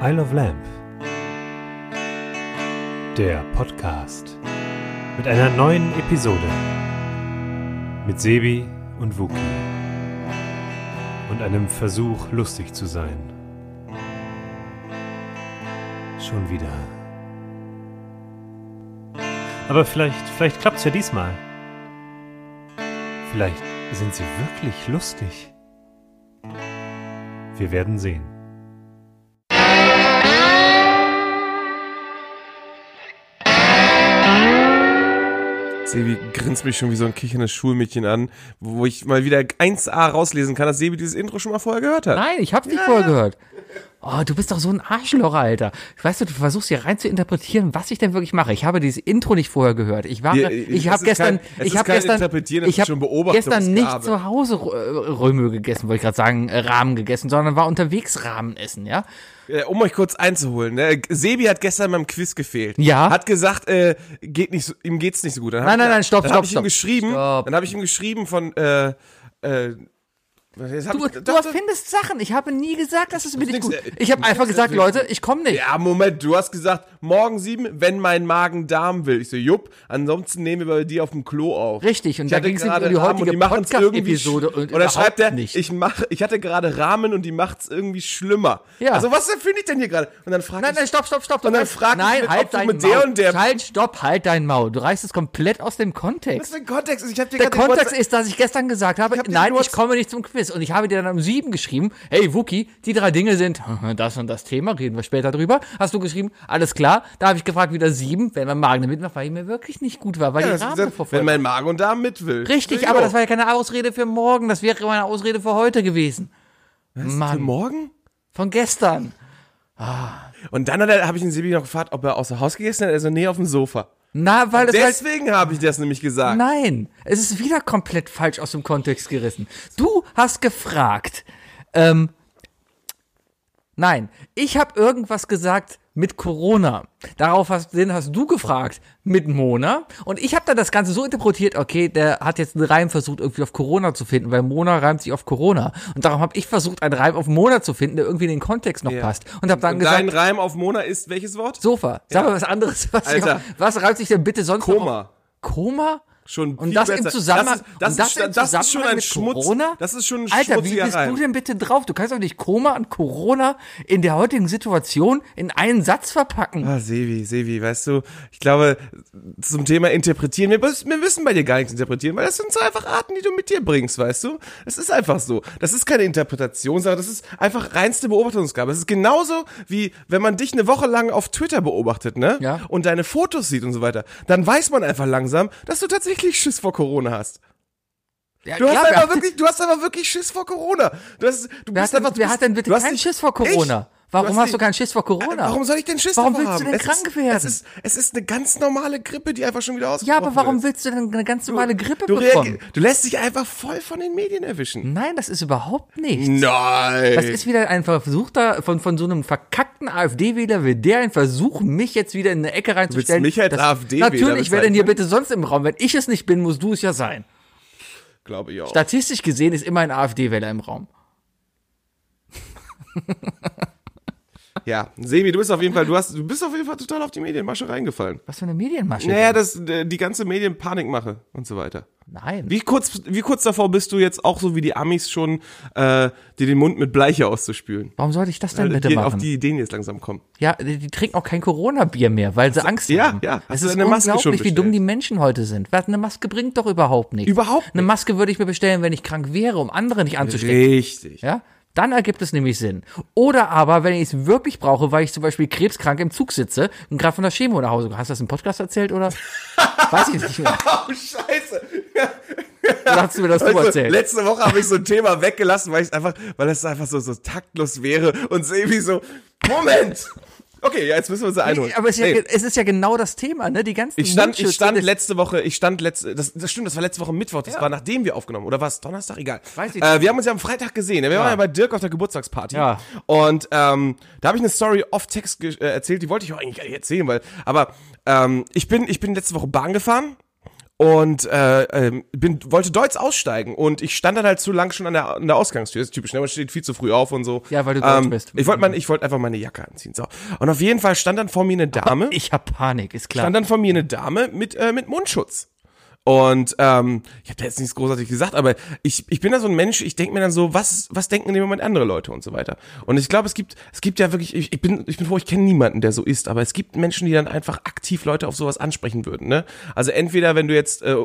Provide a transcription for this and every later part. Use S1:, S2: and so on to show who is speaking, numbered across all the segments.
S1: I Love Lamp. Der Podcast. Mit einer neuen Episode. Mit Sebi und Wookie. Und einem Versuch, lustig zu sein. Schon wieder. Aber vielleicht, vielleicht klappt's ja diesmal. Vielleicht sind sie wirklich lustig. Wir werden sehen.
S2: Sebi grinst mich schon wie so ein kicherndes Schulmädchen an, wo ich mal wieder 1a rauslesen kann, dass Sebi dieses Intro schon mal vorher gehört hat.
S3: Nein, ich hab's nicht vorher gehört. Oh, du bist doch so ein Arschloch, Alter. Weißt du, du versuchst hier rein zu interpretieren, was ich denn wirklich mache. Ich habe dieses Intro nicht vorher gehört. Ich war,
S2: Ja,
S3: ich,
S2: es
S3: habe
S2: ist
S3: gestern,
S2: kein- es
S3: ich
S2: ist
S3: habe
S2: kein
S3: gestern,
S2: Interpretieren, es
S3: ich
S2: ist schon
S3: habe
S2: Beobachtungsgabe.
S3: gestern nicht zu Hause Rö- äh, Römel gegessen, wollte ich gerade sagen, äh, Rahmen gegessen, sondern war unterwegs Rahmen essen, ja?
S2: Äh, um euch kurz einzuholen, ne? Sebi hat gestern beim Quiz gefehlt.
S3: Ja.
S2: Hat gesagt, äh, geht nicht so, ihm geht's nicht so gut. Dann hab
S3: Nein,
S2: ich-
S3: nein, nein, stopp,
S2: dann
S3: stopp,
S2: hab ich
S3: stopp.
S2: Ihm geschrieben,
S3: Stopp.
S2: Dann habe ich ihm geschrieben von, äh, äh, jetzt hab
S3: Du,
S2: ich-
S3: du
S2: doch, doch.
S3: erfindest Sachen. Ich habe nie gesagt, dass es mir nicht
S2: nix,
S3: gut.
S2: äh,
S3: Ich habe einfach gesagt, Leute, ich komme nicht.
S2: Ja, Moment, du hast gesagt, morgen sieben, wenn mein Magen Darm will. Ich so, jupp, ansonsten nehmen wir bei dir auf dem Klo auf.
S3: Richtig, und
S2: ich
S3: da
S2: hatte
S3: ging's ihm
S2: gerade
S3: um die
S2: Rahmen
S3: heutige
S2: und die machen's irgendwie sch-
S3: Podcast-Episode und
S2: Oder schreibt
S3: überhaupt
S2: er,
S3: nicht.
S2: ich mach, ich hatte gerade Rahmen und die macht's irgendwie schlimmer.
S3: Ja.
S2: Also was erfinde ich denn hier gerade? Und dann fragt
S3: Nein, nein, stopp, stopp, stopp.
S2: Und dann
S3: stopp.
S2: frag ich
S3: nein,
S2: mich, ob
S3: halt
S2: du
S3: dein
S2: mit der
S3: Maul.
S2: und der-
S3: Halt, stopp, halt dein Maul. Du reißt es komplett aus dem Kontext.
S2: Was ist denn Kontext? Also, Ich hab dir
S3: Der
S2: gerade den
S3: Kontext
S2: WhatsApp-
S3: ist, dass ich gestern gesagt habe,
S2: hab dir
S3: nein,
S2: nur
S3: ich komme nicht zum Quiz. Und ich habe dir dann um sieben geschrieben, hey Wookie, die drei Dinge sind das und das Thema, reden wir später drüber. Hast du geschrieben, alles klar. Da habe ich gefragt, wieder sieben, wenn mein Magen damit macht, weil mir wirklich nicht gut war, weil
S2: Ja,
S3: die
S2: das ist
S3: Rahmen
S2: gesagt, wenn genau.
S3: verfolgt.
S2: mein Magen und Darm mit will.
S3: Richtig,
S2: Jo.
S3: aber das war ja keine Ausrede für morgen, das wäre meine Ausrede für heute gewesen.
S2: Für
S3: Mann,
S2: morgen?
S3: von gestern.
S2: Und dann habe ich den Sebi noch gefragt, ob er außer Haus gegessen hat. Also nee, auf dem Sofa.
S3: Na, weil das halt
S2: Deswegen habe ich das nämlich gesagt.
S3: Nein, es ist wieder komplett falsch aus dem Kontext gerissen. Du hast gefragt. Ähm, nein, ich habe irgendwas gesagt mit Corona. Darauf hast, den hast du gefragt mit Mona. Und ich habe dann das Ganze so interpretiert, okay, der hat jetzt einen Reim versucht, irgendwie auf Corona zu finden, weil Mona reimt sich auf Corona. Und darum habe ich versucht, einen Reim auf Mona zu finden, der irgendwie in den Kontext noch
S2: Ja.
S3: passt. Und habe dann
S2: Und
S3: gesagt,
S2: dein Reim auf Mona ist welches Wort?
S3: Sofa, sag mal was anderes. Was, ich
S2: Alter.
S3: auf, was reimt sich denn bitte sonst noch auf-
S2: Koma.
S3: Koma?
S2: Schon
S3: Und
S2: viel
S3: das im
S2: besser. Das
S3: Zusammenhang,
S2: ist,
S3: und
S2: das ist,
S3: im
S2: das ist schon
S3: Zusammenhang
S2: ein
S3: mit
S2: Schmutz.
S3: Corona?
S2: Das ist schon ein
S3: Alter, wie
S2: schmutziger
S3: bist
S2: Reim.
S3: du denn bitte drauf? Du kannst doch nicht Koma und Corona in der heutigen Situation in einen Satz verpacken.
S2: Ah, Sevi, Sevi, weißt du, ich glaube, zum Thema interpretieren, wir, müssen- wir müssen bei dir gar nichts interpretieren, weil das sind so einfach Arten, die du mit dir bringst, weißt du? Es ist einfach so. Das ist keine Interpretationssache, das ist einfach reinste Beobachtungsgabe. Es ist genauso wie, wenn man dich eine Woche lang auf Twitter beobachtet, ne?
S3: Ja.
S2: Und deine Fotos sieht und so weiter, dann weiß man einfach langsam, dass du tatsächlich Schiss vor Corona hast.
S3: Ja,
S2: Du hast,
S3: Äh, klar, wer
S2: einfach
S3: hat-
S2: wirklich, du hast einfach wirklich Schiss vor Corona. Du, hast, du bist
S3: Wer hat, denn-
S2: einfach, du
S3: wer
S2: bist,
S3: hat denn bitte
S2: du hast
S3: keinen
S2: nicht-
S3: Schiss vor Corona?
S2: Ich?
S3: Warum hast du
S2: nicht-
S3: keinen Schiss vor Corona?
S2: Äh, Warum soll ich denn Schiss
S3: Warum
S2: davor
S3: willst du
S2: haben?
S3: denn
S2: es
S3: krank
S2: ist,
S3: werden?
S2: Es ist, es ist eine ganz normale Grippe, die einfach schon wieder ausgebrochen
S3: ja, aber warum
S2: ist.
S3: willst du denn eine ganz normale Grippe
S2: Oh, du,
S3: bekommen?
S2: reagier- du lässt dich einfach voll von den Medien erwischen.
S3: Nein, das ist überhaupt nichts.
S2: Nein.
S3: Hm. Das ist wieder ein Versuch da von, von so einem verkackten AfD-Wähler, will der ein Versuch, mich jetzt wieder in eine Ecke reinzustellen.
S2: mich als
S3: dass-
S2: AfD-Wähler
S3: Natürlich, wer denn hier
S2: bezeichnen?
S3: bitte sonst im Raum? Wenn ich es nicht bin, musst du es ja sein.
S2: glaube ich auch.
S3: Statistisch gesehen ist immer ein AfD-Wähler im Raum.
S2: ja, Sebi, du bist auf jeden Fall, du hast, du bist auf jeden Fall total auf die Medienmasche reingefallen.
S3: Was für eine Medienmasche.
S2: Naja, das, äh, die ganze Medienpanikmache und so weiter.
S3: Nein.
S2: Wie kurz, wie kurz davor bist du jetzt auch so wie die Amis schon, äh, dir den Mund mit Bleiche auszuspülen?
S3: Warum sollte ich das denn bitte
S2: Die, auf
S3: machen?
S2: die Ideen jetzt langsam kommen.
S3: ja, die, die trinken auch kein Corona-Bier mehr, weil sie Angst
S2: ja,
S3: haben.
S2: ja. Hast
S3: Es
S2: du
S3: ist
S2: deine Maske schon
S3: unglaublich, wie
S2: bestellt?
S3: dumm die Menschen heute sind. Was, eine Maske bringt doch überhaupt nichts.
S2: Überhaupt
S3: Eine Maske würde ich mir bestellen, wenn ich krank wäre, um andere nicht anzustecken.
S2: Richtig.
S3: Ja? Dann ergibt es nämlich Sinn. Oder aber, wenn ich es wirklich brauche, weil ich zum Beispiel krebskrank im Zug sitze und gerade von der Chemo nach Hause komme. Hast du das im Podcast erzählt oder? Weiß ich nicht mehr.
S2: Oh, scheiße.
S3: Oder hast du mir das du
S2: Weißt du,
S3: erzählt?
S2: letzte Woche habe ich so ein Thema weggelassen, weil ich einfach, weil es einfach so, so taktlos wäre und Sebi so, Moment! Okay, ja, jetzt müssen wir uns da einholen.
S3: Aber es ist, ja,
S2: Ey,
S3: ge- es ist ja genau das Thema, ne? Die ganzen
S2: ich stand, ich
S3: Mundschutz-
S2: stand letzte Woche, ich stand letzte, das, das stimmt, das war letzte Woche Mittwoch, das war nachdem wir aufgenommen, oder war es Donnerstag? Egal.
S3: Weiß ich
S2: äh, wir haben uns ja am Freitag gesehen, wir waren ja bei Dirk auf der Geburtstagsparty.
S3: Ja.
S2: Und ähm, da habe ich eine Story off Text ge- äh, erzählt, die wollte ich auch eigentlich gar nicht erzählen, weil, aber ähm, ich bin, ich bin letzte Woche Bahn gefahren und äh, ähm, bin, wollte Deutsch aussteigen und ich stand dann halt zu lang schon an der, an der Ausgangstür. Das ist typisch, ne? man steht viel zu früh auf und so.
S3: Ja, weil du Deutsch
S2: Ähm,
S3: bist.
S2: Ich wollte mein- ich wollte einfach meine Jacke anziehen. So. Und auf jeden Fall stand dann vor mir eine Dame.
S3: Ich hab Panik, ist klar.
S2: stand dann vor mir eine Dame mit, äh, mit Mundschutz. Und ähm, ich habe da jetzt nichts großartig gesagt, aber ich, ich bin da so ein Mensch, ich denke mir dann so, was, was denken in dem Moment andere Leute und so weiter. Und ich glaube, es gibt, es gibt ja wirklich, ich, ich bin, ich bin froh, ich kenne niemanden, der so ist, aber es gibt Menschen, die dann einfach aktiv Leute auf sowas ansprechen würden. Ne? Also entweder, wenn du jetzt, äh,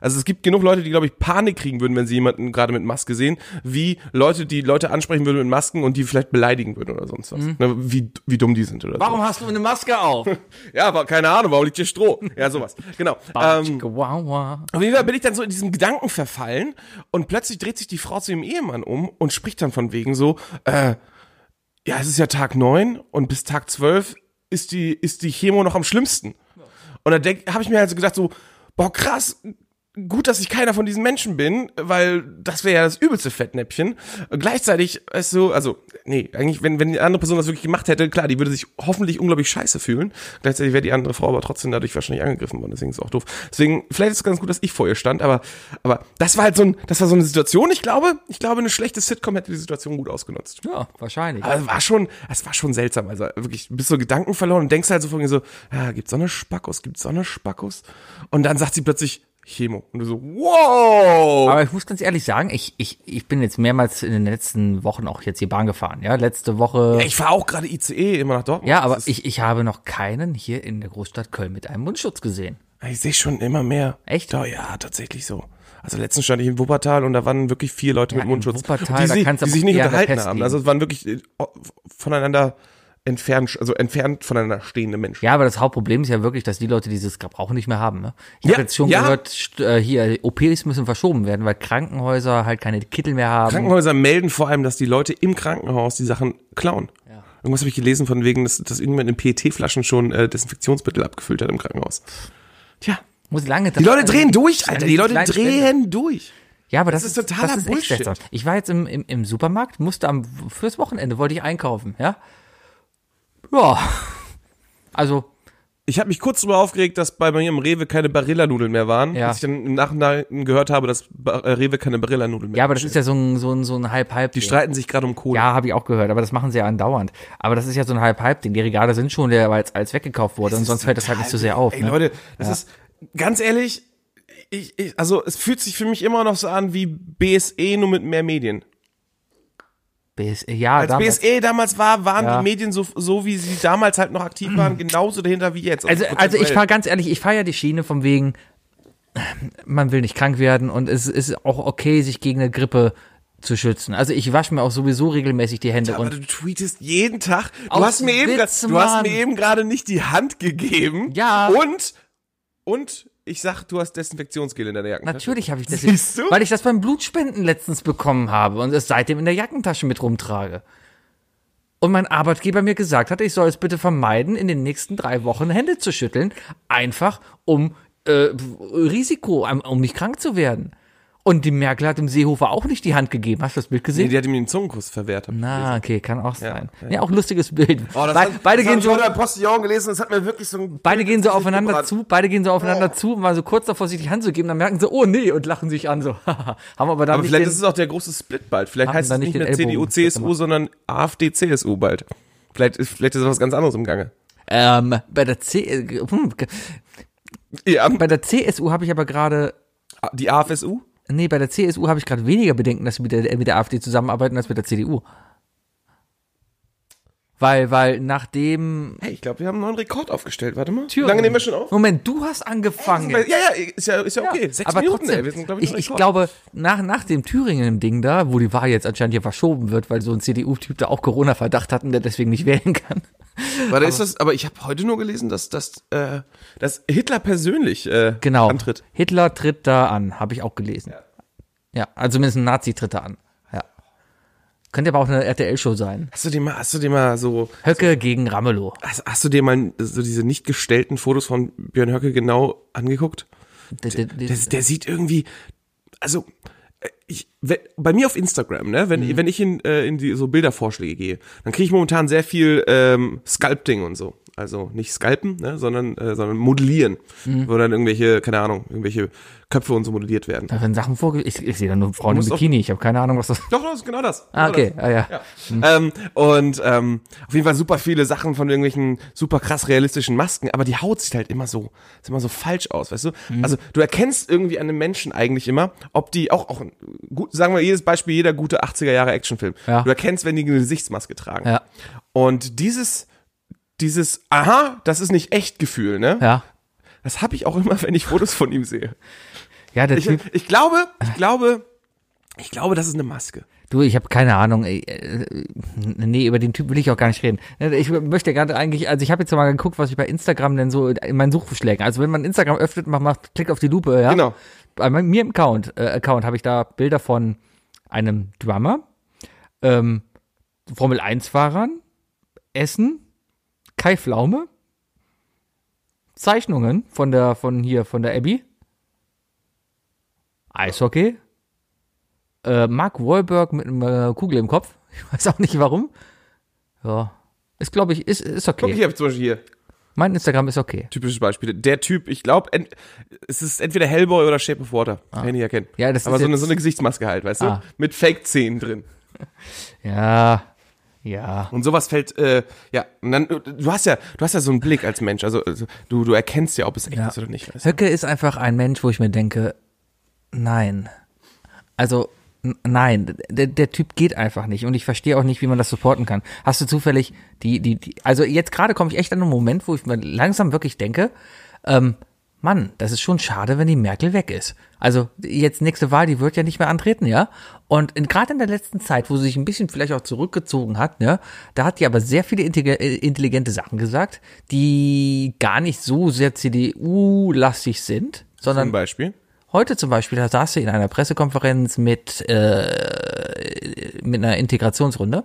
S2: also es gibt genug Leute, die, glaube ich, Panik kriegen würden, wenn sie jemanden gerade mit Maske sehen, wie Leute, die Leute ansprechen würden mit Masken und die vielleicht beleidigen würden oder sonst was. Ne? Wie, wie dumm die sind oder
S3: Mhm. Warum hast du eine Maske auf?
S2: so. Ja, aber keine Ahnung, warum liegt hier Stroh? Ja, sowas. Genau. Ähm,
S3: Chihuahua.
S2: auf jeden Fall bin ich dann so in diesem Gedanken verfallen und plötzlich dreht sich die Frau zu ihrem Ehemann um und spricht dann von wegen so, äh, ja, es ist ja Tag neun und bis Tag zwölf ist die, ist die Chemo noch am schlimmsten. Und da habe ich mir halt so gedacht so, boah krass, gut, dass ich keiner von diesen Menschen bin, weil das wäre ja das übelste Fettnäpfchen. Gleichzeitig, weißt du, also, nee, eigentlich, wenn, wenn die andere Person das wirklich gemacht hätte, klar, die würde sich hoffentlich unglaublich scheiße fühlen. Gleichzeitig wäre die andere Frau aber trotzdem dadurch wahrscheinlich angegriffen worden, deswegen ist es auch doof. Deswegen, vielleicht ist es ganz gut, dass ich vor ihr stand, aber, aber das war halt so ein, das war so eine Situation, ich glaube, ich glaube, eine schlechte Sitcom hätte die Situation gut ausgenutzt.
S3: Ja, wahrscheinlich.
S2: Aber es war schon, es war schon seltsam. Also wirklich, du bist so Gedanken verloren und denkst halt so von mir so, ja, gibt's so eine Spackos, gibt's so eine Spackos? Und dann sagt sie plötzlich Chemo. Und du so, wow!
S3: Aber ich muss ganz ehrlich sagen, ich, ich, ich bin jetzt mehrmals in den letzten Wochen auch jetzt die Bahn gefahren. Ja, letzte Woche.
S2: Ich fahre auch gerade ICE immer nach Dortmund.
S3: ja, aber
S2: Das ist,
S3: ich, ich habe noch keinen hier in der Großstadt Köln mit einem Mundschutz gesehen.
S2: ich sehe schon immer mehr.
S3: Echt?
S2: Ja, ja, tatsächlich so. Also letztens stand ich in Wuppertal und da waren wirklich vier Leute
S3: Ja,
S2: mit
S3: in
S2: Mundschutz,
S3: Wuppertal,
S2: die,
S3: da
S2: sich,
S3: kannst du
S2: die
S3: aber
S2: sich
S3: auch
S2: nicht
S3: eher
S2: unterhalten haben.
S3: festlegen.
S2: Also es waren wirklich äh, voneinander entfernt, also entfernt voneinander stehende Menschen.
S3: Ja, aber das Hauptproblem ist ja wirklich, dass die Leute dieses Gebrauch nicht mehr haben. Ne? Ich
S2: Ja,
S3: habe jetzt schon
S2: ja.
S3: gehört, st- äh, hier OPs müssen verschoben werden, weil Krankenhäuser halt keine Kittel mehr haben.
S2: Krankenhäuser melden vor allem, dass die Leute im Krankenhaus die Sachen klauen. Irgendwas habe ich gelesen von wegen, dass, dass irgendjemand in PET-Flaschen schon äh, Desinfektionsmittel abgefüllt hat im Krankenhaus. Tja.
S3: Muss lange
S2: Die Leute drehen durch, Alter. Die Leute drehen durch.
S3: Ja, aber das,
S2: Das ist
S3: ist
S2: totaler
S3: das ist echt
S2: Bullshit.
S3: seltsam. Ich war jetzt im, im, im Supermarkt, musste am fürs Wochenende wollte ich einkaufen, ja? Ja. Also,
S2: Ich habe mich kurz darüber aufgeregt, dass bei mir im Rewe keine Barilla-Nudeln mehr waren.
S3: Ja.
S2: Dass ich dann im Nachhinein gehört habe, dass Ba- äh, Rewe keine Barilla-Nudeln mehr
S3: ja, aber das ist ja so ein so ein so ein halb halb
S2: Die streiten sich gerade um Kohle.
S3: Ja, habe ich auch gehört, aber das machen sie ja andauernd. Aber das ist ja so ein halb halb Ding. Die Regale sind schon leer, weil es alles weggekauft wurde und sonst fällt das halt nicht so sehr auf,
S2: Ey,
S3: ne?
S2: Leute, das ist ganz ehrlich, ich, ich, also es fühlt sich für mich immer noch so an wie BSE nur mit mehr Medien.
S3: BS, ja,
S2: Als
S3: damals.
S2: BSE damals war, waren
S3: Ja. Mhm.
S2: die Medien so, so, wie sie damals halt noch aktiv waren, genauso dahinter wie jetzt.
S3: Also, also ich
S2: prozentuell.
S3: fahre ganz ehrlich, ich fahre ja die Schiene von wegen, man will nicht krank werden und es ist auch okay, sich gegen eine Grippe zu schützen. Also ich wasche mir auch sowieso regelmäßig die Hände
S2: Aber
S3: und
S2: du tweetest jeden Tag. Du
S3: Aus
S2: hast mir eben,
S3: Witz,
S2: grad- du hast
S3: Mann.
S2: mir eben gerade nicht die Hand gegeben.
S3: Ja.
S2: Und, und ich sag, du hast Desinfektionsgel in deiner Jackentasche.
S3: natürlich habe ich das
S2: Siehst du?
S3: weil ich das beim Blutspenden letztens bekommen habe und es seitdem in der Jackentasche mit rumtrage. Und mein Arbeitgeber mir gesagt hat, ich soll es bitte vermeiden, in den nächsten drei Wochen Hände zu schütteln, einfach um äh, Risiko, um, um nicht krank zu werden. Und die Merkel hat dem Seehofer auch nicht die Hand gegeben. Hast du das Bild gesehen?
S2: Nee, die hat ihm den Zungenkuss verwehrt. hab ich
S3: Na, okay, kann auch sein. Ja,
S2: ja.
S3: auch ein lustiges Bild.
S2: Oh, das
S3: Be
S2: hat-
S3: beide,
S2: das
S3: gehen
S2: hab ich
S3: so,
S2: heute im Postillon gelesen, das hat mir wirklich so ein
S3: beide gehen so aufeinander
S2: gebrannt.
S3: zu, beide gehen so aufeinander
S2: Oh.
S3: zu, um mal so kurz davor sich die Hand zu geben, dann merken sie, oh nee, und lachen sich an, so. Haha. Haben aber dann
S2: Aber
S3: nicht
S2: vielleicht
S3: den-
S2: ist es auch der große Split bald. Vielleicht
S3: Haben
S2: heißt
S3: da
S2: es nicht
S3: nicht
S2: mehr
S3: den
S2: CDU,
S3: Ellbogen
S2: CSU,
S3: gemacht.
S2: sondern AfD, CSU bald. Vielleicht ist, vielleicht ist was ganz anderes im Gange.
S3: ähm, bei der C, äh, hm, ge-
S2: Ja,
S3: bei der CSU habe ich aber gerade,
S2: die AFSU?
S3: nee, bei der CSU habe ich gerade weniger Bedenken, dass sie mit der, äh, mit der AfD zusammenarbeiten, als mit der CDU. Weil, weil nachdem,
S2: Hey, ich glaube, wir haben einen neuen Rekord aufgestellt. Warte mal. Wie lange nehmen wir schon auf?
S3: Moment, du hast angefangen.
S2: Ja, ja, ist ja, ist ja okay. Sechs
S3: aber
S2: Minuten,
S3: trotzdem,
S2: ey. Wir sind, glaub
S3: ich,
S2: noch
S3: ich
S2: Rekord.
S3: glaube, nach, nach dem Thüringen-Ding da, wo die Wahl jetzt anscheinend hier verschoben wird, weil so ein CDU-Typ da auch Corona-Verdacht hat und der deswegen nicht wählen kann.
S2: Warte, ist das, aber ich habe heute nur gelesen, dass, dass, äh, dass Hitler persönlich äh,
S3: Genau.
S2: antritt.
S3: Hitler tritt da an, habe ich auch gelesen. Ja, also zumindest ein Nazi tritt da an. Ja. Könnte aber auch eine RTL-Show sein.
S2: Hast du dir mal, hast du dir mal so,
S3: Höcke gegen Ramelow.
S2: hast, hast du dir mal so diese nicht gestellten Fotos von Björn Höcke genau angeguckt?
S3: D- d- d-
S2: Der, der sieht irgendwie, also äh, ich, wenn, bei mir auf Instagram, ne, wenn,
S3: Mhm.
S2: wenn ich in, äh, in die so Bildervorschläge gehe, dann kriege ich momentan sehr viel ähm, Sculpting und so. Also nicht scalpen, ne, sondern, äh, sondern modellieren.
S3: Mhm.
S2: Wo dann irgendwelche, keine Ahnung, irgendwelche Köpfe und so modelliert werden.
S3: Da werden Sachen vorge... Ich, ich sehe da nur Frauen im
S2: musst auf-
S3: Bikini. Ich habe keine Ahnung, was das...
S2: Doch, das ist genau das. genau
S3: Ah, okay.
S2: Das.
S3: Ah, ja.
S2: Ja. Ähm, und ähm, auf jeden Fall super viele Sachen von irgendwelchen super krass realistischen Masken, aber die Haut sieht halt immer so, sieht immer so falsch aus, weißt du?
S3: Mhm.
S2: Also du erkennst irgendwie an einem Menschen eigentlich immer, ob die auch, auch gut, sagen wir jedes Beispiel, jeder gute 80er Jahre Actionfilm.
S3: Ja.
S2: Du erkennst, wenn die eine Gesichtsmaske tragen.
S3: Ja.
S2: Und dieses, dieses, aha, das ist nicht echt Gefühl, ne?
S3: Ja.
S2: Das habe ich auch immer, wenn ich Fotos von ihm sehe.
S3: Ja, der
S2: Ich,
S3: Typ...
S2: ich glaube, ich glaube, ich glaube, das ist eine Maske.
S3: Du, ich habe keine Ahnung. ey, äh, Nee, über den Typ will ich auch gar nicht reden. Ich möchte gerade eigentlich, also ich habe jetzt mal geguckt, was ich bei Instagram denn so in meinen Suchvorschlägen. Also wenn man Instagram öffnet, man macht, klickt auf die Lupe, ja.
S2: Genau.
S3: Bei mir im Account, äh, Account habe ich da Bilder von einem Drummer, ähm, Formel 1-Fahrern, Essen, Kai Pflaume, Zeichnungen von der, von hier, von der Abby, Eishockey, äh, Mark Wahlberg mit einer Kugel im Kopf. Ich weiß auch nicht warum. Ja. Ist, glaube ich, ist, ist okay.
S2: Guck, ich habe zum Beispiel hier
S3: Mein Instagram ist okay.
S2: typisches Beispiel. Der Typ, ich glaube, es ist entweder Hellboy oder Shape of Water. Kann ich nicht erkennen.
S3: Ah. Ja, das ist
S2: Aber so eine,
S3: jetzt-
S2: so eine Gesichtsmaske halt, weißt
S3: Ah.
S2: du? Mit Fake-Zähnen drin.
S3: Ja. Ja.
S2: Und sowas fällt, äh, ja, und dann, du hast ja, du hast ja so einen Blick als Mensch. Also, also du, du erkennst ja, ob es echt
S3: Ja.
S2: ist oder nicht. Weißt du?
S3: Höcke ist einfach ein Mensch, wo ich mir denke, nein. Also, n- nein, der, der Typ geht einfach nicht. Und ich verstehe auch nicht, wie man das supporten kann. Hast du zufällig die, die, die also jetzt gerade komme ich echt an einen Moment, wo ich mir langsam wirklich denke, ähm, Mann, das ist schon schade, wenn die Merkel weg ist. Also jetzt nächste Wahl, die wird ja nicht mehr antreten, ja. Und in- gerade in der letzten Zeit, wo sie sich ein bisschen vielleicht auch zurückgezogen hat, ne, da hat die aber sehr viele integ- äh, intelligente Sachen gesagt, die gar nicht so sehr CDU-lastig sind, sondern
S2: Zum Beispiel.
S3: Heute zum Beispiel, da saß sie in einer Pressekonferenz mit, äh, mit einer Integrationsrunde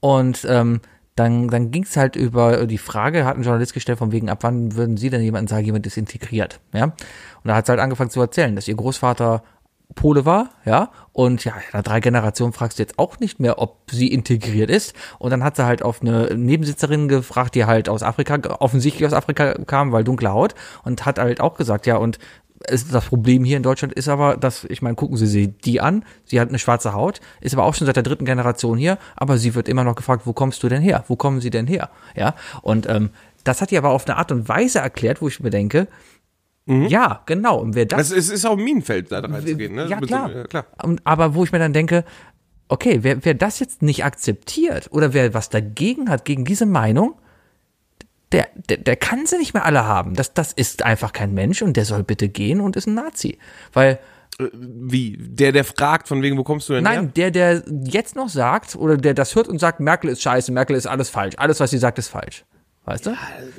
S3: und ähm, dann, dann ging es halt über die Frage, hat ein Journalist gestellt, von wegen, ab wann würden Sie denn jemanden sagen, jemand ist integriert? Ja? Und da hat sie halt angefangen zu erzählen, dass ihr Großvater Pole war, ja, und ja, nach drei Generationen fragst du jetzt auch nicht mehr, ob sie integriert ist. Und dann hat sie halt auf eine Nebensitzerin gefragt, die halt aus Afrika, offensichtlich aus Afrika kam, weil dunkle Haut, und hat halt auch gesagt, ja, und es, das Problem hier in Deutschland ist aber, dass, ich meine, gucken Sie sie die an, sie hat eine schwarze Haut, ist aber auch schon seit der dritten Generation hier, aber sie wird immer noch gefragt, wo kommst du denn her? Wo kommen sie denn her? Ja, und ähm, das hat die aber auf eine Art und Weise erklärt, wo ich mir denke, ja, genau, und wer das
S2: Also, es ist auch ein Minenfeld, da reinzugehen, ne?
S3: ja,
S2: Mit
S3: klar.
S2: So, ja, klar.
S3: Und- Aber wo ich mir dann denke, okay, wer, wer das jetzt nicht akzeptiert oder wer was dagegen hat, gegen diese Meinung, der, der, der kann sie nicht mehr alle haben. Das, das ist einfach kein Mensch und der soll bitte gehen und ist ein Nazi. Weil,
S2: Wie? Der, der fragt, von wegen, wo kommst du denn her?
S3: nein, der, der jetzt noch sagt oder der das hört und sagt, Merkel ist scheiße, Merkel ist alles falsch, alles, was sie sagt, ist falsch. Weißt du?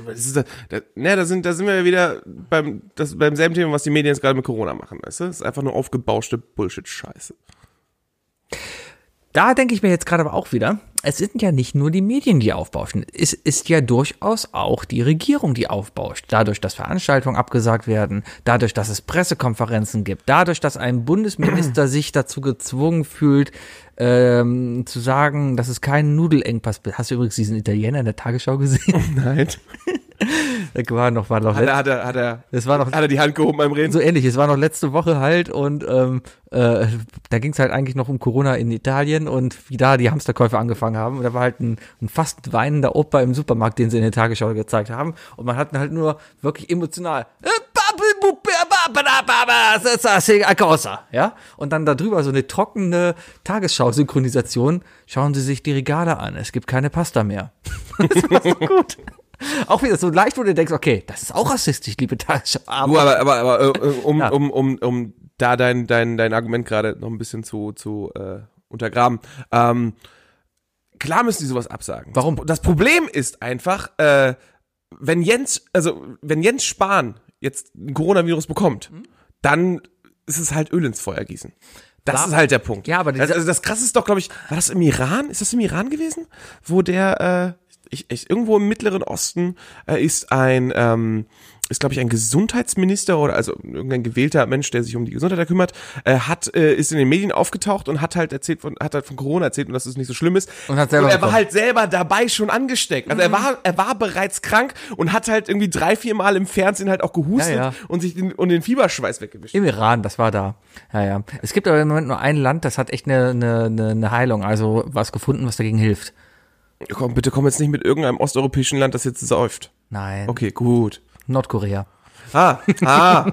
S2: Das ist, da, da, ne, da, sind, da sind wir ja wieder beim, das, beim selben Thema, was die Medien jetzt gerade mit Corona machen, weißt du? Das ist einfach nur aufgebauschte Bullshit-Scheiße.
S3: Da denke ich mir jetzt gerade aber auch wieder, es sind ja nicht nur die Medien, die aufbauschen. Es ist ja durchaus auch die Regierung, die aufbauscht. Dadurch, dass Veranstaltungen abgesagt werden, dadurch, dass es Pressekonferenzen gibt, dadurch, dass ein Bundesminister sich dazu gezwungen fühlt, ähm, zu sagen, dass es keinen Nudelengpass gibt. Hast du übrigens diesen Italiener in der Tagesschau gesehen?
S2: Nein.
S3: da war noch, war noch
S2: Hat er, hat er, hat er,
S3: Das war doch-
S2: hat er die Hand gehoben beim Reden?
S3: so ähnlich. Es war noch letzte Woche halt und ähm, äh, da ging es halt eigentlich noch um Corona in Italien und wie da die Hamsterkäufe angefangen haben. Und da war halt ein, ein fast weinender Opa im Supermarkt, den sie in der Tagesschau gezeigt haben. Und man hat ihn halt nur wirklich emotional. "Äh, Ja? Und dann darüber so eine trockene Tagesschau-Synchronisation. Schauen Sie sich die Regale an. Es gibt keine Pasta mehr. Das war so gut. Auch wieder so leicht, wo du denkst, okay, das ist auch rassistisch, liebe Tagesschau. Aber
S2: Du, aber, aber, aber äh, äh, um,
S3: Ja.
S2: um, um, um da dein, dein, dein Argument gerade noch ein bisschen zu, zu äh, untergraben. Ähm, klar müssen die sowas absagen.
S3: Warum?
S2: Das Problem ist einfach, äh, wenn Jens, also wenn Jens Spahn jetzt ein Coronavirus bekommt, dann ist es halt Öl ins Feuer gießen. Das
S3: War-
S2: ist halt der Punkt.
S3: Ja, aber
S2: das,
S3: dieser-
S2: also das krasse ist doch, glaube ich, war das im Iran? Ist das im Iran gewesen? Wo der, äh, ich, ich, irgendwo im Mittleren Osten äh, ist ein, ähm, ist glaube ich ein Gesundheitsminister oder also irgendein gewählter Mensch, der sich um die Gesundheit da kümmert, äh, hat, äh, ist in den Medien aufgetaucht und hat halt erzählt von, hat halt von Corona erzählt und dass es nicht so schlimm ist.
S3: Und hat selber
S2: er war
S3: bekommen.
S2: halt selber dabei schon angesteckt. Also er
S3: Mhm.
S2: war, er war bereits krank und hat halt irgendwie drei, vier Mal im Fernsehen halt auch gehustet
S3: Ja, ja.
S2: und sich den, und den Fieberschweiß weggewischt.
S3: Im Iran, das war da. Ja, ja. Es gibt aber im Moment nur ein Land, das hat echt eine, eine, eine, eine Heilung, also was gefunden, was dagegen hilft.
S2: Komm, bitte komm jetzt nicht mit irgendeinem osteuropäischen Land, das jetzt säuft.
S3: Nein.
S2: Okay, gut.
S3: Nordkorea.
S2: Ah, ah.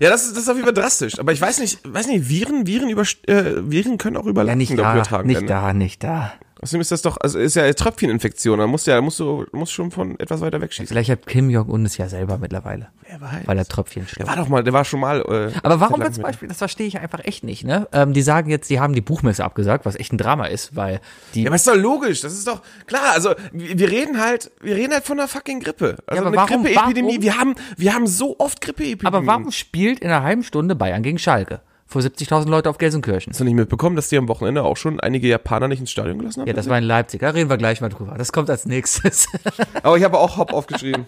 S2: Ja, das ist, das ist auf jeden Fall drastisch. Aber ich weiß nicht, weiß nicht, Viren, Viren über, äh, Viren können auch über
S3: Ja, nicht
S2: Lappen
S3: da,
S2: übertragen
S3: nicht
S2: werden. ne?
S3: da, nicht da.
S2: Außerdem ist das doch, also ist ja Tröpfcheninfektion. Da musst du ja, musst du, musst schon von etwas weiter wegschießen.
S3: Vielleicht hat Kim Jong-un es ja selber mittlerweile,
S2: Wer weiß.
S3: weil er Tröpfchen schluckt.
S2: Der war doch mal, der war schon mal. Äh,
S3: Aber warum
S2: seit
S3: dann zum
S2: langem
S3: Beispiel, das verstehe ich einfach echt nicht, ne? Ähm, die sagen jetzt, die haben die Buchmesse abgesagt, was echt ein Drama ist, weil die.
S2: Ja, aber ist doch logisch, das ist doch klar. Also wir wir reden halt, wir reden halt von einer fucking Grippe. Also
S3: aber
S2: eine
S3: warum-
S2: Grippeepidemie.
S3: warum-
S2: Wir haben, wir haben so oft Grippeepidemien.
S3: aber warum spielt in einer halben Stunde Bayern gegen Schalke? Vor 70.000 Leute auf Gelsenkirchen.
S2: Hast du nicht mitbekommen, dass die am Wochenende auch schon einige Japaner nicht ins Stadion gelassen haben?
S3: Ja, das war in Leipzig. Da reden wir gleich mal drüber. Das kommt als nächstes.
S2: aber Oh, ich habe auch Hop aufgeschrieben.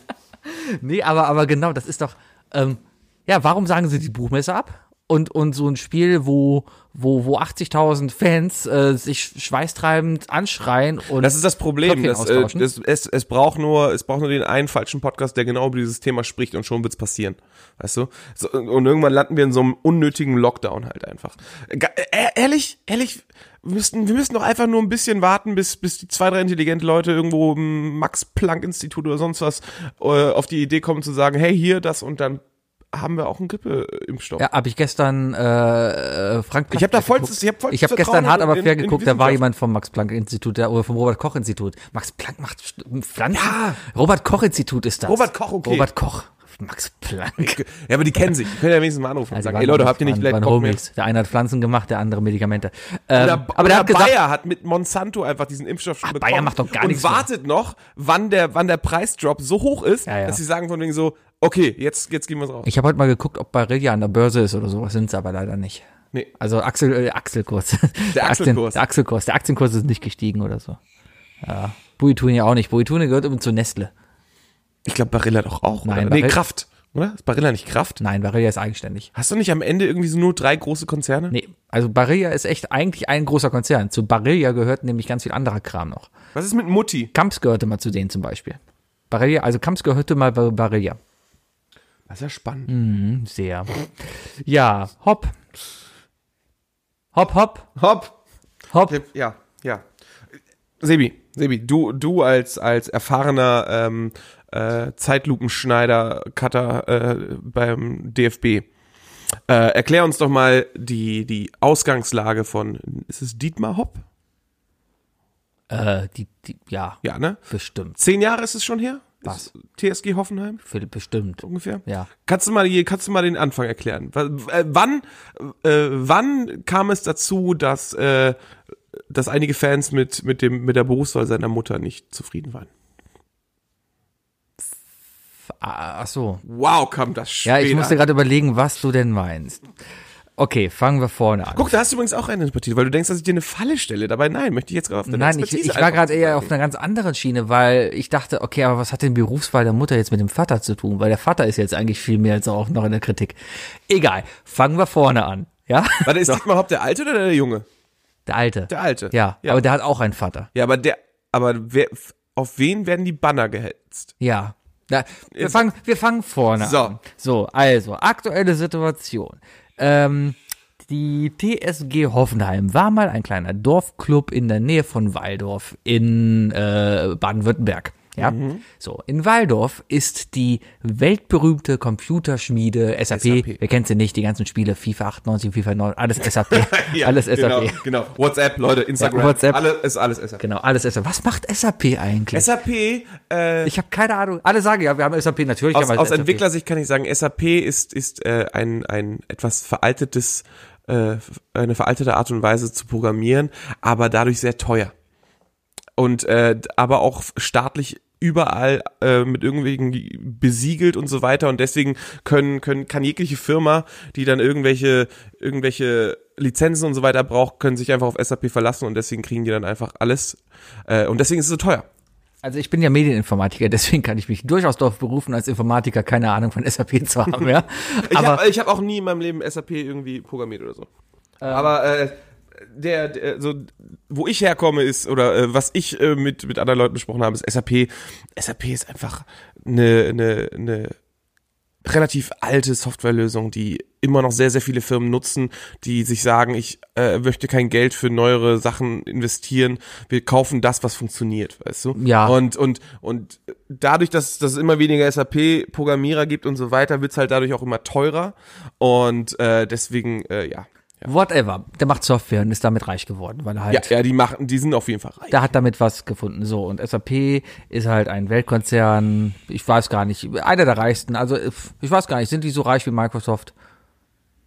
S3: nee, aber, aber genau, das ist doch. Ähm, ja, warum sagen sie die Buchmesse ab? Und, und so ein Spiel, wo, wo, wo 80.000 Fans äh, sich schweißtreibend anschreien und.
S2: Das ist das Problem.
S3: Tröpfchen
S2: Dass, äh,
S3: austauschen.
S2: das, es, es, braucht nur, es braucht nur den einen falschen Podcast, der genau über dieses Thema spricht und schon wird's passieren. Weißt du? So, und irgendwann landen wir in so einem unnötigen Lockdown halt einfach. Ga- Äh, ehrlich, ehrlich, wir müssten, wir müssen doch einfach nur ein bisschen warten, bis, bis die zwei, drei intelligente Leute irgendwo im Max-Planck-Institut oder sonst was äh, auf die Idee kommen zu sagen, hey, hier, das und dann haben wir auch einen Grippe-Impfstoff.
S3: Ja, habe ich gestern äh, äh, Frank.
S2: Ich hab da vollstes- ich hab vollstes
S3: Ich habe
S2: Vertrauen
S3: gestern hart
S2: in-
S3: aber
S2: in-
S3: fair
S2: in die
S3: geguckt. Da war
S2: Wissenschaft.
S3: jemand vom Max Planck Institut der, oder vom Robert Koch Institut. Max Planck macht St- Pflanzen. Robert Koch Institut ist das.
S2: Robert Koch, okay.
S3: Robert Koch. Max Planck.
S2: Ja, aber die kennen sich. Die können ja wenigstens mal anrufen und
S3: Also
S2: sagen,
S3: waren-
S2: ey Leute, habt ihr nicht
S3: waren-
S2: vielleicht
S3: waren
S2: Bock mehr?
S3: Homies. Der eine hat Pflanzen gemacht, der andere Medikamente. Ähm,
S2: Oder,
S3: aber der hat gesagt, Ah,
S2: Bayer hat mit Monsanto einfach diesen Impfstoff schon bekommen.
S3: Bayer macht doch gar
S2: und
S3: nichts
S2: Und wartet noch, wann der, wann der Preisdrop so hoch ist,
S3: Ja, ja.
S2: dass sie sagen von wegen so, okay, jetzt, jetzt gehen wir es raus.
S3: ich habe heute mal geguckt, ob Barilla an der Börse ist oder sowas. Sind sie aber leider nicht.
S2: Nee.
S3: Also Axel, äh, Axelkurs.
S2: Axelkurs.
S3: Der Axelkurs. Der Aktienkurs ist nicht gestiegen oder so. Ja. Buitune auch nicht. Buitune gehört eben zu Nestle.
S2: Ich glaube, Barilla doch auch.
S3: Nein,
S2: oder? Nee,
S3: Barilla-
S2: Kraft. Oder? Ist Barilla nicht Kraft?
S3: Nein, Barilla ist eigenständig.
S2: Hast du nicht am Ende irgendwie so nur drei große Konzerne?
S3: Nee, also Barilla ist echt eigentlich ein großer Konzern. Zu Barilla gehört nämlich ganz viel anderer Kram noch.
S2: Was ist mit Mutti?
S3: Kamps gehörte mal zu denen zum Beispiel. Barilla, also Kamps gehörte mal bei Barilla.
S2: Das ist ja spannend.
S3: Hm. Sehr. Ja, hopp. Hopp, hopp,
S2: Hopp.
S3: hopp.
S2: Ja, ja. Sebi, Sebi, du, du als, als erfahrener ähm, äh, Zeitlupenschneider, Cutter äh, beim DFB, äh, erklär uns doch mal die, die Ausgangslage von, ist es Dietmar Hopp?
S3: Äh, die, die, ja,
S2: Ja, ne?
S3: bestimmt.
S2: Zehn Jahre ist es schon her?
S3: Was?
S2: Ist TSG Hoffenheim
S3: Phil, bestimmt.
S2: ungefähr?
S3: Ja.
S2: Kannst du mal, die- kannst du mal den Anfang erklären? W- w- äh, Wann, äh, wann kam es dazu, dass, äh, dass einige Fans mit, mit, dem, mit der Berufswahl seiner Mutter nicht zufrieden waren?
S3: Ah, Ach so.
S2: Wow, kam das später.
S3: Ja, ich musste gerade überlegen, was du denn meinst. Okay, fangen wir vorne an.
S2: Guck, da hast du übrigens auch eine Expertise, weil du denkst, dass ich dir eine Falle stelle. Dabei nein, möchte ich jetzt gerade auf deine
S3: Nein, ich,
S2: Expertise
S3: ich war
S2: einfach
S3: gerade eher auf
S2: zugreifen.
S3: einer ganz anderen Schiene, weil ich dachte, okay, aber was hat denn Berufswahl der Mutter jetzt mit dem Vater zu tun? Weil der Vater ist jetzt eigentlich viel mehr als auch noch in der Kritik. Egal, fangen wir vorne an. Ja,
S2: Warte, ist Dietmar Hopp der Alte oder der Junge?
S3: der Alte.
S2: Der Alte.
S3: Ja,
S2: Ja,
S3: aber der hat auch einen Vater.
S2: ja aber der, aber wer, auf wen werden die Banner gehetzt?
S3: Ja. Na, wir, fangen, wir fangen vorne
S2: So.
S3: an. So, also, aktuelle Situation. Ähm, die TSG Hoffenheim war mal ein kleiner Dorfclub in der Nähe von Waldorf in äh, Baden-Württemberg. Ja,
S2: Mhm.
S3: so in Waldorf ist die weltberühmte Computerschmiede SAP.
S2: SAP.
S3: Wer kennt sie nicht? Die ganzen Spiele FIFA 98, FIFA 9, alles SAP,
S2: Ja,
S3: alles SAP.
S2: genau, Genau. WhatsApp, Leute, Instagram.
S3: Ja, WhatsApp.
S2: Alle, ist alles SAP.
S3: Genau, alles SAP. Was macht SAP eigentlich?
S2: SAP, äh,
S3: ich habe keine Ahnung. Alle sagen ja, wir haben SAP natürlich.
S2: aus,
S3: haben halt wir
S2: aus
S3: SAP.
S2: Entwicklersicht kann ich sagen, SAP ist, ist äh, ein, ein etwas veraltetes, äh, eine veraltete Art und Weise zu programmieren, aber dadurch sehr teuer. Und äh, d- aber auch staatlich überall äh, mit irgendwelchen besiegelt und so weiter. Und deswegen können, können, kann jegliche Firma, die dann irgendwelche, irgendwelche Lizenzen und so weiter braucht, können sich einfach auf SAP verlassen und deswegen kriegen die dann einfach alles. Äh, und deswegen ist es so teuer.
S3: Also ich bin ja Medieninformatiker, deswegen kann ich mich durchaus darauf berufen, als Informatiker keine Ahnung von SAP zu haben, ja.
S2: Ich
S3: Aber
S2: habe hab auch nie in meinem Leben SAP irgendwie programmiert oder so. Aber äh, der, der, so, wo ich herkomme ist, oder äh, was ich äh, mit, mit anderen Leuten besprochen habe, ist SAP. SAP ist einfach eine, eine, eine relativ alte Softwarelösung, die immer noch sehr, sehr viele Firmen nutzen, die sich sagen, ich äh, möchte kein Geld für neuere Sachen investieren, wir kaufen das, was funktioniert, weißt du?
S3: Ja.
S2: Und, und, und dadurch, dass, dass es immer weniger SAP-Programmierer gibt und so weiter, wird's halt dadurch auch immer teurer und äh, deswegen, äh, ja.
S3: whatever, der macht Software und ist damit reich geworden, weil er halt
S2: Ja, ja, die machen, die sind auf jeden Fall reich.
S3: der hat damit was gefunden. So, und SAP ist halt ein Weltkonzern, ich weiß gar nicht, einer der reichsten, also ich weiß gar nicht, sind die so reich wie Microsoft?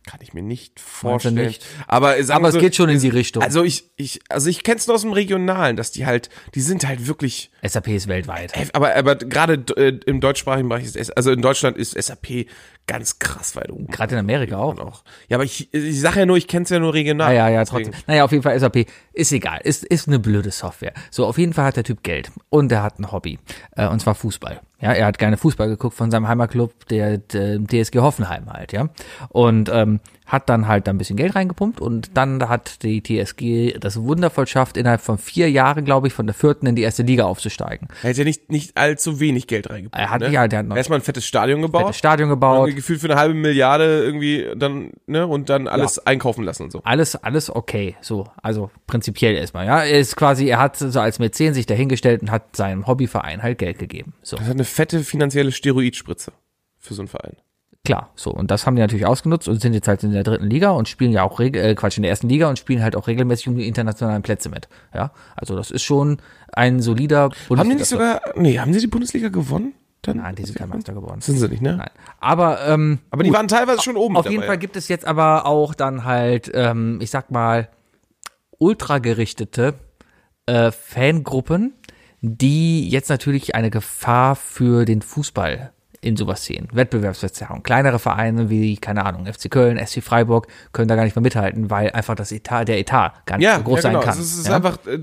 S2: Kann ich mir nicht vorstellen.
S3: nicht?
S2: Aber, sagen
S3: Aber
S2: wir
S3: es geht schon in die Richtung.
S2: Also ich, ich, also ich kenn's nur aus dem Regionalen, dass die halt, die sind halt wirklich,
S3: SAP ist weltweit.
S2: Hef- Aber, aber gerade äh, im deutschsprachigen Bereich ist, S- also in Deutschland ist SAP ganz krass weit oben.
S3: Gerade in Amerika auch.
S2: Auch. Ja, aber ich, ich sage ja nur, ich kenne es ja nur regional.
S3: Naja, Genau. Ah, ja,
S2: Deswegen.
S3: trotzdem. Naja, auf jeden Fall SAP. Ist egal. Ist, ist eine blöde Software. So, auf jeden Fall hat der Typ Geld. Und er hat ein Hobby. Äh, und zwar Fußball. Ja, er hat gerne Fußball geguckt von seinem Heimatclub, der, äh, der DSG Hoffenheim halt, ja. Und ähm, hat dann halt da ein bisschen Geld reingepumpt und dann hat die TSG das wundervoll schafft, innerhalb von vier Jahren, glaube ich, von der vierten in die erste Liga aufzusteigen.
S2: Er hätte ja nicht, nicht allzu wenig Geld reingepackt.
S3: Er hat-
S2: ne?
S3: ja, der hat noch-
S2: Erstmal ein fettes Stadion gebaut.
S3: Das Stadion gebaut.
S2: irgendwie Gefühlt für eine halbe Milliarde irgendwie dann, ne, und dann alles einkaufen lassen und so.
S3: alles, alles okay, so, also prinzipiell erstmal, ja, er ist quasi, er hat so als Mäzen sich dahingestellt und hat seinem Hobbyverein halt Geld gegeben, so,
S2: Das hat eine fette finanzielle Steroidspritze für so einen Verein.
S3: klar, so, und das haben die natürlich ausgenutzt und sind jetzt halt in der dritten Liga und spielen ja auch, reg- äh, Quatsch, in der ersten Liga und spielen halt auch regelmäßig um die internationalen Plätze mit, ja, also das ist schon ein solider
S2: Haben die nicht sogar, nee, haben sie die Bundesliga gewonnen? Dann
S3: Nein, die sind kein Meister geworden.
S2: sind sie nicht, ne?
S3: Nein. Aber, ähm,
S2: Aber die waren teilweise schon oben
S3: Auf
S2: mit
S3: jeden
S2: dabei.
S3: Fall gibt es jetzt aber auch dann halt, ähm, ich sag mal, ultragerichtete äh, Fangruppen, die jetzt natürlich eine Gefahr für den Fußball in sowas sehen. Wettbewerbsverzerrung. Kleinere Vereine wie, keine Ahnung, FC Köln, SC Freiburg können da gar nicht mehr mithalten, weil einfach das Etat, der Etat gar nicht
S2: Ja,
S3: so groß
S2: ja, genau.
S3: sein kann.
S2: Es ist, es ist
S3: ja?
S2: einfach, äh,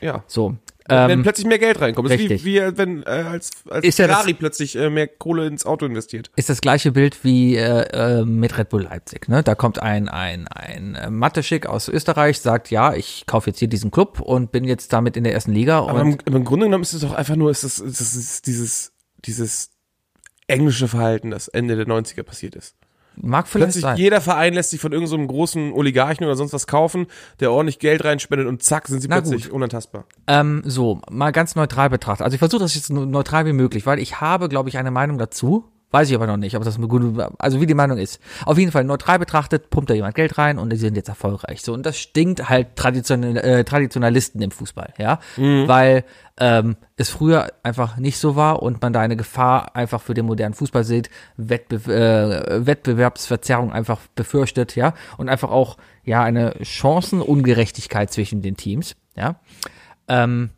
S2: ja.
S3: so.
S2: wenn
S3: Ähm,
S2: plötzlich mehr Geld reinkommt. Das ist
S3: richtig.
S2: wie, wie wenn äh, als, als
S3: Ist ja das-
S2: Ferrari plötzlich äh, mehr Kohle ins Auto investiert.
S3: ist das gleiche Bild wie äh, äh, mit Red Bull Leipzig. Ne? Da kommt ein, ein, ein äh, Mathe-Schick aus Österreich, sagt, ja, ich kaufe jetzt hier diesen Club und bin jetzt damit in der ersten Liga.
S2: Aber
S3: Und
S2: im, aber im Grunde genommen ist es doch einfach nur, ist es, ist es ist dieses, dieses englische Verhalten, das Ende der 90er passiert ist.
S3: mag vielleicht
S2: Plötzlich
S3: sein.
S2: jeder Verein lässt sich von irgendeinem so einem großen Oligarchen oder sonst was kaufen, der ordentlich Geld reinspendet und zack, sind sie
S3: Na
S2: plötzlich unantastbar.
S3: Ähm, so, mal ganz neutral betrachtet. Also ich versuche das jetzt so neutral wie möglich, weil ich habe, glaube ich, eine Meinung dazu. Weiß ich aber noch nicht, ob das eine gute, also wie die Meinung ist. Auf jeden Fall neutral betrachtet, pumpt da jemand Geld rein und die sind jetzt erfolgreich. So, und das stinkt halt traditionell, äh, Traditionalisten im Fußball, ja. Weil ähm, es früher einfach nicht so war und man da eine Gefahr einfach für den modernen Fußball sieht, Wettbe äh, Wettbewerbsverzerrung einfach befürchtet, ja. Und einfach auch, ja, eine Chancenungerechtigkeit zwischen den Teams, ja. Ähm,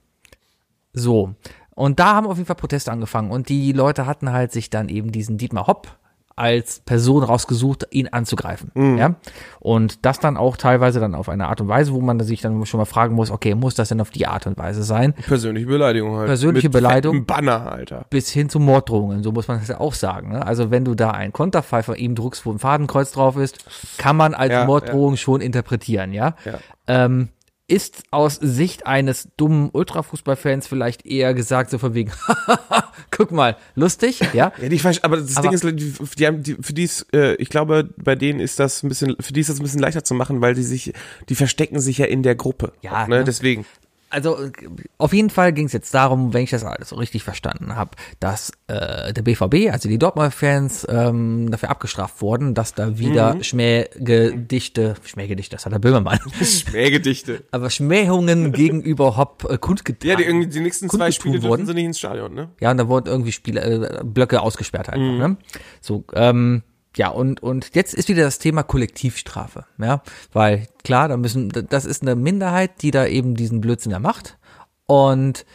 S3: so. Und da haben auf jeden Fall Proteste angefangen. Und die Leute hatten halt sich dann eben diesen Dietmar Hopp als Person rausgesucht, ihn anzugreifen. Ja? Und das dann auch teilweise dann auf eine Art und Weise, wo man sich dann schon mal fragen muss, okay, muss das denn auf die Art und Weise sein?
S2: Persönliche Beleidigung halt.
S3: Persönliche
S2: Mit
S3: Beleidigung.
S2: fettem Banner, Alter.
S3: bis hin zu Morddrohungen, so muss man das ja auch sagen. Ne? Also wenn du da einen Konterfei von ihm druckst, wo ein Fadenkreuz drauf ist, kann man als
S2: Ja,
S3: Morddrohung schon interpretieren, ja.
S2: Ja.
S3: Ähm, ist aus Sicht eines dummen Ultrafußballfans vielleicht eher gesagt, so von wegen, guck mal, lustig, ja.
S2: Ja, die, versch- aber das
S3: Aber-
S2: Ding ist, die, die haben, die, für die ist, äh, ich glaube, bei denen ist das ein bisschen, für die ist das ein bisschen leichter zu machen, weil die sich, die verstecken sich ja in der Gruppe.
S3: Ja,
S2: ne?
S3: ne?
S2: Deswegen.
S3: Also äh, auf jeden Fall ging es jetzt darum, wenn ich das alles so richtig verstanden habe, dass äh, der BVB, also die Dortmund-Fans, ähm, dafür abgestraft wurden, dass da wieder
S2: Mhm.
S3: Schmähgedichte, Schmähgedichte, das hat der Böhmermann,
S2: Schmähgedichte.
S3: aber Schmähungen gegenüber Hopp äh, kundgetan.
S2: Ja, die, irgendwie, die nächsten zwei
S3: Kundgetun
S2: Spiele dürfen
S3: wurden.
S2: sie nicht Mhm. ins Stadion, ne?
S3: Ja, und da wurden irgendwie Spiele, äh, Blöcke ausgesperrt einfach, ne? So, ähm, ja, und, und jetzt ist wieder das Thema Kollektivstrafe, ja, weil klar, da müssen, das ist eine Minderheit, die da eben diesen Blödsinn da macht und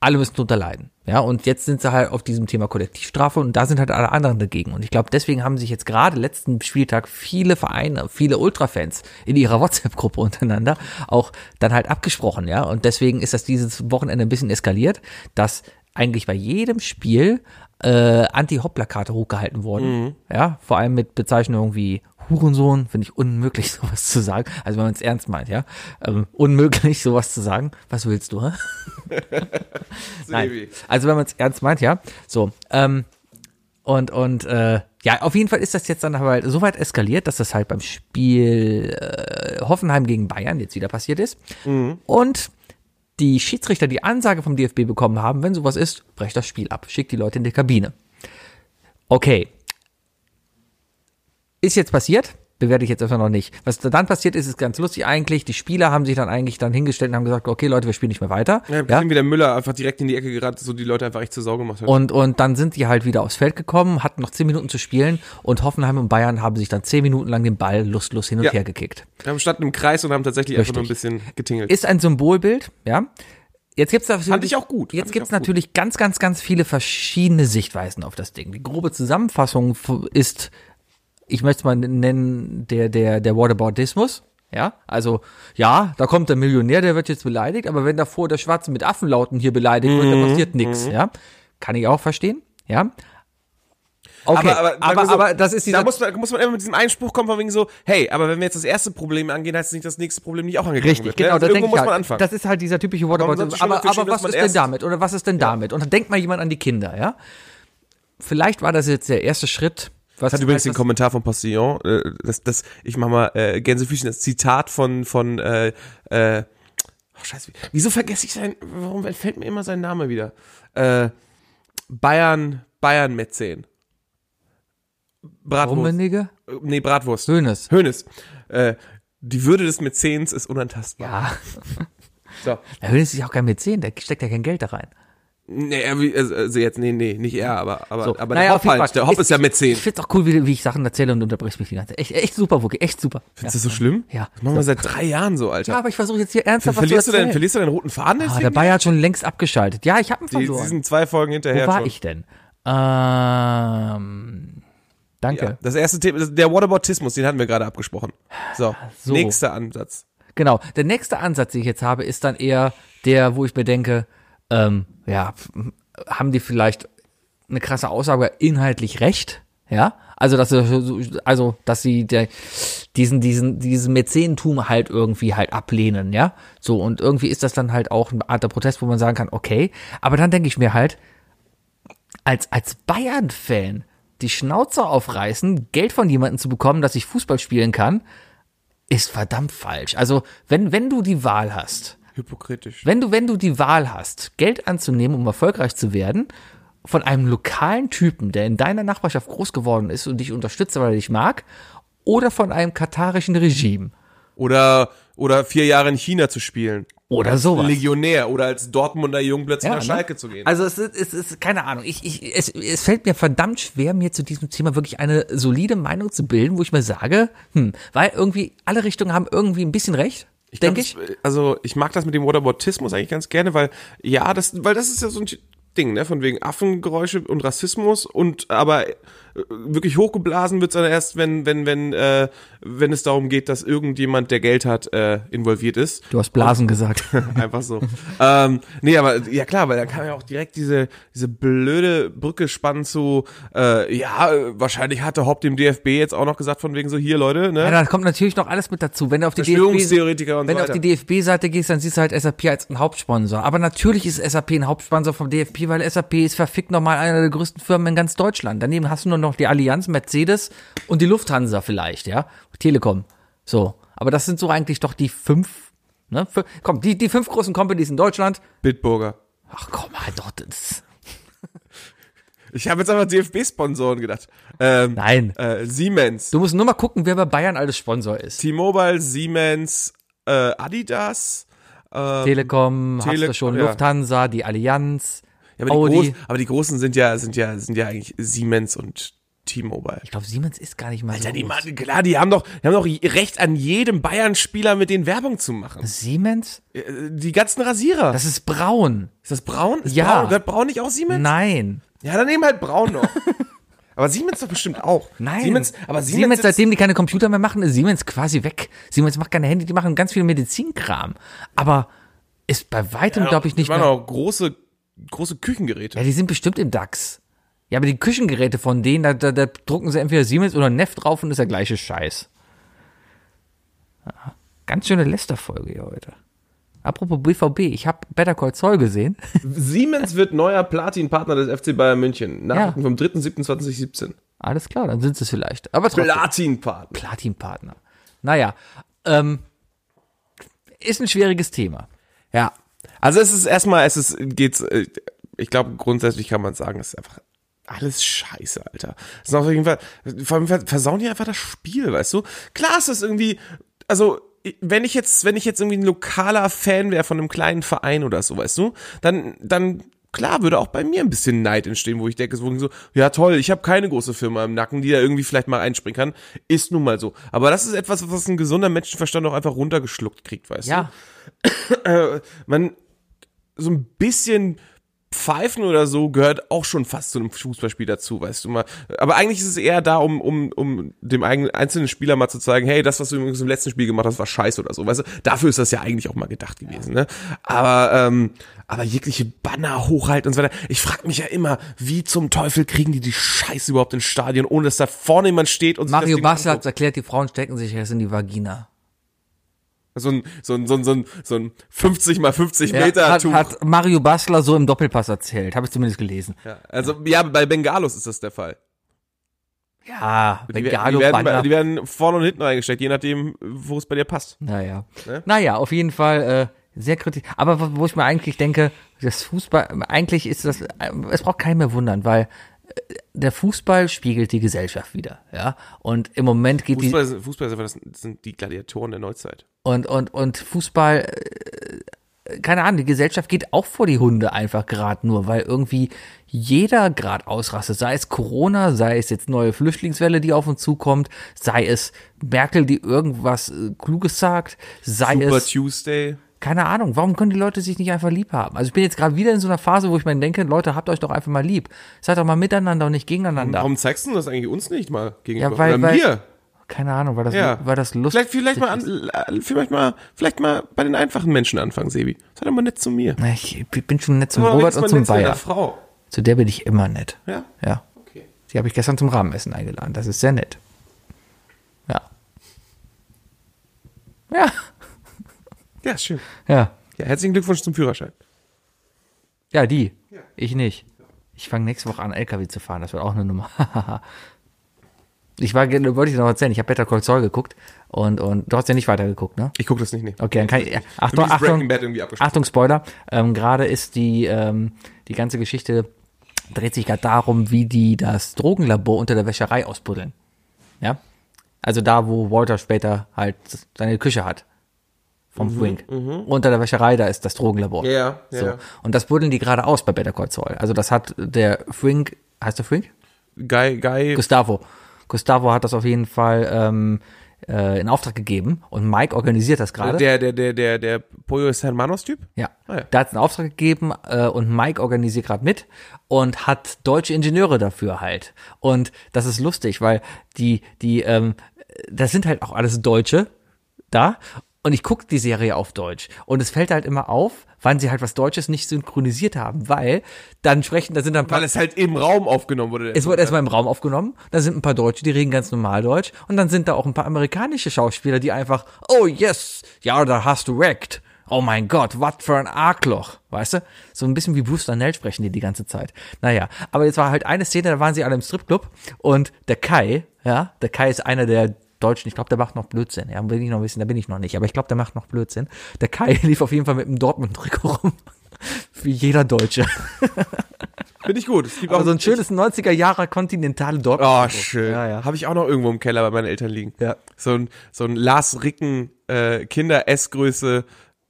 S3: alle müssen drunter leiden. Ja, und jetzt sind sie halt auf diesem Thema Kollektivstrafe und da sind halt alle anderen dagegen. Und ich glaube, deswegen haben sich jetzt gerade letzten Spieltag viele Vereine, viele Ultrafans in ihrer WhatsApp-Gruppe untereinander auch dann halt abgesprochen, ja. Und deswegen ist das dieses Wochenende ein bisschen eskaliert, dass eigentlich bei jedem Spiel äh, Anti-Hopp-Plakate hochgehalten wurden. Ja, vor allem mit Bezeichnungen wie Hurensohn, finde ich unmöglich, sowas zu sagen. Also wenn man es ernst meint, ja. Ähm, unmöglich, sowas zu sagen. Was willst du, hä? Nein.
S2: Sebi.
S3: Also wenn man es ernst meint, ja. So, ähm, und, und, äh, ja, auf jeden Fall ist das jetzt dann aber so weit eskaliert, dass das halt beim Spiel äh, Hoffenheim gegen Bayern jetzt wieder passiert ist.
S2: Mhm.
S3: Und die Schiedsrichter die Ansage vom DFB bekommen haben, wenn sowas ist, brecht das Spiel ab, schickt die Leute in die Kabine. Okay. Ist jetzt passiert, bewerte ich jetzt erstmal noch nicht. Was dann passiert ist, ist ganz lustig eigentlich. Die Spieler haben sich dann eigentlich dann hingestellt und haben gesagt, okay Leute, wir spielen nicht mehr weiter.
S2: Ja,
S3: Ja?
S2: bisschen wie der Müller einfach direkt in die Ecke gerannt, so die Leute einfach echt zur Sau gemacht hat.
S3: Und, und dann sind die halt wieder aufs Feld gekommen, hatten noch 10 Minuten zu spielen und Hoffenheim und Bayern haben sich dann 10 Minuten lang den Ball lustlos hin und
S2: Ja.
S3: her gekickt.
S2: Wir haben standen im Kreis und haben tatsächlich einfach nur ein bisschen getingelt.
S3: Ist ein Symbolbild, ja. Jetzt gibt's natürlich,
S2: Fand ich auch gut. Fand
S3: Jetzt
S2: ich
S3: gibt's
S2: auch gut.
S3: natürlich ganz, ganz, ganz viele verschiedene Sichtweisen auf das Ding. Die grobe Zusammenfassung f- ist, ich möchte es mal nennen, der, der, der Whataboutismus. Ja, also, ja, da kommt der Millionär, der wird jetzt beleidigt, aber wenn davor der Schwarze mit Affenlauten hier beleidigt wird, dann passiert
S2: Mhm,
S3: nichts, ja. Kann ich auch verstehen, ja. Okay, aber,
S2: sagen wir
S3: aber,
S2: so,
S3: das ist
S2: da
S3: dieser
S2: muss man, muss man immer mit diesem Einspruch kommen, von wegen so, hey, aber wenn wir jetzt das erste Problem angehen, heißt das nicht, dass das nächste Problem nicht auch angegangen
S3: Richtig,
S2: wird. ne?
S3: genau,
S2: Also
S3: das denke
S2: irgendwo muss
S3: ich halt.
S2: man anfangen.
S3: Das ist halt dieser typische Whataboutism.
S2: sollte schon
S3: Aber,
S2: dafür
S3: aber,
S2: stehen, dass
S3: was
S2: man
S3: ist denn
S2: erst-
S3: damit? Oder was ist denn damit? Und dann denkt mal jemand an die Kinder, ja? Vielleicht war das jetzt der erste Schritt. Was
S2: hat übrigens den
S3: was-
S2: Kommentar von Postillon, äh, das, das, ich mach mal äh, Gänsefüßchen, das Zitat von, von äh, äh, oh scheiße, wie- wieso vergesse ich sein, warum fällt mir immer sein Name wieder? Äh, Bayern, Bayern-Mäzen. Bratwurst.
S3: Rummenigge?
S2: Äh, Nee, Bratwurst.
S3: Hönes.
S2: Hönes. Äh, die Würde des Mäzens ist unantastbar.
S3: Ja.
S2: So.
S3: Na, Hönes ist ja auch kein Mäzen, der steckt ja kein Geld da rein.
S2: Nee, er will- also also jetzt, nee, nee, nicht er, aber, aber,
S3: So,
S2: aber
S3: naja,
S2: der
S3: auf
S2: Hopp
S3: jeden
S2: halt,
S3: Fall.
S2: der Hopp ist ja
S3: Ich
S2: Mäzen.
S3: find's auch cool, wie, wie ich Sachen erzähle und du unterbrichst mich die ganze Zeit. Echt, echt super, Wookie, echt super. Ja.
S2: Ist das so schlimm?
S3: Ja.
S2: Das machen wir seit drei Jahren so, Alter.
S3: ja, aber ich versuche jetzt hier ernsthaft was
S2: verlierst,
S3: zu
S2: du deinen,
S3: erzählen.
S2: verlierst du deinen roten Faden
S3: ah, der
S2: deswegen?
S3: Bayer hat schon längst abgeschaltet. Ja, ich habe ihn
S2: Die,
S3: verloren.
S2: sie sind zwei Folgen
S3: Wo
S2: hinterher
S3: war
S2: schon.
S3: ich denn? Ähm, danke.
S2: Ja, das erste Thema, das- der Whataboutismus, den hatten wir gerade abgesprochen. So,
S3: Ah, So.
S2: nächster Ansatz.
S3: Genau. Der nächste Ansatz, den ich jetzt habe, ist dann eher der, wo ich mir denke, ähm, ja, f- haben die vielleicht eine krasse Aussage inhaltlich recht? Ja? Also, dass, sie so- also, dass sie der, diesen, diesen, diesen Mäzenentum halt irgendwie halt ablehnen, ja? So, und irgendwie ist das dann halt auch eine Art der Protest, wo man sagen kann, okay. Aber dann denke ich mir halt, als, als Bayern-Fan die Schnauze aufreißen, Geld von jemandem zu bekommen, dass ich Fußball spielen kann, ist verdammt falsch. Also, wenn, wenn du die Wahl hast,
S2: Hypokritisch.
S3: wenn du, wenn du die Wahl hast, Geld anzunehmen, um erfolgreich zu werden, von einem lokalen Typen, der in deiner Nachbarschaft groß geworden ist und dich unterstützt, weil er dich mag, oder von einem katarischen Regime
S2: Oder, oder vier Jahre in China zu spielen.
S3: oder sowas.
S2: Legionär oder als Dortmunder Jungblitz
S3: Oh, Ja,
S2: nach
S3: ne?
S2: Schalke zu gehen.
S3: Also es ist, es ist keine Ahnung. Ich, ich, es, es fällt mir verdammt schwer, mir zu diesem Thema wirklich eine solide Meinung zu bilden, wo ich mir sage, hm, weil irgendwie alle Richtungen haben irgendwie ein bisschen recht,
S2: glaub,
S3: denke ich.
S2: das- Also ich mag das mit dem Whataboutismus eigentlich ganz gerne, weil ja, das, weil das ist ja so ein Ding, ne, von wegen Affengeräusche und Rassismus und aber äh, wirklich hochgeblasen wird's dann erst, wenn wenn wenn äh, wenn es darum geht, dass irgendjemand, der Geld hat, äh, involviert ist.
S3: Du hast Blasen gesagt.
S2: Einfach so. ähm, nee, aber ja klar, weil da kann man ja auch direkt diese, diese blöde Brücke spannen zu, äh, ja, äh, wahrscheinlich hatte Hopp dem DFB jetzt auch noch gesagt, von wegen so, hier Leute, ne?
S3: Ja, da kommt natürlich noch alles mit dazu. Wenn du auf die
S2: Verschwörungstheoretiker und
S3: wenn
S2: so
S3: du auf die
S2: weiter.
S3: DFB-Seite gehst, dann siehst du halt SAP als einen Hauptsponsor. Aber natürlich ist SAP ein Hauptsponsor vom DFB, weil SAP ist verfickt nochmal einer der größten Firmen in ganz Deutschland. Daneben hast du nur noch die Allianz, Mercedes und die Lufthansa vielleicht, ja? Telekom. So. Aber das sind so eigentlich doch die fünf, ne? Fü- komm, die, die fünf großen Companies in Deutschland.
S2: Bitburger.
S3: Ach komm, halt doch, das,
S2: Ich habe jetzt einfach DFB-Sponsoren gedacht. Ähm,
S3: nein.
S2: Äh, Siemens,
S3: Du musst nur mal gucken, wer bei Bayern alles Sponsor ist.
S2: T-Mobile, Siemens, äh, Adidas. ähm,
S3: Telekom, hast
S2: Tele-
S3: du schon,
S2: ja.
S3: Lufthansa, die Allianz,
S2: Ja, aber, die
S3: Audi.
S2: großen, aber die großen sind ja, sind ja, sind ja eigentlich Siemens und T-Mobile.
S3: Ich glaube, Siemens ist gar nicht mal
S2: Alter,
S3: so
S2: die,
S3: groß.
S2: machen- klar, die haben doch, die haben doch Recht an jedem Bayern-Spieler, mit denen Werbung zu machen.
S3: Siemens?
S2: Äh, Die ganzen Rasierer.
S3: Das ist Braun.
S2: ist das Braun? Ist
S3: Ja.
S2: Braun, gehört Braun nicht auch Siemens?
S3: Nein.
S2: Ja, dann nehmen halt Braun noch. aber Siemens doch bestimmt auch.
S3: Nein.
S2: Siemens, aber Siemens,
S3: Siemens
S2: sitzt-
S3: seitdem die keine Computer mehr machen, ist Siemens quasi weg. Siemens macht keine Handy, die machen ganz viel Medizinkram. Aber ist bei weitem, glaube ich, nicht
S2: waren
S3: mehr.
S2: auch große, große Küchengeräte.
S3: Ja, die sind bestimmt im DAX. Ja, aber die Küchengeräte von denen, da, da, da drucken sie entweder Siemens oder Neff drauf und ist der gleiche Scheiß. Ja, ganz schöne Lästerfolge hier heute. Apropos BVB, ich habe Better Call Saul gesehen.
S2: Siemens wird neuer Platin-Partner des FC Bayern München. Nachrichten
S3: Ja.
S2: vom 3.7.2017.
S3: Alles klar, dann sind sie es vielleicht. Aber trotzdem.
S2: Platin-Partner.
S3: Platin-Partner. Naja, ähm, ist ein schwieriges Thema.
S2: Ja. Also es ist erstmal, es ist, geht's, äh, ich glaube, grundsätzlich kann man sagen, es ist einfach alles scheiße, Alter. Es ist auf jeden Fall, vor allem ver- versauen die einfach das Spiel, weißt du? Klar ist das irgendwie, also, wenn ich jetzt, wenn ich jetzt irgendwie ein lokaler Fan wäre von einem kleinen Verein oder so, weißt du, dann, dann, klar würde auch bei mir ein bisschen Neid entstehen, wo ich denke, so, so, ja toll, ich habe keine große Firma im Nacken, die da irgendwie vielleicht mal einspringen kann. Ist nun mal so. Aber das ist etwas, was ein gesunder Menschenverstand auch einfach runtergeschluckt kriegt, weißt du?
S3: Ja,
S2: man so ein bisschen pfeifen oder so gehört auch schon fast zu einem Fußballspiel dazu, weißt du mal. Aber eigentlich ist es eher da, um, um, um dem eigenen einzelnen Spieler mal zu zeigen, hey, das, was du übrigens im letzten Spiel gemacht hast, war scheiße oder so, weißt du. Dafür ist das ja eigentlich auch mal gedacht gewesen, ne? Aber, ähm, aber jegliche Banner hochhalten und so weiter. Ich frag mich ja immer, wie zum Teufel kriegen die die Scheiße überhaupt ins Stadion, ohne dass da vorne jemand steht und
S3: Mario
S2: sich das Ding
S3: Basler
S2: anguckt?
S3: hat erklärt, die Frauen stecken sich erst in die Vagina.
S2: so ein, so ein, so ein, so ein, so ein 50 mal 50
S3: Ja,
S2: Meter
S3: hat,
S2: Tuch.
S3: hat Mario Basler so im Doppelpass erzählt, habe ich zumindest gelesen.
S2: Ja, also ja, bei Bengalos ist das der Fall.
S3: Ja,
S2: Die, wer- die, werden, die werden vorne und hinten eingesteckt, je nachdem, wo es bei dir passt.
S3: Naja.
S2: Ne?
S3: Naja, auf jeden Fall äh, sehr kritisch. Aber wo- wo ich mir eigentlich denke, das Fußball, eigentlich ist das, äh, es braucht keinen mehr wundern, weil äh, der Fußball spiegelt die Gesellschaft wieder, ja. Und im Moment geht die
S2: Fußball, ist- Fußball ist einfach, das das sind die Gladiatoren der Neuzeit.
S3: und und und Fußball äh, keine Ahnung, die Gesellschaft geht auch vor die Hunde einfach gerade nur, weil irgendwie jeder gerade ausrastet, sei es Corona, sei es jetzt neue Flüchtlingswelle, die auf uns zukommt, sei es Merkel, die irgendwas äh, Kluges sagt, sei
S2: Super
S3: es
S2: Tuesday.
S3: keine Ahnung, warum können die Leute sich nicht einfach lieb haben? Also ich bin jetzt gerade wieder in so einer Phase, wo ich mir denke, Leute, habt euch doch einfach mal lieb. Seid doch mal miteinander und nicht gegeneinander.
S2: Warum zeigst du das eigentlich uns nicht mal gegenüber?
S3: Ja, weil-
S2: Oder
S3: weil-
S2: mir?
S3: Keine Ahnung, war das,
S2: Ja.
S3: war das lustig?
S2: Vielleicht, vielleicht, mal an, vielleicht, mal, vielleicht mal bei den einfachen Menschen anfangen, Sebi. Sei doch mal nett zu mir.
S3: Na, Ich bin schon nett zum
S2: Sei doch
S3: Robert
S2: wenigstens
S3: und
S2: mal
S3: zum
S2: nett zu deiner
S3: Bayer.
S2: Frau.
S3: Zu der bin ich immer nett.
S2: Ja?
S3: Ja.
S2: Okay.
S3: Die habe ich gestern zum Rahmenessen eingeladen. Das ist sehr nett. Ja. Ja.
S2: Ja, schön.
S3: Ja.
S2: Ja, herzlichen Glückwunsch zum Führerschein.
S3: Ja, die. Ich nicht. Ich fange nächste Woche an, LKW zu fahren. Das wird auch eine Nummer. ich war, ge- wollte ich dir noch erzählen, ich habe Better Call Saul geguckt und, und du hast ja nicht weitergeguckt, ne?
S2: Ich gucke das nicht, nee.
S3: Okay, dann kann ich.
S2: Für
S3: Achtung,
S2: mich ist Breaking
S3: Achtung,
S2: Bad irgendwie abgeschlossen.
S3: Achtung, Spoiler. Ähm, gerade ist die, ähm, die ganze Geschichte dreht sich gerade darum, wie die das Drogenlabor unter der Wäscherei ausbuddeln. Ja? Also da, wo Walter später halt seine Küche hat. Vom Wink. Unter der Wäscherei, da ist das Drogenlabor.
S2: Mhm, Ja, ja, ja,
S3: So.
S2: ja.
S3: Und das buddeln die gerade aus bei Better Call Saul. Also das hat der Frink, heißt der Frink?
S2: Guy, Guy,
S3: Gustavo. Gustavo hat das auf jeden Fall ähm, äh, in Auftrag gegeben und Mike organisiert das gerade.
S2: der, der, der, der, der Pollo ist Hermanos-Typ?
S3: Ja.
S2: Ah, ja.
S3: Da hat es einen Auftrag gegeben äh, und Mike organisiert gerade mit und hat deutsche Ingenieure dafür halt. Und das ist lustig, weil die, die, ähm, das sind halt auch alles Deutsche da. Und ich gucke die Serie auf Deutsch. Und es fällt halt immer auf, wann sie halt was Deutsches nicht synchronisiert haben, weil dann sprechen, da sind dann ein paar.
S2: Weil es halt im Raum aufgenommen wurde. der
S3: Es wurde erstmal im Raum aufgenommen, da sind ein paar Deutsche, die reden ganz normal Deutsch und dann sind da auch ein paar amerikanische Schauspieler, die einfach, oh yes, ja, da hast du recht. Oh mein Gott, was für ein Arschloch, weißt du? So ein bisschen wie Bruce Danell sprechen die die ganze Zeit. Naja, aber jetzt war halt eine Szene, da waren sie alle im Stripclub und der Kai, ja, der Kai ist einer der Deutschen, ich glaube, der macht noch Blödsinn. Ja, bin ich noch ein bisschen, da bin ich noch nicht, aber ich glaube, der macht noch Blödsinn. Der Kai lief auf jeden Fall mit dem Dortmund-Trikot rum. Wie jeder Deutsche.
S2: Finde ich gut. Es gibt
S3: Aber
S2: auch
S3: so ein schönes 90er-Jahre-kontinentale Dortmund.
S2: Oh, schön.
S3: Ja, ja.
S2: Habe ich auch noch irgendwo im Keller bei meinen Eltern liegen.
S3: Ja.
S2: So ein, so ein Lars Ricken äh, Kinder S-Größe.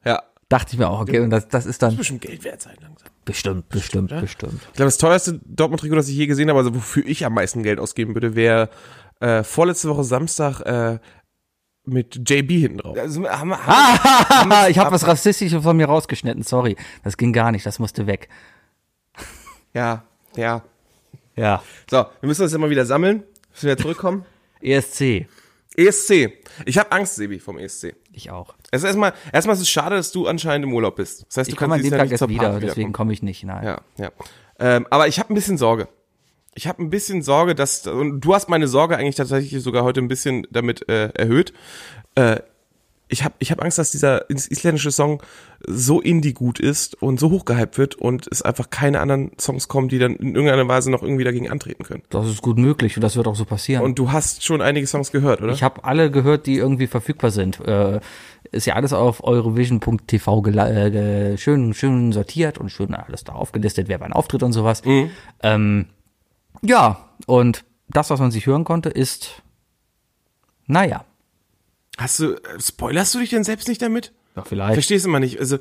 S2: Ja.
S3: Dachte ich mir auch, okay, und das, das ist dann
S2: Bestimmt Geld wert sein langsam.
S3: bestimmt, bestimmt, bestimmt.
S2: Ich glaube, das teuerste Dortmund-Trikot, das ich je gesehen habe, also wofür ich am meisten Geld ausgeben würde, wäre äh, vorletzte Woche Samstag äh, mit JB hinten drauf. Also, haben, haben,
S3: Ah, ich habe was Rassistisches von mir rausgeschnitten, sorry. Das ging gar nicht, das musste weg.
S2: Ja, ja.
S3: Ja.
S2: So, wir müssen uns immer wieder sammeln, müssen wieder zurückkommen.
S3: E ESC.
S2: ESC. E Ich habe Angst, Sebi, vom E ESC.
S3: Ich auch.
S2: Also erstmal, erstmal ist es schade, dass du anscheinend im Urlaub bist. Das heißt, du
S3: Ich
S2: kannst
S3: komme an dem
S2: dieses Jahr
S3: Tag
S2: nicht
S3: erst
S2: zur
S3: wieder,
S2: Party
S3: deswegen komme ich nicht. Nein.
S2: Ja, ja. Ähm, aber ich habe ein bisschen Sorge. Ich habe ein bisschen Sorge, dass und du hast meine Sorge eigentlich tatsächlich sogar heute ein bisschen damit äh, erhöht. Äh, ich habe ich hab Angst, dass dieser is- isländische Song so indie gut ist und so hochgehypt wird und es einfach keine anderen Songs kommen, die dann in irgendeiner Weise noch irgendwie dagegen antreten können.
S3: Das ist gut möglich und das wird auch so passieren.
S2: Und du hast schon einige Songs gehört, oder?
S3: ich habe alle gehört, die irgendwie verfügbar sind. Äh, ist ja alles auf eurovision.tv gela- äh, ge- schön, schön sortiert und schön alles da aufgelistet, wer wann auftritt und sowas. Ähm, ja, und das, was man sich hören konnte, ist, naja,
S2: Hast du äh, spoilerst du dich denn selbst nicht damit?
S3: ja, vielleicht. Mhm.
S2: Verstehst du immer nicht. Also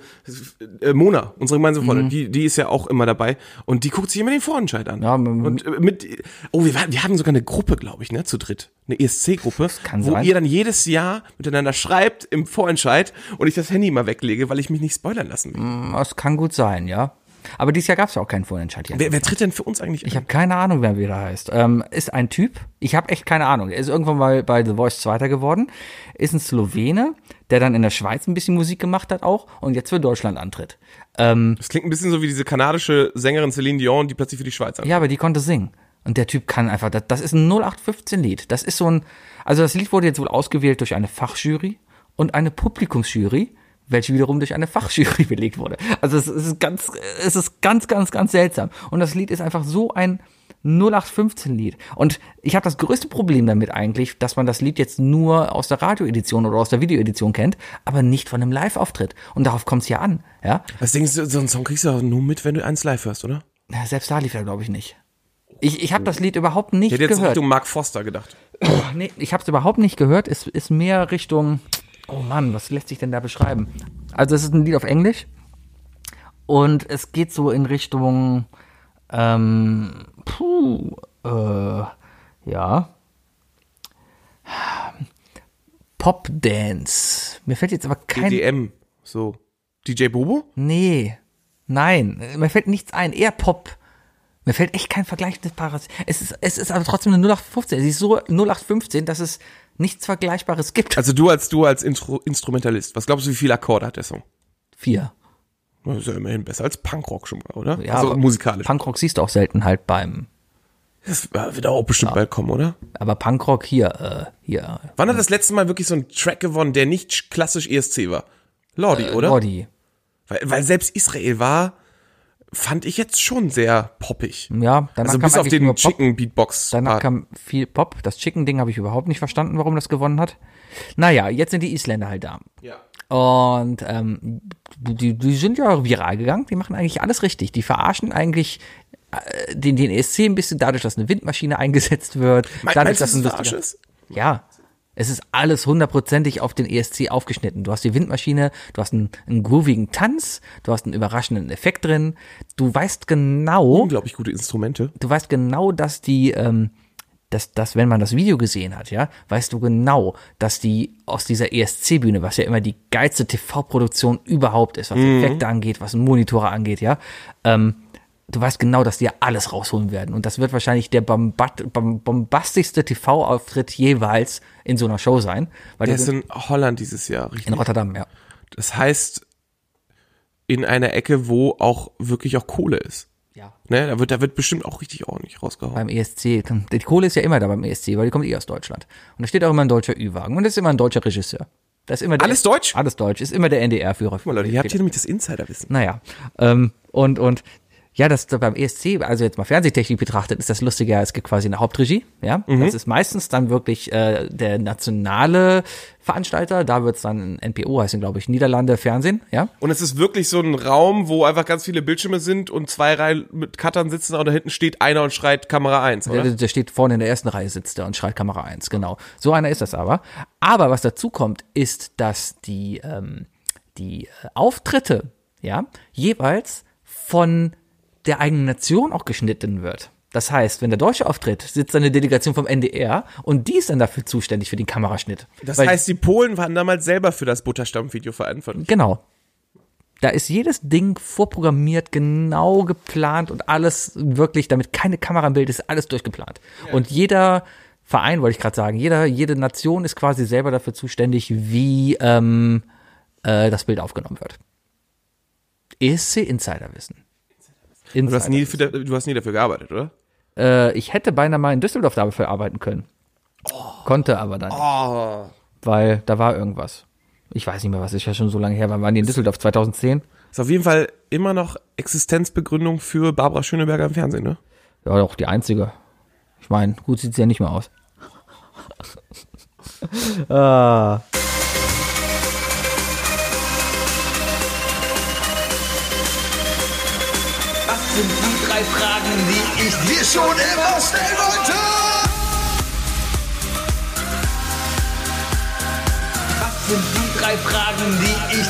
S2: äh, Mona, unsere gemeinsame Freundin, die, die ist ja auch immer dabei und die guckt sich immer den Vorentscheid an.
S3: Ja, m-
S2: und äh, mit oh, wir, waren- wir haben sogar eine Gruppe, glaube ich, ne, zu dritt, eine ESC-Gruppe,
S3: kann
S2: wo
S3: sein.
S2: ihr dann jedes Jahr miteinander schreibt im Vorentscheid und ich das Handy mal weglege, weil ich mich nicht spoilern lassen will.
S3: Das kann gut sein, ja. Aber dieses Jahr gab es ja auch keinen Vorentscheid. Hier.
S2: Wer, wer tritt denn für uns eigentlich?
S3: Ich habe keine Ahnung, wer wieder heißt. Ähm, ist ein Typ. Ich habe echt keine Ahnung. Er ist irgendwann mal bei The Voice Zweiter geworden. Ist ein Slowene, der dann in der Schweiz ein bisschen Musik gemacht hat auch und jetzt für Deutschland antritt. Ähm,
S2: das klingt ein bisschen so wie diese kanadische Sängerin Celine Dion, die plötzlich für die Schweiz anfängt.
S3: ja, aber die konnte singen. Und der Typ kann einfach, das, das ist ein 0815-Lied. Das ist so ein, also das Lied wurde jetzt wohl ausgewählt durch eine Fachjury und eine Publikumsjury, welche wiederum durch eine Fachjury belegt wurde. Also es, es ist ganz, es ist ganz, ganz, ganz seltsam. Und das Lied ist einfach so ein 0815-Lied. Und ich habe das größte Problem damit eigentlich, dass man das Lied jetzt nur aus der Radioedition oder aus der Videoedition kennt, aber nicht von einem Live-Auftritt. Und darauf kommt es ja an, ja.
S2: Was denkst du, so einen Song kriegst du auch nur mit, wenn du eins live hörst, oder?
S3: Na, selbst da lief er, glaube ich, nicht. Ich, ich habe das Lied überhaupt nicht
S2: Ich hätte jetzt
S3: gehört.
S2: Richtung Mark Foster gedacht.
S3: Nee, ich habe es überhaupt nicht gehört. Es ist mehr Richtung. Oh Mann, was lässt sich denn da beschreiben? Also es ist ein Lied auf Englisch und es geht so in Richtung. Ähm, puh, äh, ja. Pop Dance. Mir fällt jetzt aber kein.
S2: DDM, E so. DJ Bobo?
S3: Nee, nein, mir fällt nichts ein, eher Pop. Mir fällt echt kein vergleichendes Parasit. Es ist, es ist aber trotzdem eine 0815. Sie ist so 0815, dass es nichts Vergleichbares gibt.
S2: Also du als du als Intro Instrumentalist, was glaubst du, wie viele Akkorde hat der Song?
S3: Vier.
S2: Das ist ja immerhin besser als Punkrock schon mal, oder?
S3: Ja,
S2: also
S3: aber
S2: musikalisch.
S3: Punkrock siehst du auch selten halt beim.
S2: das wird auch bestimmt bald kommen, oder?
S3: Aber Punkrock hier, äh, hier.
S2: Wann hat das letzte Mal wirklich so ein Track gewonnen, der nicht klassisch ESC war? Lordi,
S3: Äh,
S2: oder?
S3: Body.
S2: Weil, weil selbst Israel war, fand ich jetzt schon sehr poppig.
S3: Ja, danach
S2: Also
S3: kam
S2: bis auf
S3: eigentlich nur
S2: den
S3: Pop.
S2: Chicken Beatbox.
S3: Danach
S2: Part.
S3: kam viel Pop. Das Chicken-Ding habe ich überhaupt nicht verstanden, warum das gewonnen hat. Naja, jetzt sind die Isländer halt da.
S2: Ja.
S3: Und ähm, die, die sind ja viral gegangen, die machen eigentlich alles richtig. Die verarschen eigentlich äh, den, den ESC ein bisschen dadurch, dass eine Windmaschine eingesetzt wird.
S2: Mein,
S3: dadurch,
S2: meinst du, das
S3: ein
S2: ist
S3: lustiger-
S2: Arsches?
S3: ja. Es ist alles hundertprozentig auf den ESC aufgeschnitten. Du hast die Windmaschine, du hast einen, einen groovigen Tanz, du hast einen überraschenden Effekt drin. Du weißt genau,
S2: Unglaublich gute Instrumente.
S3: du weißt genau, dass die, ähm, dass, dass, wenn man das Video gesehen hat, ja, weißt du genau, dass die aus dieser ESC-Bühne, was ja immer die geilste TV-Produktion überhaupt ist, was
S2: Mhm.
S3: Effekte angeht, was Monitore angeht, ja, ähm, du weißt genau, dass die ja alles rausholen werden. Und das wird wahrscheinlich der bombat- bom- bombastischste TV-Auftritt jeweils in so einer Show sein. Weil
S2: Der
S3: die
S2: ist
S3: sind
S2: in Holland dieses Jahr, richtig?
S3: in Rotterdam, ja.
S2: Das heißt, in einer Ecke, wo auch wirklich auch Kohle ist.
S3: Ja.
S2: Ne, da wird, da wird bestimmt auch richtig ordentlich rausgehauen.
S3: Beim ESC. Die Kohle ist ja immer da beim ESC, weil die kommt eh aus Deutschland. Und da steht auch immer ein deutscher Ü-Wagen. Und das ist immer ein deutscher Regisseur. Das ist immer der-
S2: Alles deutsch?
S3: Alles deutsch. Ist immer der NDR-Führer.
S2: Guck mal, Leute, ihr habt hier nämlich das Insiderwissen.
S3: Naja. Ähm, und, und, ja, das beim ESC, also jetzt mal Fernsehtechnik betrachtet, ist das lustiger, es gibt quasi eine Hauptregie, ja.
S2: Mhm.
S3: Das ist meistens dann wirklich äh, der nationale Veranstalter, da wird's dann NPO heißen, glaube ich, Niederlande Fernsehen, ja.
S2: Und es ist wirklich so ein Raum, wo einfach ganz viele Bildschirme sind und zwei Reihen mit Cuttern sitzen und da hinten steht einer und schreit Kamera 1,
S3: Der,
S2: oder?
S3: der steht vorne in der ersten Reihe, sitzt da und schreit Kamera 1, genau. So einer ist das aber. Aber was dazu kommt, ist, dass die, ähm, die äh, Auftritte, ja, jeweils von der eigenen Nation auch geschnitten wird. Das heißt, wenn der Deutsche auftritt, sitzt eine Delegation vom NDR und die ist dann dafür zuständig für den Kameraschnitt.
S2: Das
S3: Weil-
S2: heißt, die Polen waren damals selber für das Butterstamm-Video verantwortlich.
S3: Genau. Da ist jedes Ding vorprogrammiert, genau geplant und alles wirklich, damit keine Kamera im Bild ist, alles durchgeplant. Und jeder Verein, wollte ich gerade sagen, jeder, jede Nation ist quasi selber dafür zuständig, wie ähm, äh, das Bild aufgenommen wird. ESC Insiderwissen.
S2: Du hast, nie
S3: Insider.
S2: für, du hast nie dafür gearbeitet, oder?
S3: Äh, ich hätte beinahe mal in Düsseldorf dafür arbeiten können. Konnte aber dann. nicht,
S2: Oh.
S3: Weil da war irgendwas. Ich weiß nicht mehr, was ist ja schon so lange her. Wann waren die in Düsseldorf? 2010?
S2: Ist auf jeden Fall immer noch Existenzbegründung für Barbara Schöneberger im Fernsehen, ne?
S3: Ja, doch, die einzige. Ich meine, gut sieht sie ja nicht mehr aus. ah.
S4: Das sind die drei Fragen, die ich dir schon immer stellen wollte. Was sind die drei Fragen, die ich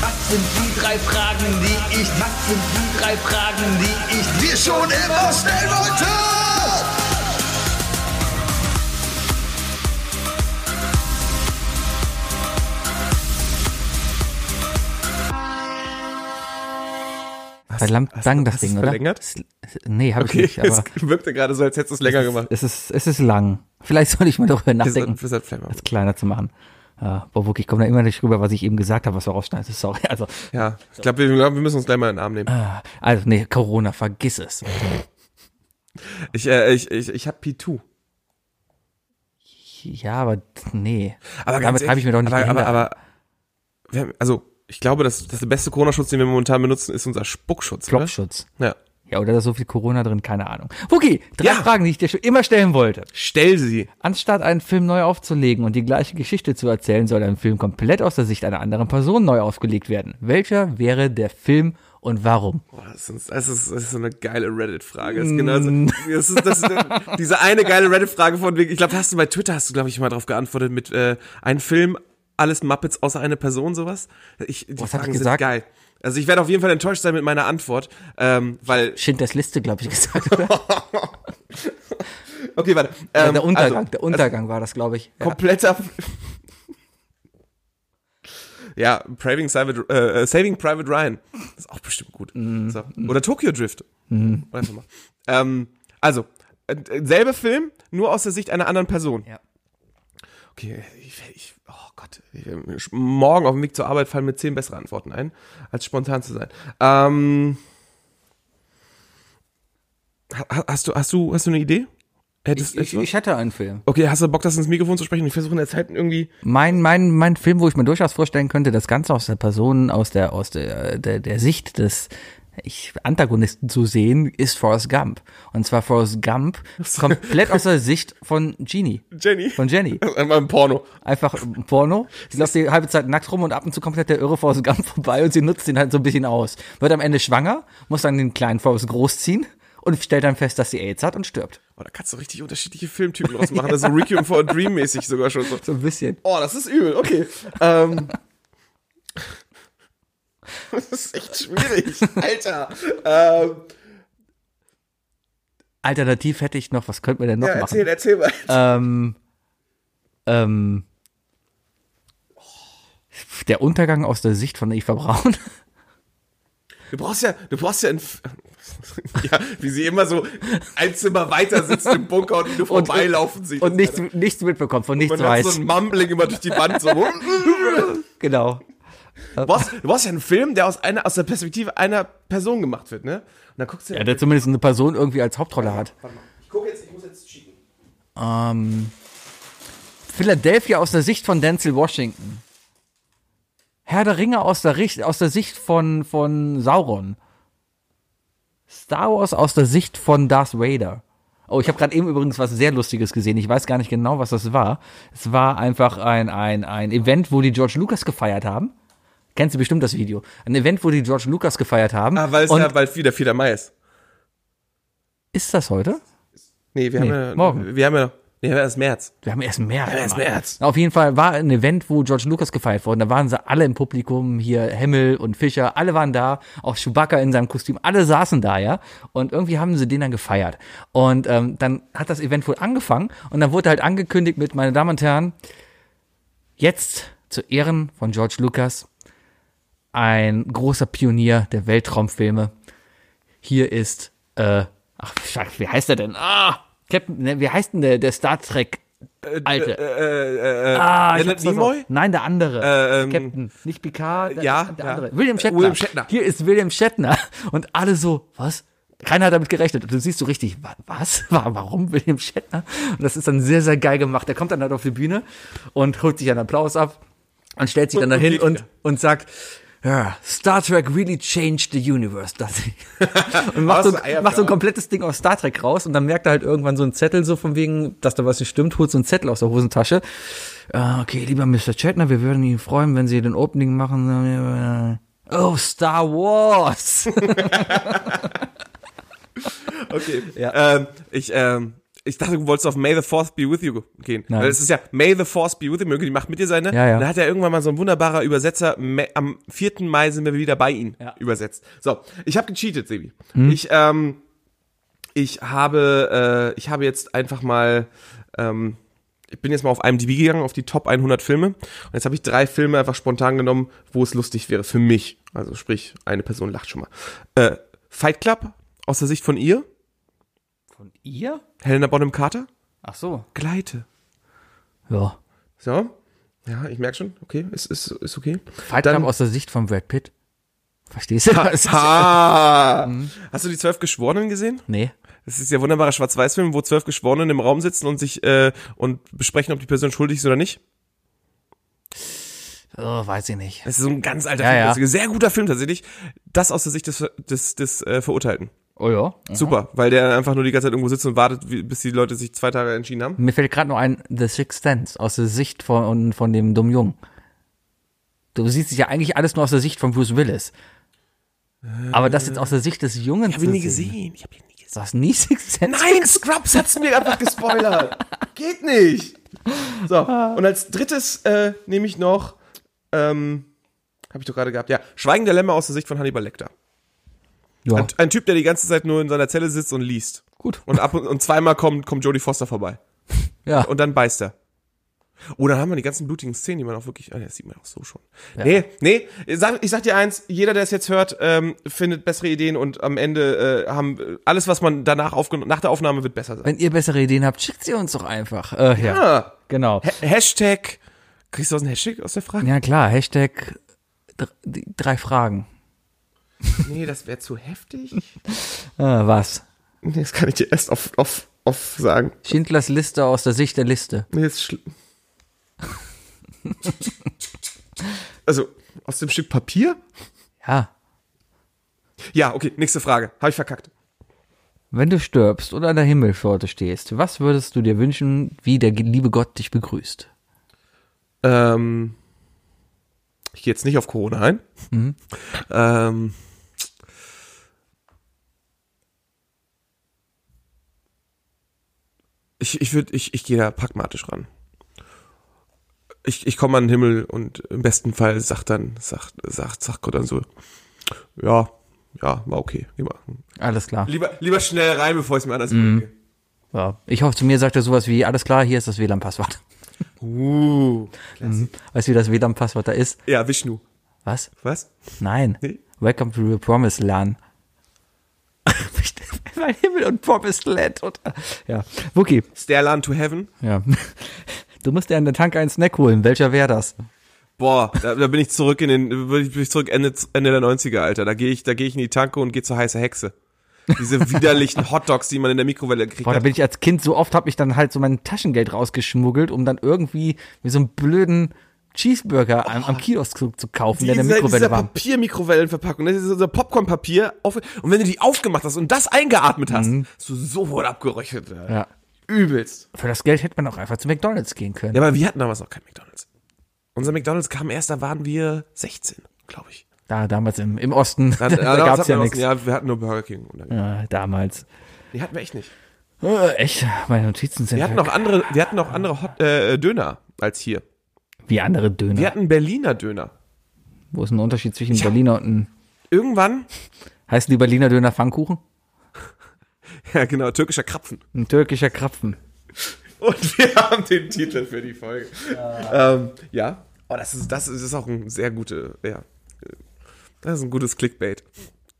S4: Was sind die drei Fragen, die ich Was sind die drei Fragen, die ich dir schon immer stellen wollte?
S3: Verdammt lang, das
S2: hast du's
S3: Ding, oder?
S2: verlängert?
S3: Es- es- Nee, habe ich nicht,
S2: es
S3: aber
S2: wirkte gerade so, als hättest du es länger gemacht.
S3: es ist, es ist lang. Vielleicht soll ich mal darüber
S2: Wir
S3: nachdenken,
S2: sollten- wir sollten vielleicht mal-
S3: es kleiner zu machen. Ja, boah, wirklich, ich komme da immer nicht rüber, was ich eben gesagt habe, was wir rausschneiden. Sorry, also,
S2: Ja, ich glaube, wir, wir müssen uns gleich mal in den Arm nehmen.
S3: ah, also, nee, Corona, vergiss es.
S2: Ich, äh, ich, ich, ich habe P2.
S3: Ja, aber, nee.
S2: Aber ganz
S3: Damit
S2: ehrlich,
S3: habe ich mir doch nicht
S2: aber,
S3: die Hände
S2: aber, aber wir haben, also ich glaube, dass, dass der beste Corona-Schutz, den wir momentan benutzen, ist unser Spuckschutz. oder?
S3: Blockschutz.
S2: Ja.
S3: Ja, oder da ist so viel Corona drin, keine Ahnung. Wookie, drei
S2: Ja.
S3: Fragen, die ich dir schon immer stellen wollte.
S2: Stell sie.
S3: Anstatt einen Film neu aufzulegen und die gleiche Geschichte zu erzählen, soll ein Film komplett aus der Sicht einer anderen Person neu aufgelegt werden. Welcher wäre der Film und warum?
S2: Boah, das, ist, das, ist, das ist so eine geile Reddit-Frage. Das ist genauso,
S3: Mm.
S2: das ist, das ist diese eine geile Reddit-Frage von wegen, ich glaube, hast du bei Twitter, hast du, glaube ich, mal drauf geantwortet mit äh, einem Film, alles Muppets außer eine Person, sowas. Ich, die
S3: hab ich
S2: Fragen sind
S3: gesagt?
S2: geil. Also ich werde auf jeden Fall enttäuscht sein mit meiner Antwort, ähm, weil,
S3: Schindlers Liste, glaube ich, gesagt. Oder?
S2: okay, warte. Ähm,
S3: der Untergang,
S2: also-
S3: der Untergang war das, glaube ich. Ja.
S2: Kompletter. Ja, Saving, Private, äh, Saving Private Ryan. ist auch bestimmt gut. So. Oder Tokyo Drift. Einfach mal. Ähm, also, äh, äh, selbe Film, nur aus der Sicht einer anderen Person.
S3: Ja.
S2: Okay, ich, ich, oh Gott. Ich, äh, morgen auf dem Weg zur Arbeit fallen mir zehn bessere Antworten ein, als spontan zu sein. Ähm, ha- ha- hast, du, hast, du, hast du eine Idee? Hättest,
S3: Ich, ich,
S2: hättest du-
S3: ich hätte einen Film.
S2: Okay, hast du Bock, das ins Mikrofon zu sprechen? Ich versuche in der Zeit irgendwie.
S3: Mein, mein, mein Film, wo ich mir durchaus vorstellen könnte, das Ganze aus der Person, aus der, aus der, der, der Sicht des ich, Antagonisten zu sehen, ist Forrest Gump. Und zwar Forrest Gump komplett aus der Sicht von Genie.
S2: Jenny.
S3: Von Jenny.
S2: Einmal im Porno.
S3: Einfach Porno. Sie läuft die halbe Zeit nackt rum und ab und zu kommt halt der irre Forrest Gump vorbei und sie nutzt ihn halt so ein bisschen aus. Wird am Ende schwanger, muss dann den kleinen Forrest großziehen und stellt dann fest, dass sie Aids hat und stirbt.
S2: Oh, da kannst du richtig unterschiedliche Filmtypen draus machen. Das ist so Requiem for a Dream mäßig sogar schon so.
S3: So ein bisschen.
S2: Oh, das ist übel. Okay. Ähm. Das ist echt schwierig. Alter. Ähm,
S3: Alternativ hätte ich noch, was könnten wir denn noch
S2: ja,
S3: machen?
S2: erzähl, erzähl mal.
S3: Ähm, ähm, der Untergang aus der Sicht von Eva Braun.
S2: Du brauchst ja, du brauchst ja ein. Ja, wie sie immer so ein Zimmer weiter sitzt im Bunker und du vorbeilaufen siehst.
S3: Und nichts, nichts mitbekommt, von nichts
S2: Man hat so
S3: weiß.
S2: ein Mumbling immer durch die Wand so.
S3: genau.
S2: Du brauchst, du brauchst ja einen Film, der aus einer aus der Perspektive einer Person gemacht wird, ne? Und dann guckst du
S3: Ja, der zumindest eine Person irgendwie als Hauptrolle hat.
S2: Warte mal, ich guck jetzt, ich muss jetzt cheaten.
S3: Ähm, Philadelphia aus der Sicht von Denzel Washington. Herr der Ringe aus der, Richt, aus der Sicht von, von Sauron. Star Wars aus der Sicht von Darth Vader. Oh, ich habe gerade eben übrigens was sehr Lustiges gesehen. Ich weiß gar nicht genau, was das war. Es war einfach ein, ein, ein Event, wo die George Lucas gefeiert haben. Kennst du bestimmt das Video? Ein Event, wo die George Lucas gefeiert haben.
S2: Ah, weil es
S3: Und
S2: ja bald wieder 4. Mai ist.
S3: ist das heute?
S2: Nee, wir
S3: Nee,
S2: haben ja.
S3: morgen.
S2: Wir haben ja. Nee, wir haben erst März.
S3: Wir haben erst März.
S2: haben erst
S3: Mann.
S2: März.
S3: Na, auf jeden Fall war ein Event, wo George Lucas gefeiert wurde. Da waren sie alle im Publikum, hier Hemmel und Fischer, alle waren da, auch Chewbacca in seinem Kostüm, alle saßen da, ja. Und irgendwie haben sie den dann gefeiert. Und ähm, dann hat das Event wohl angefangen und dann wurde halt angekündigt mit, meine Damen und Herren, jetzt zu Ehren von George Lucas, ein großer Pionier der Weltraumfilme. Hier ist, äh, ach, Scheiße, wie heißt er denn? Ah, Captain, ne, wie heißt denn der, der Star Trek? Alte.
S2: Äh, äh,
S3: Ah, ich
S2: Leonard
S3: hab's versaut.
S2: Nimoy?
S3: Nein, der andere.
S2: ähm,
S3: Captain. Nicht Picard, der,
S2: ja,
S3: der
S2: ja.
S3: andere. William Shatner.
S2: William Shatner.
S3: Hier ist William Shatner. Und alle so, was? Keiner hat damit gerechnet. Und du siehst so richtig, wa- was? Wa- Warum William Shatner? Und das ist dann sehr, sehr geil gemacht. Der kommt dann halt auf die Bühne und holt sich einen Applaus ab und stellt sich dann
S2: Und- und
S3: dahin
S2: geht
S3: und, und sagt, ja, Star Trek really changed the universe, das Und macht so,
S2: Aus Eier,
S3: macht so ein
S2: ja.
S3: komplettes Ding aus Star Trek raus und dann merkt er halt irgendwann so einen Zettel so von wegen, dass da was nicht stimmt, holt so einen Zettel aus der Hosentasche. Äh, okay, lieber Mr. Chetner, wir würden Ihnen freuen, wenn Sie den Opening machen. Oh, Star Wars!
S2: Okay. Ähm, ich, ähm, ich dachte, du wolltest auf May the Fourth be with you gehen.
S3: Nein.
S2: Weil es ist ja May the Fourth be with you, möge die Macht mit dir sein, ne?
S3: Ja, ja.
S2: Da hat ja irgendwann mal so ein wunderbarer Übersetzer, Ma- am 4. Mai sind wir wieder bei ihm
S3: Ja. Hm?
S2: übersetzt. So, ich habe gecheatet, Sebi. Ich, ähm, ich habe, äh, ich habe jetzt einfach mal, ähm, ich bin jetzt mal auf IMDb gegangen, auf die Top 100 Filme. Und jetzt habe ich drei Filme einfach spontan genommen, wo es lustig wäre für mich. Also sprich, eine Person lacht schon mal. Äh, Fight Club aus der Sicht von ihr.
S3: Von ihr?
S2: Helena Bonham Carter?
S3: Ach so.
S2: Gleite.
S3: Ja.
S2: So. Ja, ich merke schon. Okay, ist, ist, ist okay.
S3: Fight
S2: Dann-
S3: Club aus der Sicht von Brad Pitt. Verstehst du? Das ist-
S2: Ha! Hast du die zwölf Geschworenen gesehen?
S3: nee.
S2: Das ist ja wunderbarer Schwarz-Weiß-Film, wo zwölf Geschworenen im Raum sitzen und sich äh, und besprechen, ob die Person schuldig ist oder nicht.
S3: Oh, weiß ich nicht.
S2: Das ist so ein ganz alter
S3: Ja,
S2: Film,
S3: ja.
S2: das ist ein sehr guter Film tatsächlich. Das aus der Sicht des, des, des äh, Verurteilten.
S3: Oh ja.
S2: Super, weil der einfach nur die ganze Zeit irgendwo sitzt und wartet, wie, bis die Leute sich zwei Tage entschieden haben.
S3: Mir fällt gerade nur ein The Sixth Sense aus der Sicht von, von dem dummen Jungen. Du siehst es ja eigentlich alles nur aus der Sicht von Bruce Willis. Aber das jetzt aus der Sicht des Jungen
S2: Ich habe ihn nie gesehen. Ich habe ihn nie gesehen.
S3: Du hast nie Sixth Sense?
S2: Nein, Scrubs hat's mir einfach gespoilert. Geht nicht. So, und als drittes äh, nehme ich noch, ähm, habe ich doch gerade gehabt, ja, Schweigen der Lämmer aus der Sicht von Hannibal Lecter.
S3: Ja,
S2: Ein, ein Typ, der die ganze Zeit nur in seiner Zelle sitzt und liest.
S3: Oh. gut.
S2: Und ab und, und zweimal kommt, kommt Jodie Foster vorbei.
S3: Ja.
S2: Und dann beißt er. Oh, dann haben wir die ganzen blutigen Szenen, die man auch wirklich, ah, das sieht man auch so schon. Nee, nee, ich sag, ich sag dir eins, jeder, der es jetzt hört, ähm, findet bessere Ideen und am Ende äh, haben äh, alles, was man danach aufgenommen, nach der Aufnahme wird besser sein.
S3: Wenn ihr bessere Ideen habt, schickt sie uns doch einfach. Äh, ja.
S2: Ah.
S3: Genau.
S2: Hashtag. Kriegst du aus dem Hashtag aus der Frage?
S3: Ja klar, Hashtag dr- die drei Fragen.
S2: Nee, das wäre zu heftig.
S3: Äh, was?
S2: Nee, das kann ich dir erst auf, auf, auf sagen.
S3: Schindlers Liste aus der Sicht der Liste.
S2: Nee, ist schlimm. also, aus dem Stück Papier?
S3: Ja.
S2: Ja, okay, nächste Frage. Habe ich verkackt.
S3: Wenn du stirbst oder an der Himmelpforte stehst, was würdest du dir wünschen, wie der liebe Gott dich begrüßt?
S2: Ähm, ich gehe jetzt nicht auf Corona ein. Ähm, ich ich, würd- ich, ich gehe da pragmatisch ran. Ich, ich komme an den Himmel und im besten Fall sagt dann, sagt, sagt, sagt Gott dann so, ja, ja, war okay. Geh mal.
S3: Alles klar.
S2: Lieber, lieber schnell rein, bevor ich es mir anders überlege.
S3: Ja, ich hoffe, zu mir sagt er sowas wie, alles klar, hier ist das WLAN-Passwort.
S2: Uh.
S3: Weißt du, wie das WLAN-Passwort da ist?
S2: Ja, Vishnu.
S3: Was?
S2: Was?
S3: Nein.
S2: Nee.
S3: Welcome to the Promised Land. mein Himmel und Promised Land. Und, ja, Wookie.
S2: Stairland to Heaven?
S3: Ja. Du musst dir an der Tanke einen Snack holen. Welcher wäre das?
S2: Boah, da, da bin ich zurück in den, bin ich zurück Ende, Ende der 90er, Alter. Da gehe ich, da gehe ich in die Tanke und gehe zur heiße Hexe. Diese widerlichen Hotdogs, die man in der Mikrowelle kriegt.
S3: Boah, da
S2: hat.
S3: bin ich als Kind so oft, habe ich dann halt so mein Taschengeld rausgeschmuggelt, um dann irgendwie wie so einen blöden Cheeseburger am, am Kiosk zu, zu kaufen, der in der Mikrowelle
S2: dieser
S3: war.
S2: Papiermikrowellenverpackung, ne, das ist unser Popcornpapier. Auf, und wenn du die aufgemacht hast und das eingeatmet hast, hast du sofort abgeröchelt. Alter.
S3: Mhm. Ja.
S2: Übelst.
S3: Für das Geld hätte man auch einfach zu McDonalds gehen können.
S2: Ja, aber wir hatten damals noch kein McDonalds. Unser McDonalds kam erst, da waren wir 16, glaube ich.
S3: Da damals im, im Osten, da,
S2: damals
S3: gab's
S2: hatten
S3: ja
S2: wir
S3: nichts.
S2: noch- Ja, wir hatten nur Burger King. Und dann,
S3: Ja, damals.
S2: Die hatten wir echt nicht.
S3: Äh, echt? Meine Notizen sind halt
S2: Wir hatten noch andere, wir hatten noch andere Hot, äh, Döner als hier.
S3: wie andere
S2: Wir
S3: Döner.
S2: hatten Berliner Döner.
S3: Wo ist ein Unterschied zwischen Berliner und einem.
S2: Irgendwann,
S3: Heißen die Berliner Döner Pfannkuchen?
S2: ja genau, türkischer Krapfen.
S3: Ein türkischer Krapfen.
S2: Und wir haben den Titel für die Folge. Ja. Ähm, ja. Oh, das ist, das ist auch ein sehr gute, ja. Das ist ein gutes Clickbait.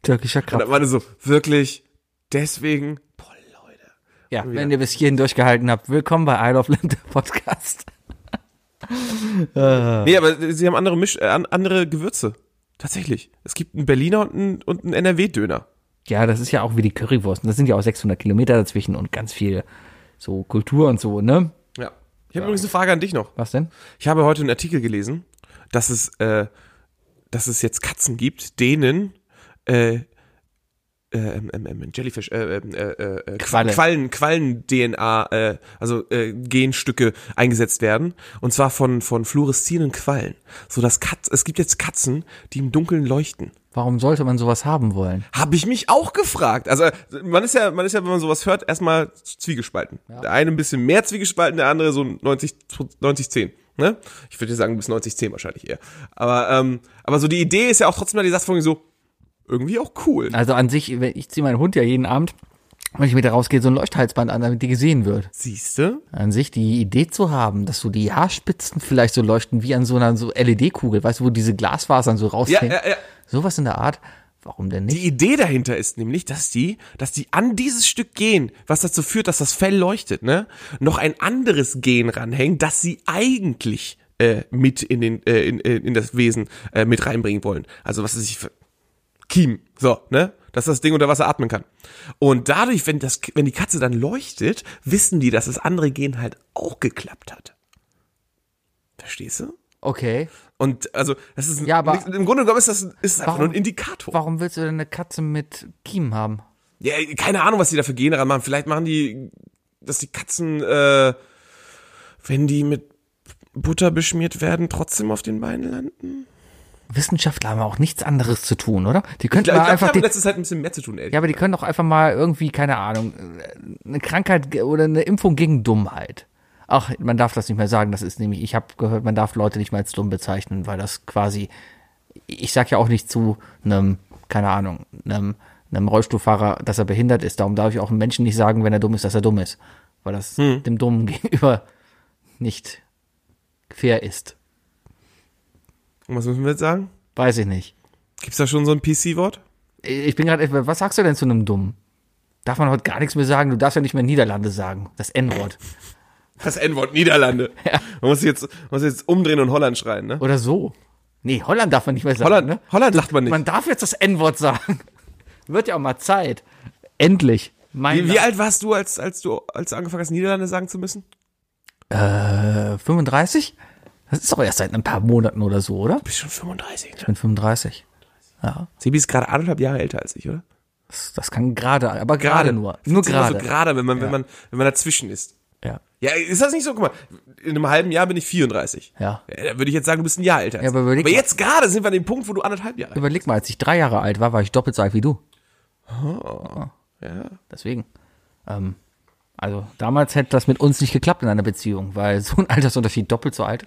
S3: Türkischer
S2: Und dann
S3: Krapfen.
S2: war das so, wirklich, deswegen, boah, Leute.
S3: Ja, wenn ihr bis hierhin durchgehalten habt, willkommen bei Isle of Lamb, der Podcast.
S2: Nee, aber sie haben andere Misch, äh, an- andere Gewürze. Tatsächlich. Es gibt einen Berliner und einen, und einen NRW-Döner.
S3: Ja, das ist ja auch wie die Currywurst. Und Das sind ja auch 600 Kilometer dazwischen und ganz viel so Kultur und so, ne?
S2: Ja. Ich habe übrigens eine Frage an dich noch.
S3: Was denn?
S2: Ich habe heute einen Artikel gelesen, dass es, äh, dass es jetzt Katzen gibt, denen äh, äh, ähm, ähm, ähm, Jellyfish, äh, ähm, äh, äh,
S3: Qualle.
S2: Quallen, Quallen DNA, äh, also äh, Genstücke eingesetzt werden. Und zwar von, von fluoreszierenden Quallen. So dass Katz, es gibt jetzt Katzen, die im Dunkeln leuchten.
S3: Warum sollte man sowas haben wollen?
S2: Habe ich mich auch gefragt. Also man ist ja, man ist ja, wenn man sowas hört, erstmal zwiegespalten. Der eine ein bisschen mehr zwiegespalten, der andere so 90, 90 10. Ne? Ich würde sagen, bis 90, 10 wahrscheinlich eher. Aber, ähm, aber so die Idee ist ja auch trotzdem, die sagt von so, irgendwie auch cool.
S3: Also an sich, wenn- ich ziehe meinen Hund ja jeden Abend, wenn ich mit da rausgehe, so ein Leuchthalsband an, damit die gesehen wird.
S2: Siehste?
S3: An sich die Idee zu haben, dass so die Haarspitzen vielleicht so leuchten wie an so einer so LED-Kugel, weißt du, wo diese Glasfasern so
S2: Ja,
S3: raushängen.
S2: ja, ja.
S3: Sowas in der Art. Warum denn nicht?
S2: Die Idee dahinter ist nämlich, dass die, dass die an dieses Stück Gen, was dazu führt, dass das Fell leuchtet, ne, noch ein anderes Gen ranhängen, das sie eigentlich äh, mit in den äh, in, in in das Wesen äh, mit reinbringen wollen. Also was ist ich für Kiem, so, ne? Dass das Ding unter Wasser atmen kann. Und dadurch, wenn das wenn die Katze dann leuchtet, wissen die, dass das andere Gen halt auch geklappt hat. Verstehst du?
S3: Okay.
S2: Und also, das ist ein-
S3: Ja, aber-
S2: nix- im Grunde genommen ist das ist das einfach
S3: Warum-
S2: nur ein Indikator.
S3: Warum willst du denn eine Katze mit Kiemen haben?
S2: Ja, äh, keine Ahnung, was die da für Gene ranmachen. Vielleicht machen die, dass die Katzen, äh, wenn die mit Butter beschmiert werden, trotzdem auf den Beinen landen.
S3: Wissenschaftler haben auch nichts anderes zu tun, oder? Die könnten
S2: Ja, ich glaube,
S3: mal
S2: die
S3: einfach
S2: haben
S3: die,
S2: in letzter Zeit ein bisschen mehr zu tun, ehrlich.
S3: Ja, aber die können doch einfach mal irgendwie, keine Ahnung, äh, eine Krankheit ge- oder eine Impfung gegen Dummheit. Ach, man darf das nicht mehr sagen. Das ist nämlich, ich habe gehört, man darf Leute nicht mehr als dumm bezeichnen, weil das quasi, ich sag ja auch nicht zu einem, keine Ahnung, einem, einem Rollstuhlfahrer, dass er behindert ist. Darum darf ich auch einem Menschen nicht sagen, wenn er dumm ist, dass er dumm ist. Weil das dem Dummen gegenüber nicht fair ist.
S2: Und was müssen wir jetzt sagen?
S3: Weiß ich nicht.
S2: Gibt's da schon so ein PC-Wort?
S3: Ich bin gerade, was sagst du denn zu einem Dummen? Darf man heute gar nichts mehr sagen? Du darfst ja nicht mehr Niederlande sagen. Das N-Wort.
S2: Das N-Wort Niederlande. Man muss sich jetzt, man muss sich jetzt umdrehen und Holland schreien, ne?
S3: Oder so. Nee, Holland darf man nicht mehr sagen.
S2: Holland,
S3: ne?
S2: Holland lacht man nicht.
S3: Man darf jetzt das N-Wort sagen. Wird ja auch mal Zeit. Endlich. Mein
S2: wie, wie alt warst du, als, als du, als du angefangen hast, Niederlande sagen zu müssen?
S3: Äh, 35? Das ist doch erst seit ein paar Monaten oder so, oder?
S2: Bist schon 35, ne?
S3: Ich bin 35.
S2: Sebi ist gerade anderthalb Jahre älter als ich, oder?
S3: Das, das kann gerade, aber gerade nur. Nur
S2: Beziehungsweise
S3: gerade.
S2: gerade, wenn man, wenn man, wenn man dazwischen ist.
S3: ja.
S2: Ja, ist das nicht so? Guck mal, in einem halben Jahr bin ich 34.
S3: Ja.
S2: Da würde ich jetzt sagen, du bist ein Jahr älter. als
S3: Ja, aber
S2: ich.
S3: überleg
S2: aber
S3: mal.
S2: jetzt gerade sind wir an dem Punkt, wo du anderthalb Jahre alt
S3: Überleg mal, als ich drei Jahre alt war, war ich doppelt so alt wie du.
S2: Oh, ja.
S3: Deswegen. Ähm, also damals hätte das mit uns nicht geklappt in einer Beziehung, weil so ein Altersunterschied doppelt so alt.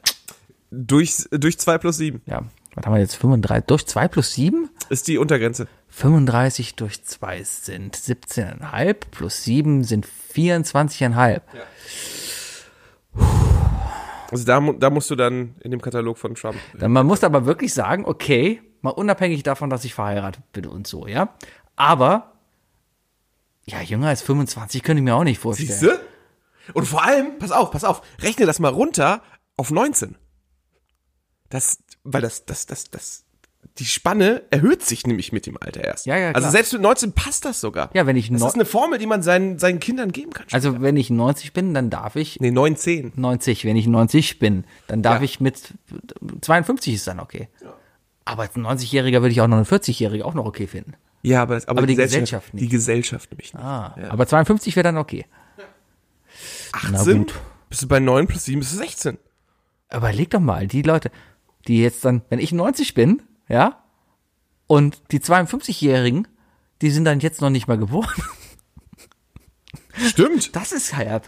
S2: durch, durch zwei plus sieben
S3: Ja, was haben wir jetzt? 35 durch 2 plus 7?
S2: ist die Untergrenze.
S3: 35 durch 2 sind 17,5 plus 7 sind 24,5.
S2: Also da, mu- da musst du dann in dem Katalog von Trump.
S3: Dann Man muss aber wirklich sagen, okay, mal unabhängig davon, dass ich verheiratet bin und so, ja. Aber, ja, jünger als 25 könnte ich mir auch nicht vorstellen.
S2: Siehst du? Und vor allem, pass auf, pass auf, rechne das mal runter auf 19. Das, weil das, das, das, das, die Spanne erhöht sich nämlich mit dem Alter erst.
S3: Ja, ja,
S2: Also
S3: klar.
S2: selbst mit 19 passt das sogar.
S3: Ja, wenn ich
S2: Das
S3: neu-
S2: ist eine Formel, die man seinen, seinen Kindern geben kann.
S3: Also, wenn ich 90 bin, dann darf ich
S2: nee, 19.
S3: 90, wenn ich 90 bin, dann darf
S2: Ja.
S3: ich mit 52 ist dann okay. Aber als 90-Jähriger würde ich auch noch einen 40-Jähriger auch noch okay finden.
S2: Ja, aber, das, aber,
S3: Aber
S2: die
S3: die
S2: Gesellschaft,
S3: Gesellschaft nicht.
S2: Die Gesellschaft nämlich nicht.
S3: Ah, aber 52 wäre dann okay.
S2: 18?
S3: gut.
S2: Bist du bei 9 plus 7 bist du 16.
S3: Überleg doch mal, die Leute, die jetzt dann, wenn ich 90 bin, ja, und die 52-Jährigen, die sind dann jetzt noch nicht mal geboren.
S2: Stimmt.
S3: Das ist Hayab.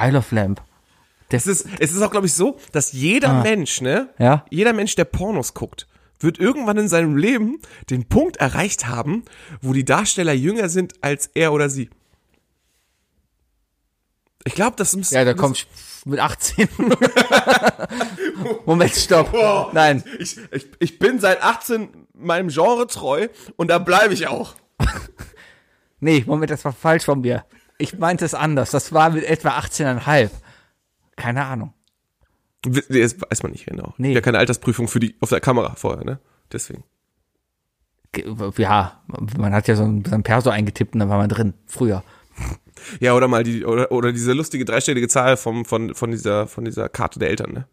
S3: Isle of Lamp. Das
S2: Es ist, es ist auch, glaube ich, so, dass jeder Mensch, ne?
S3: Ah. Ja.
S2: Jeder Mensch, der Pornos guckt, wird irgendwann in seinem Leben den Punkt erreicht haben, wo die Darsteller jünger sind als er oder sie. Ich glaube, das muss.
S3: Ja, da kommt mit 18. Moment, stopp.
S2: Boah.
S3: Nein.
S2: Ich, ich, ich bin seit 18 meinem Genre treu und da bleibe ich auch.
S3: Nee, Moment, das war falsch von mir. Ich meinte es anders. Das war mit etwa 18,5. Keine Ahnung.
S2: W- nee, Das weiß man nicht genau.
S3: Nee.
S2: Ja, keine Altersprüfung für die auf der Kamera vorher, ne? Deswegen.
S3: Ge- Ja, man hat ja so ein, so ein Perso eingetippt und dann war man drin. Früher.
S2: Ja, oder mal die, oder, oder diese lustige dreistellige Zahl vom, von, von dieser, von dieser Karte der Eltern, ne?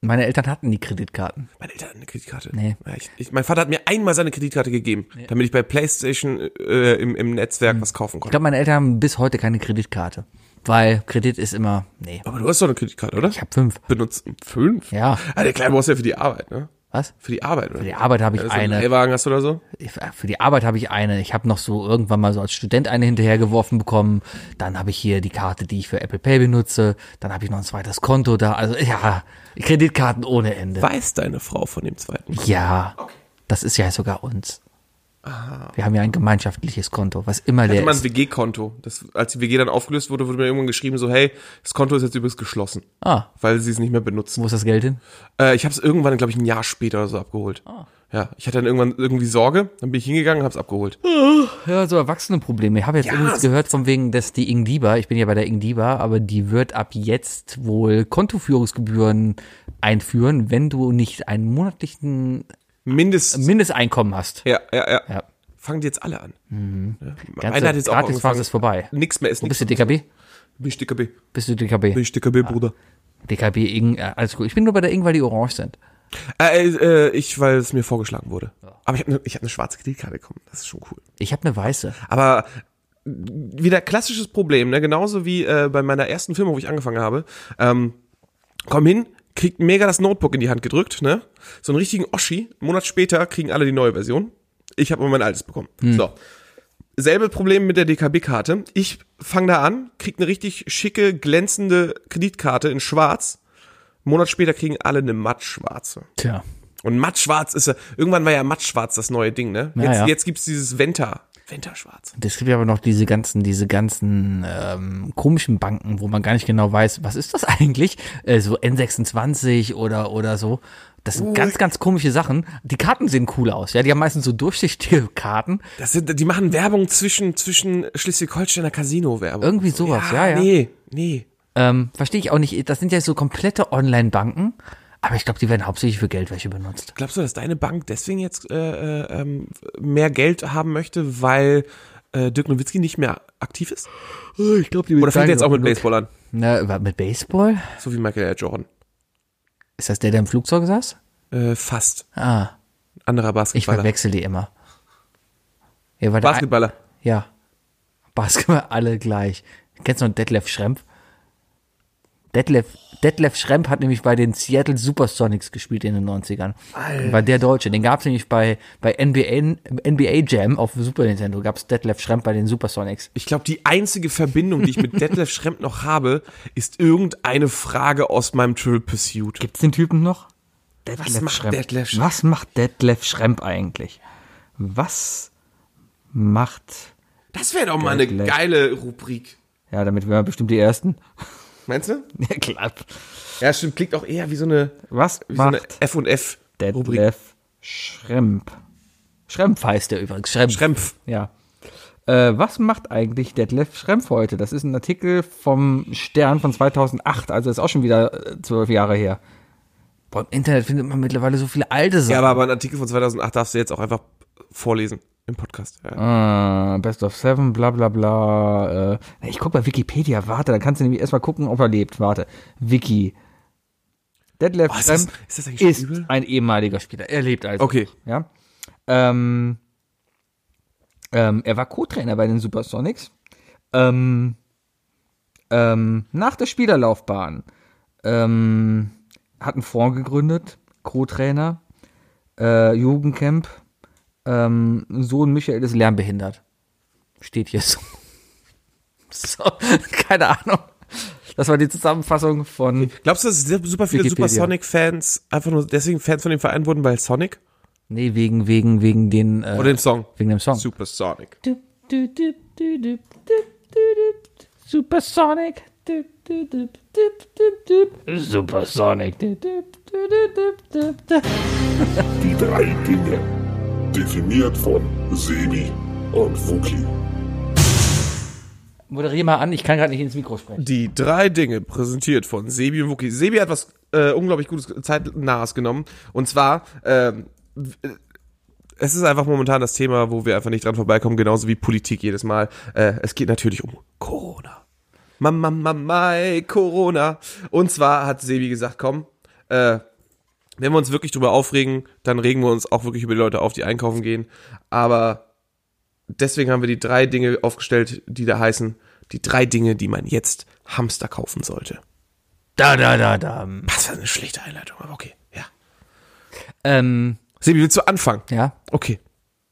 S3: Meine Eltern hatten die Kreditkarten.
S2: Meine Eltern hatten eine Kreditkarte.
S3: Nee.
S2: Ja, ich, ich, mein Vater hat mir einmal seine Kreditkarte gegeben, damit ich bei PlayStation äh, im, im Netzwerk was kaufen
S3: Ich
S2: konnte.
S3: glaube, meine Eltern haben bis heute keine Kreditkarte. Weil Kredit ist immer. Nee.
S2: Aber du hast doch eine Kreditkarte, oder?
S3: Ich habe fünf.
S2: Benutzt um fünf?
S3: Ja.
S2: Ah, der Kleine brauchst du ja für die Arbeit, ne?
S3: Was?
S2: Für die Arbeit, oder? Für
S3: die Arbeit habe ich eine.
S2: Leihwagen hast du oder so?
S3: Ich- äh, Für die Arbeit habe ich eine. Ich habe noch so irgendwann mal so als Student eine hinterhergeworfen bekommen. Dann habe ich hier die Karte, die ich für Apple Pay benutze. Dann habe ich noch ein zweites Konto da. Also ja, Kreditkarten ohne Ende.
S2: Weiß deine Frau von dem zweiten?
S3: Ja, das ist ja sogar uns. Wir haben ja ein gemeinschaftliches Konto, was immer
S2: Ich hatte
S3: leer
S2: mal ein
S3: ist.
S2: WG-Konto. Das- Als die WG dann aufgelöst wurde, wurde mir irgendwann geschrieben, so, hey, das Konto ist jetzt übrigens geschlossen.
S3: Ah.
S2: Weil sie es nicht mehr benutzen.
S3: Wo ist das Geld hin?
S2: Äh, ich habe es irgendwann, glaube ich, ein Jahr später oder so abgeholt.
S3: Ah.
S2: Ja, ich hatte dann irgendwann irgendwie Sorge, dann bin ich hingegangen und habe es abgeholt.
S3: Ja, so Erwachsenenprobleme. Ich habe jetzt übrigens gehört von wegen, dass die Ingdiba, ich bin ja bei der Ingdiba, aber die wird ab jetzt wohl Kontoführungsgebühren einführen, wenn du nicht einen monatlichen
S2: Mindest.
S3: Mindesteinkommen hast.
S2: ja, ja, ja,
S3: Äh, Ja. Mhm.
S2: Fangen die jetzt alle an. Ja.
S3: Ganze Gratisphase ist vorbei.
S2: Nix mehr ist
S3: Bist
S2: nix.
S3: du DKB?
S2: Bin ich DKB.
S3: Bist du DKB?
S2: Bin ich DKB, Bruder.
S3: DKB, Ing, äh, alles gut. Ich bin nur bei der Ing, weil die orange sind. Ah.
S2: Äh, äh, ich, weil es mir vorgeschlagen wurde. Aber ich habe eine hab ne schwarze Kreditkarte bekommen. Das ist schon cool.
S3: Ich habe eine weiße.
S2: Aber wieder klassisches Problem, ne? genauso wie äh, bei meiner ersten Firma, wo ich angefangen habe. Ähm, komm hin, kriegt mega das Notebook in die Hand gedrückt, ne? so einen richtigen Oschi. Einen Monat später kriegen alle die neue Version. Ich habe aber mein altes bekommen.
S3: Hm.
S2: So. Selbe Problem mit der DKB-Karte. Ich fange da an, krieg eine richtig schicke, glänzende Kreditkarte in schwarz. Einen Monat später kriegen alle eine mattschwarze.
S3: Tja.
S2: Und mattschwarz ist ja, irgendwann war ja mattschwarz das neue Ding, ne?
S3: Ja,
S2: jetzt
S3: ja.
S2: jetzt gibt's dieses Venta. Venta-Schwarz.
S3: Es gibt ja aber noch diese ganzen, diese ganzen ähm, komischen Banken, wo man gar nicht genau weiß, was ist das eigentlich? Äh, so N26 oder oder so. Das sind ganz, ganz komische Sachen. Die Karten sehen cool aus, ja. Die haben meistens so durchsichtige Karten.
S2: Das sind, die machen Werbung zwischen, zwischen Schleswig-Holsteiner Casino-Werbung.
S3: Irgendwie sowas, ja, ja.
S2: Nee, nee.
S3: Ähm, Verstehe ich auch nicht. Das sind ja so komplette Online-Banken, aber ich glaube, die werden hauptsächlich für Geldwäsche benutzt.
S2: Glaubst du, dass deine Bank deswegen jetzt äh, äh, ähm, mehr Geld haben möchte, weil äh, Dirk Nowitzki nicht mehr aktiv ist?
S3: Oh, Ich glaube, die
S2: Oder fängt er jetzt auch mit Baseball an?
S3: Na, aber mit Baseball?
S2: So wie Michael L. Jordan.
S3: Ist das der, der im Flugzeug saß?
S2: Äh, fast.
S3: Ah,
S2: Anderer
S3: ich
S2: Basketballer.
S3: verwechsel die immer. Ja, weil der ein-
S2: Basketballer.
S3: Ja. Basketball alle gleich. Kennst du noch Detlef Schrempf? Detlef, Detlef Schrempf hat nämlich bei den Seattle Supersonics gespielt in den 90ern. War der Deutsche. Den gab es nämlich bei, bei NBA, NBA Jam auf Super Nintendo. Gab es Detlef Schrempf bei den Supersonics.
S2: Ich glaube, die einzige Verbindung, die ich mit Detlef Schrempf noch habe, ist irgendeine Frage aus meinem Triple Pursuit.
S3: Gibt's den Typen noch?
S2: Was macht
S3: Schrempf.
S2: Detlef Schrempf?
S3: Was macht Detlef Schrempf eigentlich? Was macht.
S2: Das wäre doch mal eine
S3: Detlef.
S2: geile Rubrik.
S3: Ja, damit wären wir bestimmt die Ersten.
S2: Meinst du?
S3: Ja, klar.
S2: Ja, stimmt. Klingt auch eher wie so eine,
S3: Was
S2: wie so eine
S3: macht
S2: F&F-Rubrik.
S3: Detlef Schrempf. Schrempf heißt der übrigens. Schrempf.
S2: Schrempf.
S3: Ja. Äh, was macht eigentlich Detlef Schrempf heute? Das ist ein Artikel vom Stern von 2008, also ist auch schon wieder äh, zwölf Jahre her. Boah, im Internet findet man mittlerweile so viele alte
S2: Ja,
S3: Sachen.
S2: aber, aber einen Artikel von 2008 darfst du jetzt auch einfach vorlesen im Podcast. Ja.
S3: Äh, Best of Seven, bla bla bla. Äh, na, ich guck bei Wikipedia, warte, dann kannst du nämlich erstmal gucken, ob er lebt. Warte. Wiki. Detlef
S2: Oh, ist das-
S3: Schrempf
S2: ist
S3: ist,
S2: das eigentlich schon übel?
S3: ein ehemaliger Spieler. Er lebt also.
S2: Okay.
S3: Ja. Ähm, ähm, er war Co-Trainer bei den Supersonics. Ähm, ähm, nach der Spielerlaufbahn ähm, hat einen Fonds gegründet, Co-Trainer, äh, Jugendcamp. Ähm, Sohn Michael ist lernbehindert. Steht hier so. So, keine Ahnung. Das war die Zusammenfassung von.
S2: Glaubst du, dass sehr- super viele
S3: Wikipedia.
S2: Super Sonic-Fans einfach nur deswegen Fans von dem Verein wurden, weil Sonic?
S3: Nee, wegen, wegen, wegen den. Äh,
S2: Oder dem Song?
S3: wegen dem Song.
S2: Super Sonic.
S3: Du, du, du, du, du, du, du, du. Supersonic. Du, du, du, du, du, du. Supersonic. Du, du, du, du, du, du.
S5: Die drei Dinge. Definiert von Sebi und Wookie.
S3: Moderier mal an, ich kann gerade nicht ins Mikro sprechen.
S2: Die drei Dinge präsentiert von Sebi und Wookie. Sebi hat was äh, unglaublich Gutes, zeitnahes genommen. Und zwar, ähm, w- äh, es ist einfach momentan das Thema, wo wir einfach nicht dran vorbeikommen, genauso wie Politik jedes Mal. Äh, es geht natürlich um Corona. Mama, Mama, Corona. Und zwar hat Sebi gesagt, komm, äh, wenn wir uns wirklich drüber aufregen, dann regen wir uns auch wirklich über die Leute auf, die einkaufen gehen. Aber deswegen haben wir die drei Dinge aufgestellt, die da heißen, die drei Dinge, die man jetzt Hamster kaufen sollte.
S3: Da, da, da, da.
S2: Was für eine schlechte Einleitung, aber okay, ja.
S3: Ähm,
S2: Sebi, willst du anfangen?
S3: ja.
S2: Okay.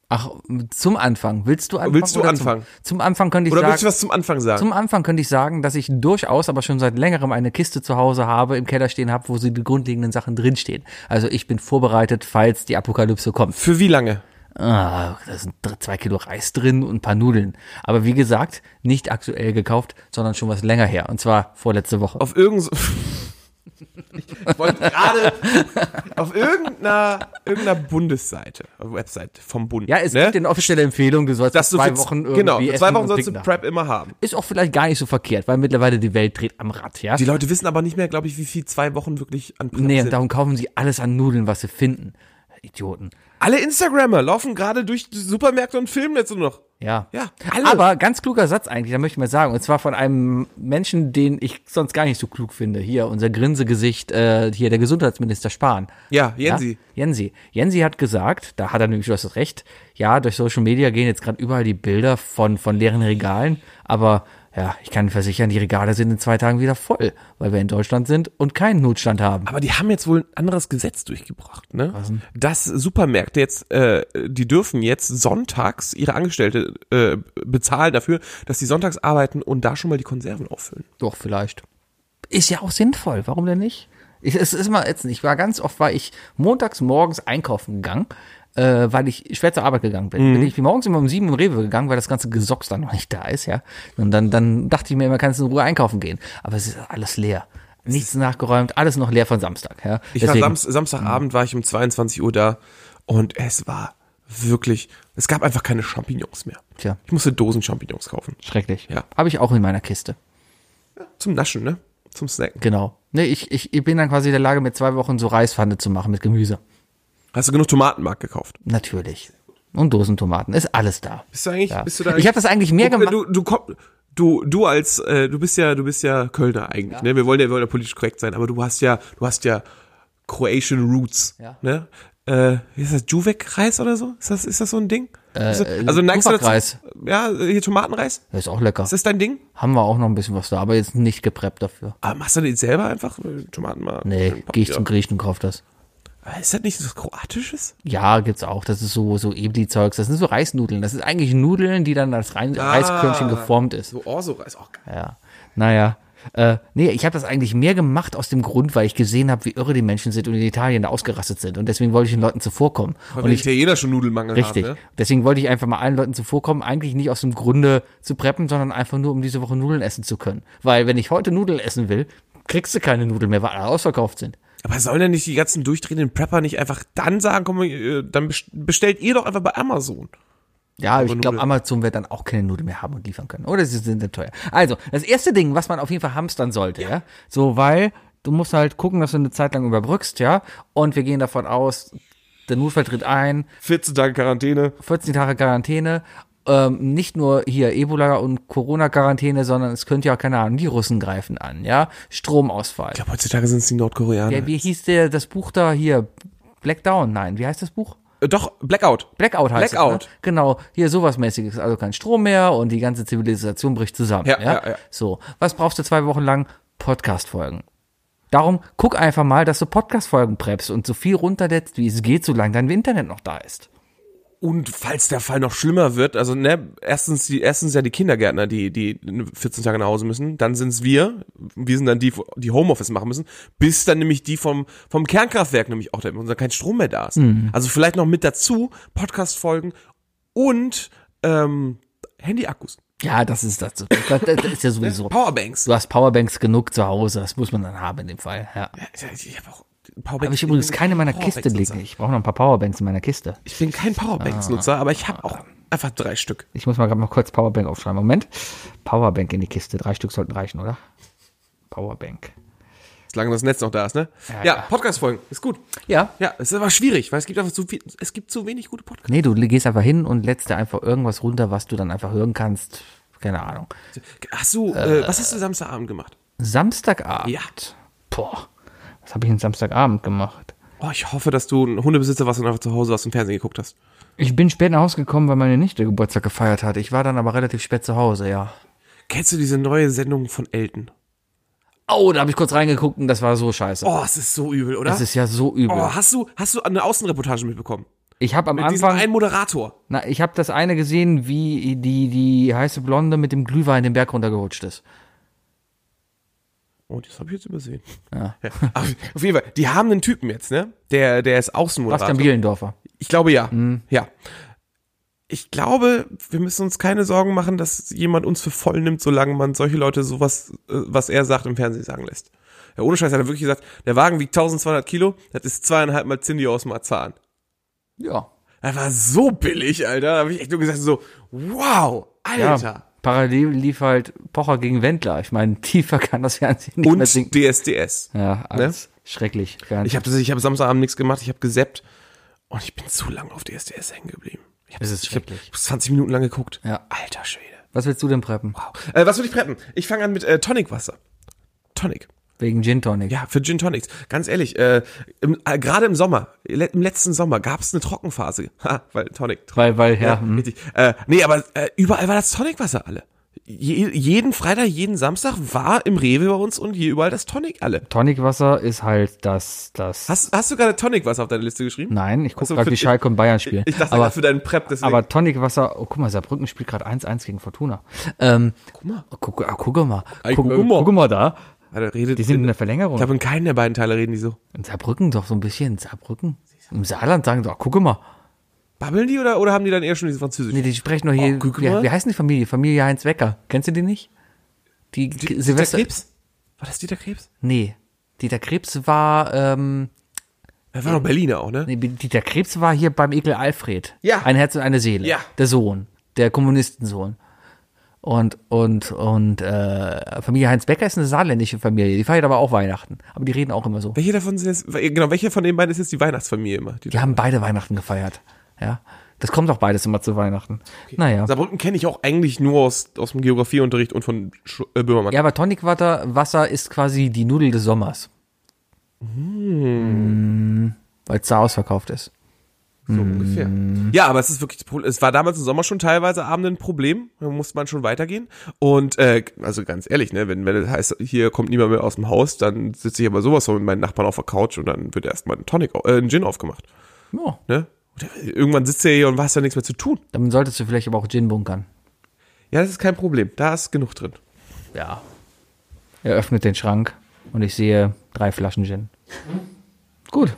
S3: Ach, zum Anfang. Willst du anfangen?
S2: Willst du
S3: oder
S2: anfangen?
S3: Zum, zum Anfang könnte ich
S2: Oder
S3: sagen.
S2: willst du was zum Anfang sagen?
S3: Zum Anfang könnte ich sagen, dass ich durchaus aber schon seit längerem eine Kiste zu Hause habe, im Keller stehen habe, wo sie die grundlegenden Sachen drinstehen. Also ich bin vorbereitet, falls die Apokalypse kommt.
S2: Für wie lange?
S3: Ah, da sind dr- zwei Kilo Reis drin und ein paar Nudeln. Aber wie gesagt, nicht aktuell gekauft, sondern schon was länger her. Und zwar vorletzte Woche.
S2: Auf irgend so Ich wollte gerade auf irgendeiner, irgendeiner Bundesseite, Website vom Bund.
S3: ja, es
S2: ne?
S3: gibt eine offizielle Empfehlung, du sollst
S2: dass du
S3: zwei
S2: für-
S3: Wochen irgendwie
S2: Genau,
S3: essen
S2: zwei Wochen
S3: und
S2: sollst du
S3: trinken.
S2: Prep immer haben.
S3: Ist auch vielleicht gar nicht so verkehrt, weil mittlerweile die Welt dreht am Rad, ja?
S2: Die Leute wissen aber nicht mehr, glaube ich, wie viel zwei Wochen wirklich an Prep
S3: nee, und
S2: sind.
S3: darum kaufen sie alles an Nudeln, was sie finden. Idioten.
S2: Alle Instagrammer laufen gerade durch die Supermärkte und filmen jetzt nur noch.
S3: Ja.
S2: Ja, alle.
S3: Aber ganz kluger Satz eigentlich, da möchte ich mal sagen. Und zwar von einem Menschen, den ich sonst gar nicht so klug finde. Hier, unser Grinsegesicht, äh, hier der Gesundheitsminister Spahn.
S2: Ja, Jensi.
S3: Ja, Jensi. Jensi hat gesagt, da hat er nämlich was recht, ja, durch Social Media gehen jetzt gerade überall die Bilder von, von leeren Regalen, aber ja, ich kann versichern, die Regale sind in zwei Tagen wieder voll, weil wir in Deutschland sind und keinen Notstand haben.
S2: Aber die haben jetzt wohl ein anderes Gesetz durchgebracht, ne? Dass Supermärkte jetzt, äh, die dürfen jetzt sonntags ihre Angestellte äh, bezahlen dafür, dass sie sonntags arbeiten und da schon mal die Konserven auffüllen.
S3: Doch, vielleicht. Ist ja auch sinnvoll, warum denn nicht? Ich, es ist mal ätzend. Ich war ganz oft, war ich montags morgens einkaufen gegangen, äh, weil ich schwer zur Arbeit gegangen bin. Bin ich morgens immer um sieben im Rewe gegangen, weil das ganze Gesocks dann noch nicht da ist, ja. Und dann, dann dachte ich mir immer, kannst du in Ruhe einkaufen gehen. Aber es ist alles leer. Nichts nachgeräumt, alles noch leer von Samstag, ja.
S2: Ich war Samst, Samstagabend war ich um 22 Uhr da und es war wirklich, es gab einfach keine Champignons mehr.
S3: Tja.
S2: Ich musste Dosen Champignons kaufen.
S3: schrecklich.
S2: Ja.
S3: Habe ich auch in meiner Kiste.
S2: Zum Naschen, ne? Zum Snacken.
S3: Genau. Nee, ich, ich, ich bin dann quasi in der Lage, mir zwei Wochen so Reispfanne zu machen mit Gemüse.
S2: Hast du genug Tomatenmark gekauft?
S3: Natürlich. Und Dosentomaten. Ist alles da.
S2: Bist du eigentlich,
S3: Ja.
S2: bist du da
S3: ich habe das eigentlich mehr
S2: du,
S3: gemacht.
S2: Du, du, komm, du, du als, äh, du bist ja, du bist ja Kölner eigentlich, ne? Wir wollen ja, wir wollen ja politisch korrekt sein, aber du hast ja, du hast ja Croatian Roots,
S3: Ja.
S2: ne? Äh, wie ist das Juvek-Reis oder so? Ist das, ist das so ein Ding? also neigst du dazu-
S3: Äh, Juvek-Reis.
S2: Ja, hier Tomatenreis.
S3: Das ist auch lecker.
S2: Ist das dein Ding?
S3: Haben wir auch noch ein bisschen was da, aber jetzt nicht gepreppt dafür.
S2: Aber machst du den selber einfach? Äh, Tomaten mal.
S3: Nee, gehe ich zum Griechen und kauf das.
S2: Ist das nicht so was Kroatisches?
S3: Ja, gibt's auch. Das ist so, so Ebli-Zeugs. Das sind so Reisnudeln. Das ist eigentlich Nudeln, die dann als Rein
S2: Ah.
S3: Reiskörnchen geformt ist.
S2: So Orso-Reis, auch geil.
S3: Ja. Naja. Äh, nee, ich habe das eigentlich mehr gemacht aus dem Grund, weil ich gesehen habe, wie irre die Menschen sind und in Italien da ausgerastet sind. Und deswegen wollte ich den Leuten zuvorkommen.
S2: Weil
S3: und
S2: wir
S3: ich
S2: Italiener schon Nudelmangel
S3: Richtig.
S2: haben, ne?
S3: Deswegen wollte ich einfach mal allen Leuten zuvorkommen, eigentlich nicht aus dem Grunde zu preppen, sondern einfach nur, um diese Woche Nudeln essen zu können. Weil wenn ich heute Nudeln essen will, kriegst du keine Nudeln mehr, weil alle ausverkauft sind.
S2: Aber sollen denn nicht die ganzen durchdrehenden Prepper nicht einfach dann sagen, komm, äh, dann best- bestellt ihr doch einfach bei Amazon.
S3: Ja, ich glaube,
S2: Nudeln.
S3: Amazon wird dann auch keine Nudeln mehr haben und liefern können. Oder sie sind dann teuer. Also, das erste Ding, was man auf jeden Fall hamstern sollte, ja, so, weil du musst halt gucken, dass du eine Zeit lang überbrückst, ja, und wir gehen davon aus, der Notfall tritt ein,
S2: 14 Tage Quarantäne.
S3: 14 Tage Quarantäne. Ähm, nicht nur hier Ebola und Corona-Quarantäne, sondern es könnte ja auch, keine Ahnung, die Russen greifen an, ja? Stromausfall.
S2: Ich glaube, heutzutage sind es die Nordkoreaner.
S3: Ja, wie hieß der, das Buch da hier? Blackdown? Nein, wie heißt das Buch?
S2: Äh, doch, Blackout.
S3: Blackout heißt
S2: Blackout.
S3: Es, ne? Genau, hier sowas mäßiges. Also kein Strom mehr und die ganze Zivilisation bricht zusammen. Ja,
S2: Ja,
S3: ja?
S2: ja, ja.
S3: So, was brauchst du zwei Wochen lang? Podcast-Folgen. Darum guck einfach mal, dass du Podcast-Folgen preppst und so viel runterlädst, wie es geht, solange dein Internet noch da ist.
S2: Und falls der Fall noch schlimmer wird, also ne, erstens die erstens ja die Kindergärtner, die die 14 Tage nach Hause müssen, dann sind's wir, wir sind dann die die Homeoffice machen müssen, bis dann nämlich die vom vom Kernkraftwerk nämlich auch da und dann kein Strom mehr da ist.
S3: Mhm.
S2: Also vielleicht noch mit dazu Podcast Folgen und ähm, Handy Akkus,
S3: Ja, das ist das. Das, das ist ja sowieso.
S2: Powerbanks.
S3: Du hast Powerbanks genug zu Hause, das muss man dann haben in dem Fall. Ja.
S2: Ja, Also, Ich habe auch
S3: Habe
S2: Powerbanks.
S3: ich übrigens keine in meiner
S2: Powerbanks
S3: Kiste liegen. Ah.
S2: nutzer.
S3: Ich brauche noch ein paar Powerbanks in meiner Kiste.
S2: Ich bin kein Powerbanks Nutzer, aber ich habe auch einfach drei Stück.
S3: Ich muss mal gerade mal kurz Powerbank aufschreiben. Moment. Powerbank in die Kiste. Drei Stück sollten reichen, oder? Powerbank.
S2: Solange das Netz noch da ist, ne? Ja,
S3: ja.
S2: Podcast Folgen ist gut.
S3: Ja.
S2: Ja, es ist aber schwierig, weil es gibt einfach zu viel, es gibt zu wenig gute Podcasts.
S3: Nee, du gehst einfach hin und lädst dir einfach irgendwas runter, was du dann einfach hören kannst. Keine Ahnung.
S2: Hast du, äh, was hast du Samstagabend gemacht?
S3: Samstagabend.
S2: Ja.
S3: Boah. Was habe ich denn Samstagabend gemacht?
S2: Oh, ich hoffe, dass du ein Hundebesitzer warst und einfach zu Hause warst und Fernsehen geguckt hast.
S3: Ich bin spät nach Hause gekommen, weil meine Nichte Geburtstag gefeiert hat. Ich war dann aber relativ spät zu Hause, ja.
S2: Kennst du diese neue Sendung von Elton?
S3: Oh, da habe ich kurz reingeguckt und das war so scheiße.
S2: Oh, es ist so übel, oder?
S3: das ist ja so übel.
S2: Oh, hast du, hast du eine Außenreportage mitbekommen?
S3: ich habe am
S2: Mit diesem
S3: Anfang,
S2: einen Moderator.
S3: na, ich habe das eine gesehen, wie die, die heiße Blonde mit dem Glühwein den Berg runtergerutscht ist.
S2: Oh, das habe ich jetzt übersehen. Ja. Auf auf jeden Fall, die haben einen Typen jetzt, ne? Der, der ist Außenmoderator.
S3: Bastian Mhm. Bielendorfer.
S2: Ich glaube ja. Ja. Ich glaube, wir müssen uns keine Sorgen machen, dass jemand uns für voll nimmt, solange man solche Leute sowas, äh, was er sagt, im Fernsehen sagen lässt. Ja, ohne Scheiß hat er wirklich gesagt, der Wagen wiegt 1200 Kilo, das ist zweieinhalb Mal Cindy aus Marzahn.
S3: Ja.
S2: Das war so billig, Alter. Da habe ich echt nur gesagt, so, wow,
S3: ja.
S2: Alter.
S3: Parallel lief halt Pocher gegen Wendler. Ich meine, tiefer kann das Fernsehen nicht mehr sinken.
S2: Und ne? DSDS.
S3: Ja, alles schrecklich.
S2: Ich habe ich hab Samstagabend nichts gemacht, ich habe gesäppt und ich bin zu lange auf DSDS hängen geblieben. Ich habe
S3: Es ist schrecklich.
S2: hab 20 Minuten lang geguckt.
S3: Ja.
S2: Alter Schwede.
S3: Was willst du denn preppen?
S2: Wow. Äh, was würde ich preppen? Ich fange an mit äh, Tonicwasser. Tonic.
S3: Wegen Gin Tonic.
S2: Ja, für Gin Tonics. Ganz ehrlich, äh, im- äh, gerade im Sommer, le im letzten Sommer gab es eine Trockenphase. Ha, weil Tonic. Tro
S3: Weil, weil, ja. hm.
S2: richtig. Äh, nee, aber äh, überall war das Tonicwasser alle. Je jeden Freitag, jeden Samstag war im Rewe bei uns und hier überall das Tonic alle.
S3: Tonicwasser ist halt das, das.
S2: Hast, hast du gerade Tonicwasser auf deine Liste geschrieben?
S3: Nein, ich gucke
S2: Also
S3: gerade,
S2: für-
S3: wie Schalke und Bayern spielen.
S2: Ich, ich dachte
S3: aber,
S2: gerade für deinen Prep, deswegen.
S3: aber Tonicwasser, oh, guck mal, Saarbrücken spielt gerade 1-1 gegen Fortuna. Ähm, guck
S2: mal.
S3: Guck, ah, guck mal.
S2: Ey,
S3: Guck,
S2: guck mal.
S3: guck mal da.
S2: Alter, redet,
S3: Die sind in der Verlängerung.
S2: ich glaube, in keinen der beiden Teile reden die so.
S3: In Saarbrücken doch so ein bisschen. Saarbrücken. Im Saarland sagen doch, guck mal.
S2: Babbeln die oder, oder haben die dann eher schon diese Französisch?
S3: Nee, die sprechen doch hier.
S2: Oh, guck
S3: wie,
S2: mal.
S3: wie heißt die Familie? Familie Heinz Wecker. Kennst du die nicht? Die,
S2: Die-
S3: die Silvester.
S2: Dieter Krebs? War das Dieter Krebs?
S3: Nee. Dieter Krebs war, ähm,
S2: Er war doch Berliner auch, ne?
S3: nee, Dieter Krebs war hier beim Ekel Alfred.
S2: Ja.
S3: Ein Herz und eine Seele.
S2: Ja.
S3: Der Sohn. Der Kommunistensohn. Und, und, und, äh, Familie Heinz Becker ist eine saarländische Familie. Die feiert aber auch Weihnachten. Aber die reden auch immer so.
S2: Welche davon sind jetzt, genau, welche von den beiden ist jetzt die Weihnachtsfamilie immer? Die
S3: Die haben beide Weihnachten gefeiert. Ja. Das kommt auch beides immer zu Weihnachten. Naja.
S2: Saarbrücken kenne ich auch eigentlich nur aus, aus dem Geografieunterricht und von Sch äh, Böhmermann.
S3: Ja, aber Tonicwasser Wasser ist quasi die Nudel des Sommers.
S2: Hm.
S3: Weil es da ausverkauft ist.
S2: so ungefähr. Mhm. Ja, aber es ist wirklich, das Problem- es war damals im Sommer schon teilweise abend ein Problem, da musste man schon weitergehen. Und, äh, also ganz ehrlich, ne, wenn, wenn es heißt, hier kommt niemand mehr aus dem Haus, dann sitze ich aber sowas von mit meinen Nachbarn auf der Couch und dann wird erstmal ein Tonic, au- äh, ein Gin aufgemacht,
S3: Ja.
S2: ne? Und der- Irgendwann sitzt er hier und hast ja nichts mehr zu tun.
S3: Dann solltest du vielleicht aber auch Gin bunkern.
S2: Ja, das ist kein Problem. Da ist genug drin.
S3: Ja. Er öffnet den Schrank und ich sehe drei Flaschen Gin. Gut.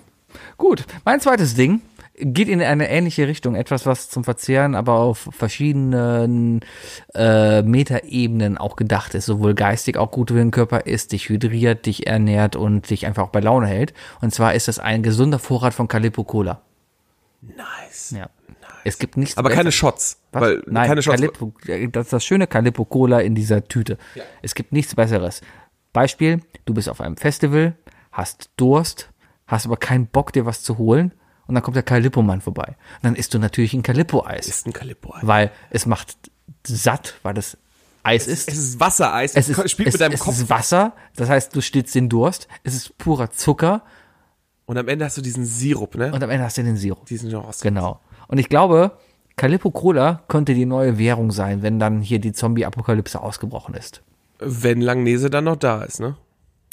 S3: Gut. Mein zweites Ding geht in eine ähnliche Richtung. Etwas, was zum Verzehren, aber auf verschiedenen äh, Metaebenen auch gedacht ist. Sowohl geistig auch gut für den Körper ist, dich hydriert, dich ernährt und dich einfach auch bei Laune hält. Und zwar ist es ein gesunder Vorrat von Calippo Cola.
S2: Nice.
S3: Ja. Es gibt nichts
S2: Aber keine
S3: Besseres.
S2: Shots.
S3: Was?
S2: Weil,
S3: Nein,
S2: keine Shots.
S3: Calippo, äh, das ist das schöne Calippo Cola in dieser Tüte. Es gibt nichts Besseres. Beispiel, du bist auf einem Festival, hast Durst, hast aber keinen Bock, dir was zu holen und dann kommt der Calippo-Mann vorbei. Und dann isst du natürlich ein Calippo-Eis,
S2: ist ein Calippo.
S3: weil es macht satt, weil das Eis ist.
S2: Es ist Wassereis.
S3: Es ist,
S2: spielt
S3: es,
S2: mit deinem
S3: es
S2: Kopf.
S3: ist Wasser, das heißt, du stillst den Durst, es ist purer Zucker
S2: Und am Ende hast du diesen Sirup, ne?
S3: und am Ende hast du den Sirup.
S2: diesen Genre.
S3: Genau. Und ich glaube, Calippo Cola könnte die neue Währung sein, wenn dann hier die Zombie-Apokalypse ausgebrochen ist.
S2: Wenn Langnese dann noch da ist, ne?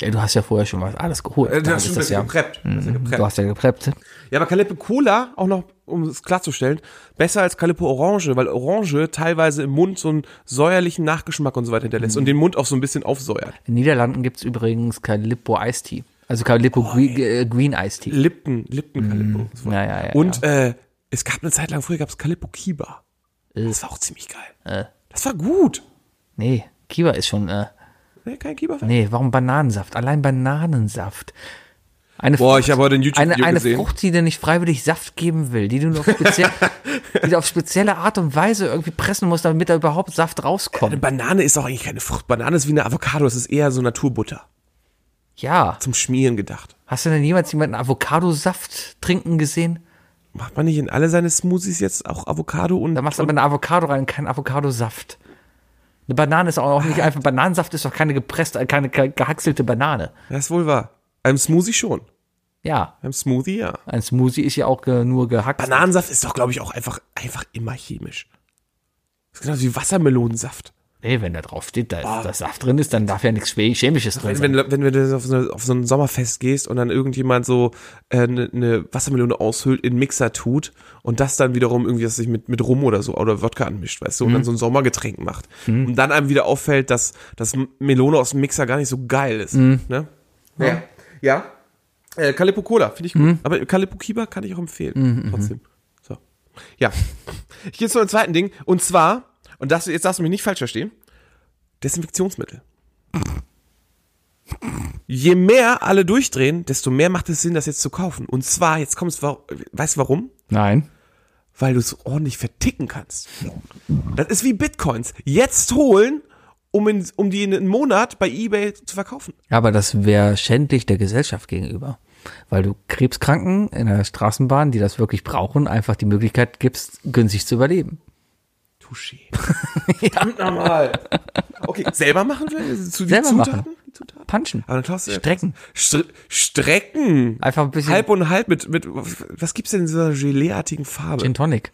S3: Ja, du hast ja vorher schon was alles geholt.
S2: Äh,
S3: Dann
S2: das
S3: ist
S2: ist schon
S3: ja-
S2: ein bisschen gepreppt. Das ist ja gepreppt.
S3: Du hast ja gepreppt.
S2: Ja, aber Kaleppe Cola, auch noch, um es klarzustellen, besser als Kaleppe Orange, weil Orange teilweise im Mund so einen säuerlichen Nachgeschmack und so weiter hinterlässt
S3: Mhm.
S2: und den Mund auch so ein bisschen aufsäuert.
S3: In den Niederlanden gibt es übrigens Calippo Eistee. Also Calippo
S2: Oh,
S3: Gre- äh, Green Eistee.
S2: Lipton, Lipton Calippo. und so weiter.
S3: Ja, Mhm. ja, ja,
S2: und Äh, es gab eine Zeit lang, früher gab es Calippo Kiba.
S3: Äh.
S2: Das war auch ziemlich geil. Das war gut.
S3: Nee, Kiwa ist schon. Äh,
S2: Nee, kein Kiba.
S3: nee, warum Bananensaft? Allein Bananensaft. Eine
S2: Boah,
S3: Frucht-
S2: ich habe heute ein
S3: eine,
S2: YouTube-Video
S3: eine
S2: gesehen.
S3: Frucht, die dir nicht freiwillig Saft geben will, die du nur auf, speziell, die du auf spezielle Art und Weise irgendwie pressen musst, damit da überhaupt Saft
S2: Eine
S3: rauskommt.
S2: Banane ist auch eigentlich keine Frucht. Banane ist wie eine Avocado. Es ist eher so Naturbutter.
S3: Ja.
S2: Zum Schmieren gedacht.
S3: Hast du denn jemals jemanden Avocadosaft trinken gesehen?
S2: Macht man nicht in alle seine Smoothies jetzt auch Avocado und
S3: Da machst du aber eine Avocado rein, kein Avocadosaft. Eine Banane ist auch nicht einfach, Bananensaft ist doch keine gepresste, keine ge- gehackselte Banane.
S2: Das ist wohl wahr. Einem Smoothie schon.
S3: Ja,
S2: Beim Smoothie, ja.
S3: ein Smoothie ist ja auch ge nur gehackt.
S2: Bananensaft ist doch, glaube ich, auch einfach, einfach immer chemisch. Das ist genauso wie Wassermelonensaft.
S3: nee, wenn da drauf steht, da, da Saft drin ist, dann darf ja nichts Chemi- Chemisches drin
S2: Wenn,
S3: sein.
S2: wenn, wenn, wenn du auf so, auf so ein Sommerfest gehst und dann irgendjemand so eine äh, ne- ne Wassermelone aushüllt, in einen Mixer tut und das dann wiederum irgendwie das sich mit, mit Rum oder so oder Wodka anmischt, weißt du, und dann so ein Sommergetränk macht. Und dann einem wieder auffällt, dass, dass Melone aus dem Mixer gar nicht so geil ist. Ne? Ja. ja. Äh, Calippo Cola, finde ich gut. Aber Calippo Kiba kann ich auch empfehlen. Trotzdem. So. Ja. Ich gehe zu einem zweiten Ding. Und zwar, und das, jetzt darfst du mich nicht falsch verstehen, Desinfektionsmittel. Je mehr alle durchdrehen, desto mehr macht es Sinn, das jetzt zu kaufen. Und zwar, jetzt kommst du, weißt du warum?
S3: Nein.
S2: Weil du es ordentlich verticken kannst. Das ist wie Bitcoins. Jetzt holen, um, in, um die in einem Monat bei Ebay zu verkaufen.
S3: Ja, aber das wäre schändlich der Gesellschaft gegenüber. Weil du Krebskranken in der Straßenbahn, die das wirklich brauchen, einfach die Möglichkeit gibst, günstig zu überleben.
S2: Touché. Verdammt nochmal. Okay, selber machen vielleicht? Zu, die
S3: Selber
S2: Zutaten?
S3: machen.
S2: Die Zutaten?
S3: Punchen.
S2: Aber dann klaust du ja-
S3: Strecken.
S2: Stre Strecken.
S3: Einfach ein bisschen
S2: Halb und halb mit, mit, was gibt's denn in so einer Geleeartigen Farbe?
S3: Gin Tonic.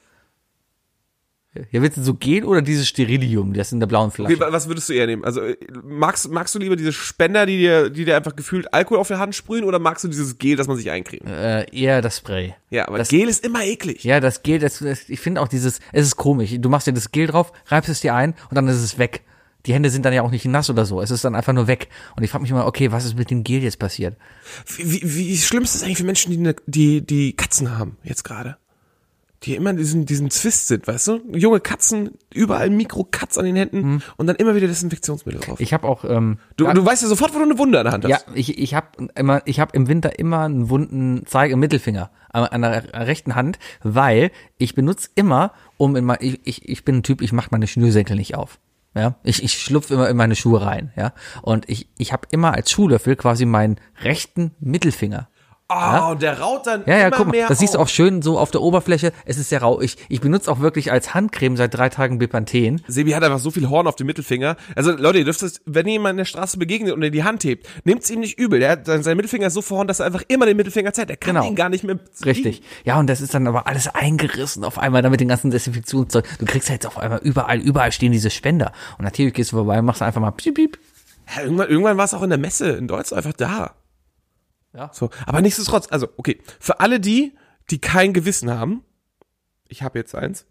S3: Ja, willst du so Gel oder dieses Sterilium, das in der blauen Flasche?
S2: Okay, wa- was würdest du eher nehmen? Also äh, magst, magst du lieber diese Spender, die dir, die dir einfach gefühlt Alkohol auf der Hand sprühen, oder magst du dieses Gel, das man sich eincremt?
S3: Äh, eher das Spray.
S2: ja, aber
S3: das-
S2: Gel ist immer eklig.
S3: Ja, das Gel, das, das, ich finde auch dieses, es ist komisch. Du machst dir das Gel drauf, reibst es dir ein und dann ist es weg. Die Hände sind dann ja auch nicht nass oder so. Es ist dann einfach nur weg. Und ich frage mich immer, okay, was ist mit dem Gel jetzt passiert?
S2: Wie, wie, wie schlimm ist das eigentlich für Menschen, die, ne, die, die Katzen haben jetzt gerade? Die immer diesen, diesen Zwist sind, weißt du? Junge Katzen, überall Mikrokatz an den Händen und dann immer wieder Desinfektionsmittel drauf.
S3: Hm. Ich habe auch, ähm,
S2: du, du weißt ja sofort, wo du eine Wunde an der Hand
S3: ja,
S2: hast.
S3: ich, ich habe immer, ich habe im Winter immer einen wunden Zeige, Mittelfinger an, an der rechten Hand, weil ich benutze immer, um in mein, ich, ich, ich bin ein Typ, ich mache meine Schnürsenkel nicht auf. Ja, ich, ich schlupfe immer in meine Schuhe rein, ja. Und ich, ich habe immer als Schuhlöffel quasi meinen rechten Mittelfinger.
S2: Oh, und der raut dann
S3: Ja, ja,
S2: immer
S3: guck mal,
S2: mehr
S3: das siehst du
S2: auf.
S3: auch schön so auf der Oberfläche. Es ist sehr rau. Ich, ich benutze auch wirklich als Handcreme seit drei Tagen Bepanthen.
S2: Sebi hat einfach so viel Horn auf dem Mittelfinger. Also Leute, ihr dürft es, wenn ihr jemand in der Straße begegnet und ihr die Hand hebt, nehmt es ihm nicht übel. Er hat sein, sein Mittelfinger ist so verhornt, dass er einfach immer den Mittelfinger zeigt. Er kann
S3: Genau.
S2: ihn gar nicht mehr biegen.
S3: Richtig. Ja, und das ist dann aber alles eingerissen auf einmal, damit den ganzen Desinfektionszeug. Du kriegst ja jetzt auf einmal überall, überall stehen diese Spender. Und natürlich gehst du vorbei und machst einfach mal piep, piep.
S2: Ja, irgendwann irgendwann war es auch in der Messe in Deutschland einfach da.
S3: Ja.
S2: So, aber nichtsdestotrotz, also okay, für alle die, die kein Gewissen haben, ich habe jetzt eins,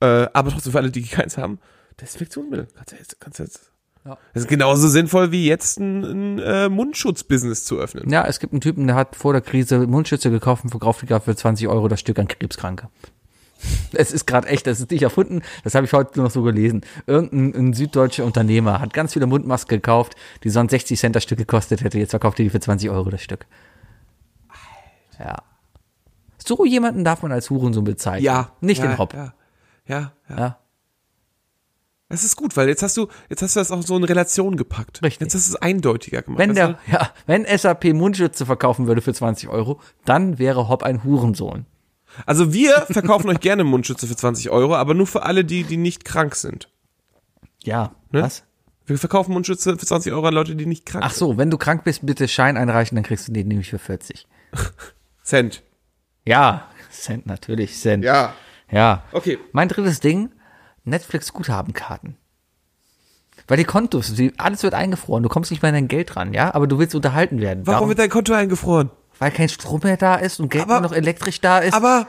S2: äh, aber trotzdem für alle die, die keins haben, Desinfektionsmittel. Kannst du jetzt, kannst du jetzt.
S3: Ja.
S2: Das ist genauso sinnvoll wie jetzt ein, ein äh, Mundschutz-Business zu öffnen.
S3: Ja, es gibt einen Typen, der hat vor der Krise Mundschütze gekauft und verkauft die gerade für 20 Euro das Stück an Krebskranke. Es ist gerade echt, das ist nicht erfunden, das habe ich heute noch so gelesen. Irgendein ein süddeutscher Unternehmer hat ganz viele Mundmasken gekauft, die sonst 60 Cent das Stück gekostet hätte, jetzt verkauft er die für 20 Euro das Stück. Ja. So jemanden darf man als Hurensohn bezeichnen.
S2: Ja.
S3: Nicht
S2: ja,
S3: den Hop.
S2: Ja, ja, ja.
S3: Ja.
S2: Das ist gut, weil jetzt hast du, jetzt hast du das auch so in Relation gepackt.
S3: Richtig.
S2: Jetzt hast du es eindeutiger gemacht.
S3: Wenn,
S2: weißt
S3: der, ja, wenn SAP Mundschütze verkaufen würde für 20 Euro, dann wäre Hop ein Hurensohn.
S2: du? Also wir verkaufen euch gerne Mundschütze für 20 Euro, aber nur für alle die, die nicht krank sind.
S3: Ja.
S2: Ne?
S3: Was?
S2: Wir verkaufen Mundschütze für 20 Euro an Leute, die nicht krank
S3: Ach so, wenn du krank bist, bitte Schein einreichen, dann kriegst du den nämlich für 40.
S2: sind. Cent.
S3: Ja, Cent natürlich, Cent.
S2: Ja.
S3: Ja.
S2: Okay.
S3: Mein drittes Ding, Netflix Guthabenkarten. Weil die Kontos, die, alles wird eingefroren. Du kommst nicht mehr an dein Geld ran, ja? Aber du willst unterhalten werden.
S2: Warum
S3: Darum-
S2: wird dein Konto eingefroren?
S3: Weil kein Strom mehr da ist und Geld
S2: Aber-
S3: nur noch elektrisch da ist.
S2: Aber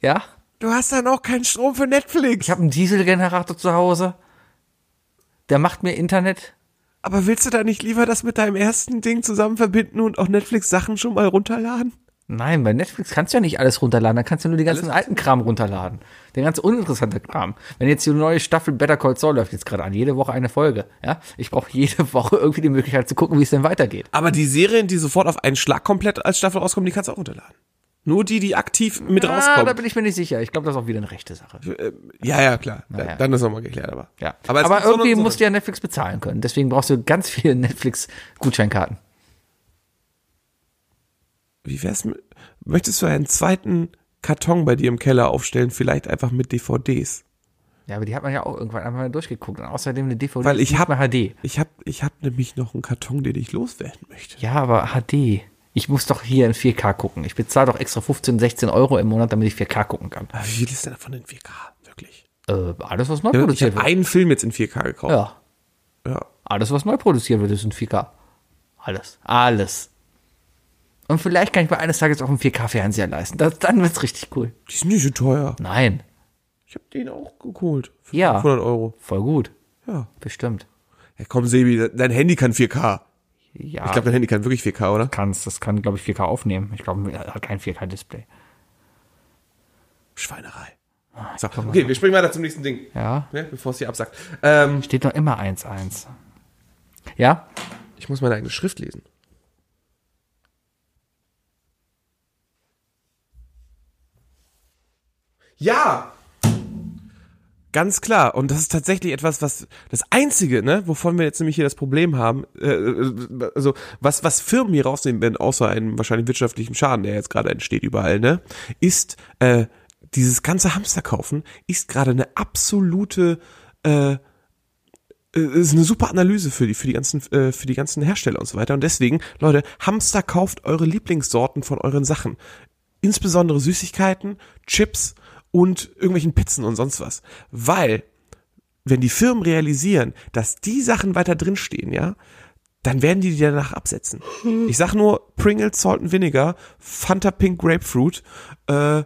S3: ja?
S2: du hast dann auch keinen Strom für Netflix.
S3: Ich habe einen Dieselgenerator zu Hause. Der macht mir Internet.
S2: Aber willst du da nicht lieber das mit deinem ersten Ding zusammen verbinden und auch Netflix-Sachen schon mal runterladen?
S3: Nein, bei Netflix kannst du ja nicht alles runterladen. Da kannst du nur den ganzen alten Kram runterladen. Den ganzen uninteressanten Kram. Wenn jetzt die neue Staffel Better Call Saul läuft jetzt gerade an, jede Woche eine Folge. Ja, ich brauche jede Woche irgendwie die Möglichkeit zu gucken, wie es denn weitergeht.
S2: Aber die Serien, die sofort auf einen Schlag komplett als Staffel rauskommen, die kannst du auch runterladen. Nur die, die aktiv mit
S3: Ah, da
S2: rauskommen.
S3: bin ich mir nicht sicher. Ich glaube, das ist auch wieder eine rechte Sache.
S2: Ja, ja, klar.
S3: ja.
S2: Dann ist nochmal geklärt, aber.
S3: Ja.
S2: es
S3: Aber,
S2: gibt so
S3: irgendwie
S2: und so.
S3: musst du ja Netflix bezahlen können. Deswegen brauchst du ganz viele Netflix-Gutscheinkarten.
S2: Wie wär's mit. Möchtest du einen zweiten Karton bei dir im Keller aufstellen, vielleicht einfach mit DVDs?
S3: Ja, aber die hat man ja auch irgendwann einmal durchgeguckt. Und außerdem eine DVD.
S2: Weil ich
S3: ist nicht
S2: hab-
S3: mehr HD.
S2: Ich hab, ich hab nämlich noch einen Karton, den ich loswerden möchte.
S3: Ja, aber HD. Ich muss doch hier in 4K gucken. Ich bezahle doch extra 15, 16 Euro im Monat, damit ich 4K gucken kann.
S2: Aber wie viel ist denn davon in 4K? Wirklich.
S3: Äh, alles, was neu
S2: Ich
S3: produziert
S2: habe
S3: wird.
S2: einen Film jetzt in 4K gekauft.
S3: Ja,
S2: ja.
S3: alles, was neu produziert wird, ist in 4K. Alles. Alles. Und vielleicht kann ich mir eines Tages auch einen 4K-Fernseher leisten. Das, dann wird's richtig cool.
S2: Die sind nicht so teuer.
S3: Nein.
S2: Ich habe den auch geholt. Für
S3: Ja.
S2: 500 Euro.
S3: Voll gut.
S2: Ja.
S3: Bestimmt.
S2: ja. Komm, Sebi, dein Handy kann 4K.
S3: Ja.
S2: Ich glaube, dein Handy kann wirklich 4K, oder?
S3: kannst. Das kann, glaube ich, 4K aufnehmen. Ich glaube, er hat kein 4K-Display.
S2: Schweinerei. So, okay, wir springen weiter zum nächsten Ding.
S3: Ja.
S2: Ne, Bevor es hier absackt. Ähm,
S3: Steht noch immer 1-1. Ja?
S2: ich muss meine eigene Schrift lesen. Ja! Ganz klar. Und das ist tatsächlich etwas, was das Einzige, ne, wovon wir jetzt nämlich hier das Problem haben, äh, also was, was Firmen hier rausnehmen werden, außer einem wahrscheinlich wirtschaftlichen Schaden, der jetzt gerade entsteht überall, ne, ist äh, dieses ganze Hamsterkaufen ist gerade eine absolute äh, ist eine super Analyse für die für die ganzen äh, für die ganzen Hersteller und so weiter und deswegen Leute Hamster kauft eure Lieblingssorten von euren Sachen insbesondere Süßigkeiten Chips und irgendwelchen Pizzen und sonst was weil wenn die Firmen realisieren dass die Sachen weiter drinstehen, ja dann werden die die danach absetzen ich sag nur Pringles Salt and Vinegar Fanta Pink Grapefruit äh,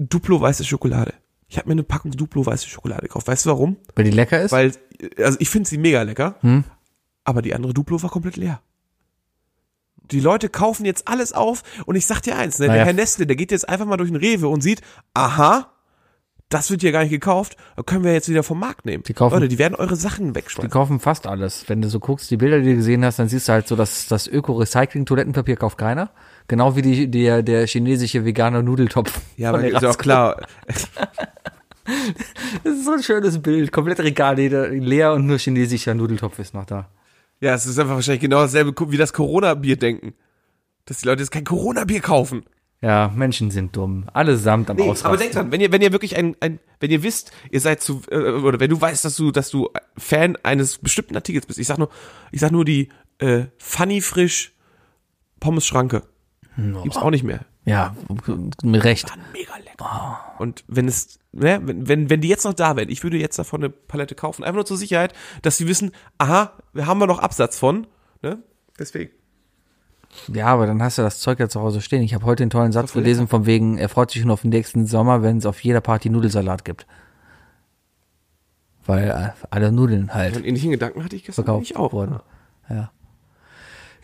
S2: Duplo weiße Schokolade ich habe mir eine Packung Duplo weiße Schokolade gekauft weißt du warum
S3: Weil die lecker ist?
S2: weil, also ich finde sie mega lecker,
S3: Hm?
S2: aber die andere Duplo war komplett leer. Die Leute kaufen jetzt alles auf und ich sag dir eins, ne,
S3: Naja.
S2: der Herr Nestle, der geht jetzt einfach mal durch den Rewe und sieht, aha, das wird hier gar nicht gekauft, können wir jetzt wieder vom Markt nehmen.
S3: Die kaufen-
S2: Leute, die werden eure Sachen
S3: die
S2: wegschmeißen.
S3: kaufen fast alles. Wenn du so guckst, die Bilder, die du gesehen hast, dann siehst du halt so, dass das Öko-Recycling-Toilettenpapier kauft keiner. Genau wie die, der, der chinesische vegane Nudeltopf.
S2: ja,
S3: von
S2: aber ist ja auch
S3: Erasco.
S2: klar.
S3: Das ist so ein schönes Bild. Komplett Regal le- leer und nur chinesischer Nudeltopf ist noch da.
S2: Ja, es ist einfach wahrscheinlich genau dasselbe wie das Corona-Bier denken. Dass die Leute jetzt kein Corona-Bier kaufen.
S3: Ja, Menschen sind dumm. Allesamt am nee,
S2: Nee, aber denkt dran, wenn ihr, wenn ihr wirklich ein, ein, wenn ihr wisst, ihr seid zu, äh, oder wenn du weißt, dass du, dass du Fan eines bestimmten Artikels bist, ich sag nur, ich sag nur die äh, Funny Frisch Pommes Schranke. Gibt's auch nicht mehr.
S3: Ja, mit Recht.
S2: Mega lecker. Und wenn es, ne, wenn, wenn, wenn die jetzt noch da wären, ich würde jetzt davon eine Palette kaufen, einfach nur zur Sicherheit, dass sie wissen, aha, wir haben wir noch Absatz von, ne? Deswegen.
S3: Ja, aber dann hast du das Zeug ja zu Hause stehen. Ich habe heute den tollen Satz gelesen, von wegen, er freut sich schon auf den nächsten Sommer, wenn es auf jeder Party Nudelsalat gibt. Weil äh, alle Nudeln
S2: So
S3: halt
S2: einen ähnlichen Gedanken hatte ich gestern
S3: verkauft
S2: eigentlich auch.
S3: wurden. Ja.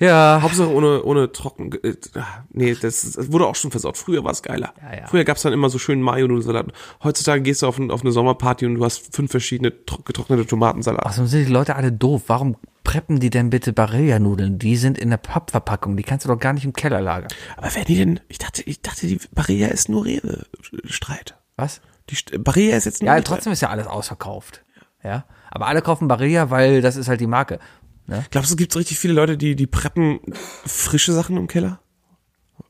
S3: Ja.
S2: Hauptsache ohne, ohne trocken. Äh, ah, nee, das, ist- das wurde auch schon versaut. Früher war es geiler.
S3: Ja, ja.
S2: Früher gab es dann immer so schönen Mayo-Nudelsalat. Heutzutage gehst du auf, ein, auf eine Sommerparty und du hast fünf verschiedene tro getrocknete Tomatensalat.
S3: Außerdem sind die Leute alle doof. Warum preppen die denn bitte Barilla-Nudeln? Die sind in der Pappverpackung. Die kannst du doch gar nicht im Keller lagern.
S2: Aber wer die denn? Ich dachte, ich dachte, die Barilla ist nur Rewe-Streit.
S3: Was?
S2: Die St- Barilla ist jetzt nur
S3: Ja,
S2: Rewe.
S3: trotzdem ist ja alles ausverkauft. Ja. Aber alle kaufen Barilla, weil das ist halt die Marke.
S2: Glaubst du, gibt es richtig viele Leute, die, die preppen frische Sachen im Keller?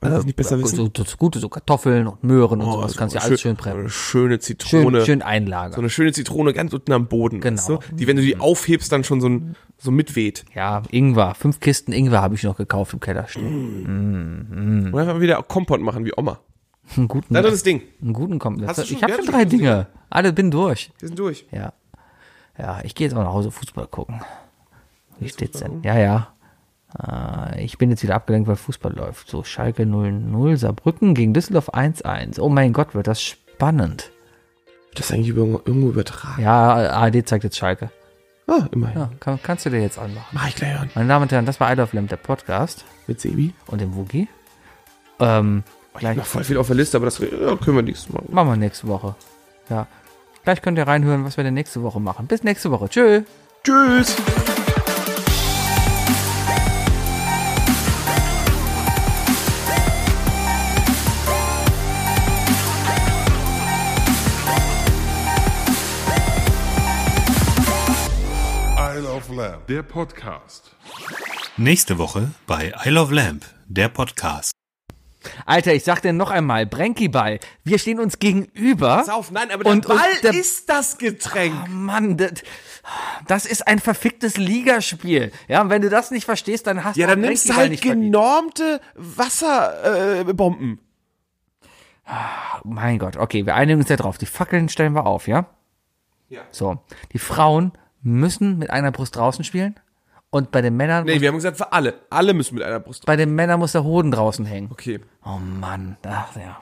S2: Weil sie es nicht besser wissen?
S3: Äh, So, so, so gute, so Kartoffeln und Möhren und
S2: Oh,
S3: sowas.
S2: so
S3: Kannst du
S2: eine
S3: alles
S2: schö-
S3: schön preppen.
S2: Eine schöne
S3: Schön,
S2: Zitrone.
S3: schön einlagern.
S2: So eine schöne Zitrone ganz unten am Boden.
S3: Genau.
S2: Weißt du? Die, wenn du die aufhebst, dann schon so, ein, so mitweht.
S3: Ja, Ingwer. Fünf Kisten Ingwer habe ich noch gekauft im Keller
S2: Hm.
S3: stehen.
S2: Und einfach wieder Kompott machen wie Oma.
S3: Einen guten,
S2: Dein drittes Ding.
S3: einen guten kommt.
S2: Hast du schon-
S3: Ich habe
S2: wir
S3: schon
S2: hatten
S3: drei
S2: schon-
S3: Dinge. Alle bin durch.
S2: Wir sind durch.
S3: Ja. Ja, ich gehe jetzt auch nach Hause Fußball gucken. Wie steht's denn? Ja, ja. Äh, ich bin jetzt wieder abgelenkt, weil Fußball läuft. So, Schalke 0-0, Saarbrücken gegen Düsseldorf 1-1. Oh mein Gott, wird das spannend.
S2: Wird das eigentlich über, irgendwo übertragen?
S3: Ja, ARD zeigt jetzt Schalke.
S2: Ah, immerhin.
S3: Ja, kann, kannst du dir jetzt anmachen.
S2: Mach ich gleich an.
S3: Meine Damen und Herren, das war I Love Lamp, der Podcast
S2: Mit Sebi.
S3: und dem Wookie. Ähm, gleich
S2: Noch voll viel auf der Liste, aber das ja, können wir nächstes Mal.
S3: machen wir nächste Woche. Ja. Gleich könnt ihr reinhören, was wir denn nächste Woche machen. Bis nächste Woche. Tschö.
S2: Tschüss!
S5: I Love Lamp. Der Podcast.
S1: Nächste Woche bei I Love Lamp, der Podcast.
S3: Alter, ich sag dir noch einmal, Brenki-Ball. Wir stehen uns gegenüber.
S2: Pass auf, nein, aber der
S3: Und- und
S2: Ball
S3: der-
S2: ist das Getränk.
S3: Oh Mann, das, das ist ein verficktes Ligaspiel. Ja, und wenn du das nicht verstehst, dann hast
S2: Ja,
S3: du
S2: dann
S3: auch
S2: nimmst du
S3: Brenki-Ball
S2: halt
S3: nicht verdient.
S2: genormte Wasserbomben. Äh, Bomben.
S3: Mein Gott, okay, wir einigen uns da drauf. Die Fackeln stellen wir auf, ja? Ja. So, die Frauen müssen mit einer Brust draußen spielen und bei den Männern,
S2: nee,
S3: muss,
S2: wir haben gesagt, für alle. Alle müssen mit einer Brust.
S3: bei den Männern muss der Hoden draußen hängen.
S2: Okay.
S3: Oh Mann, ach ja.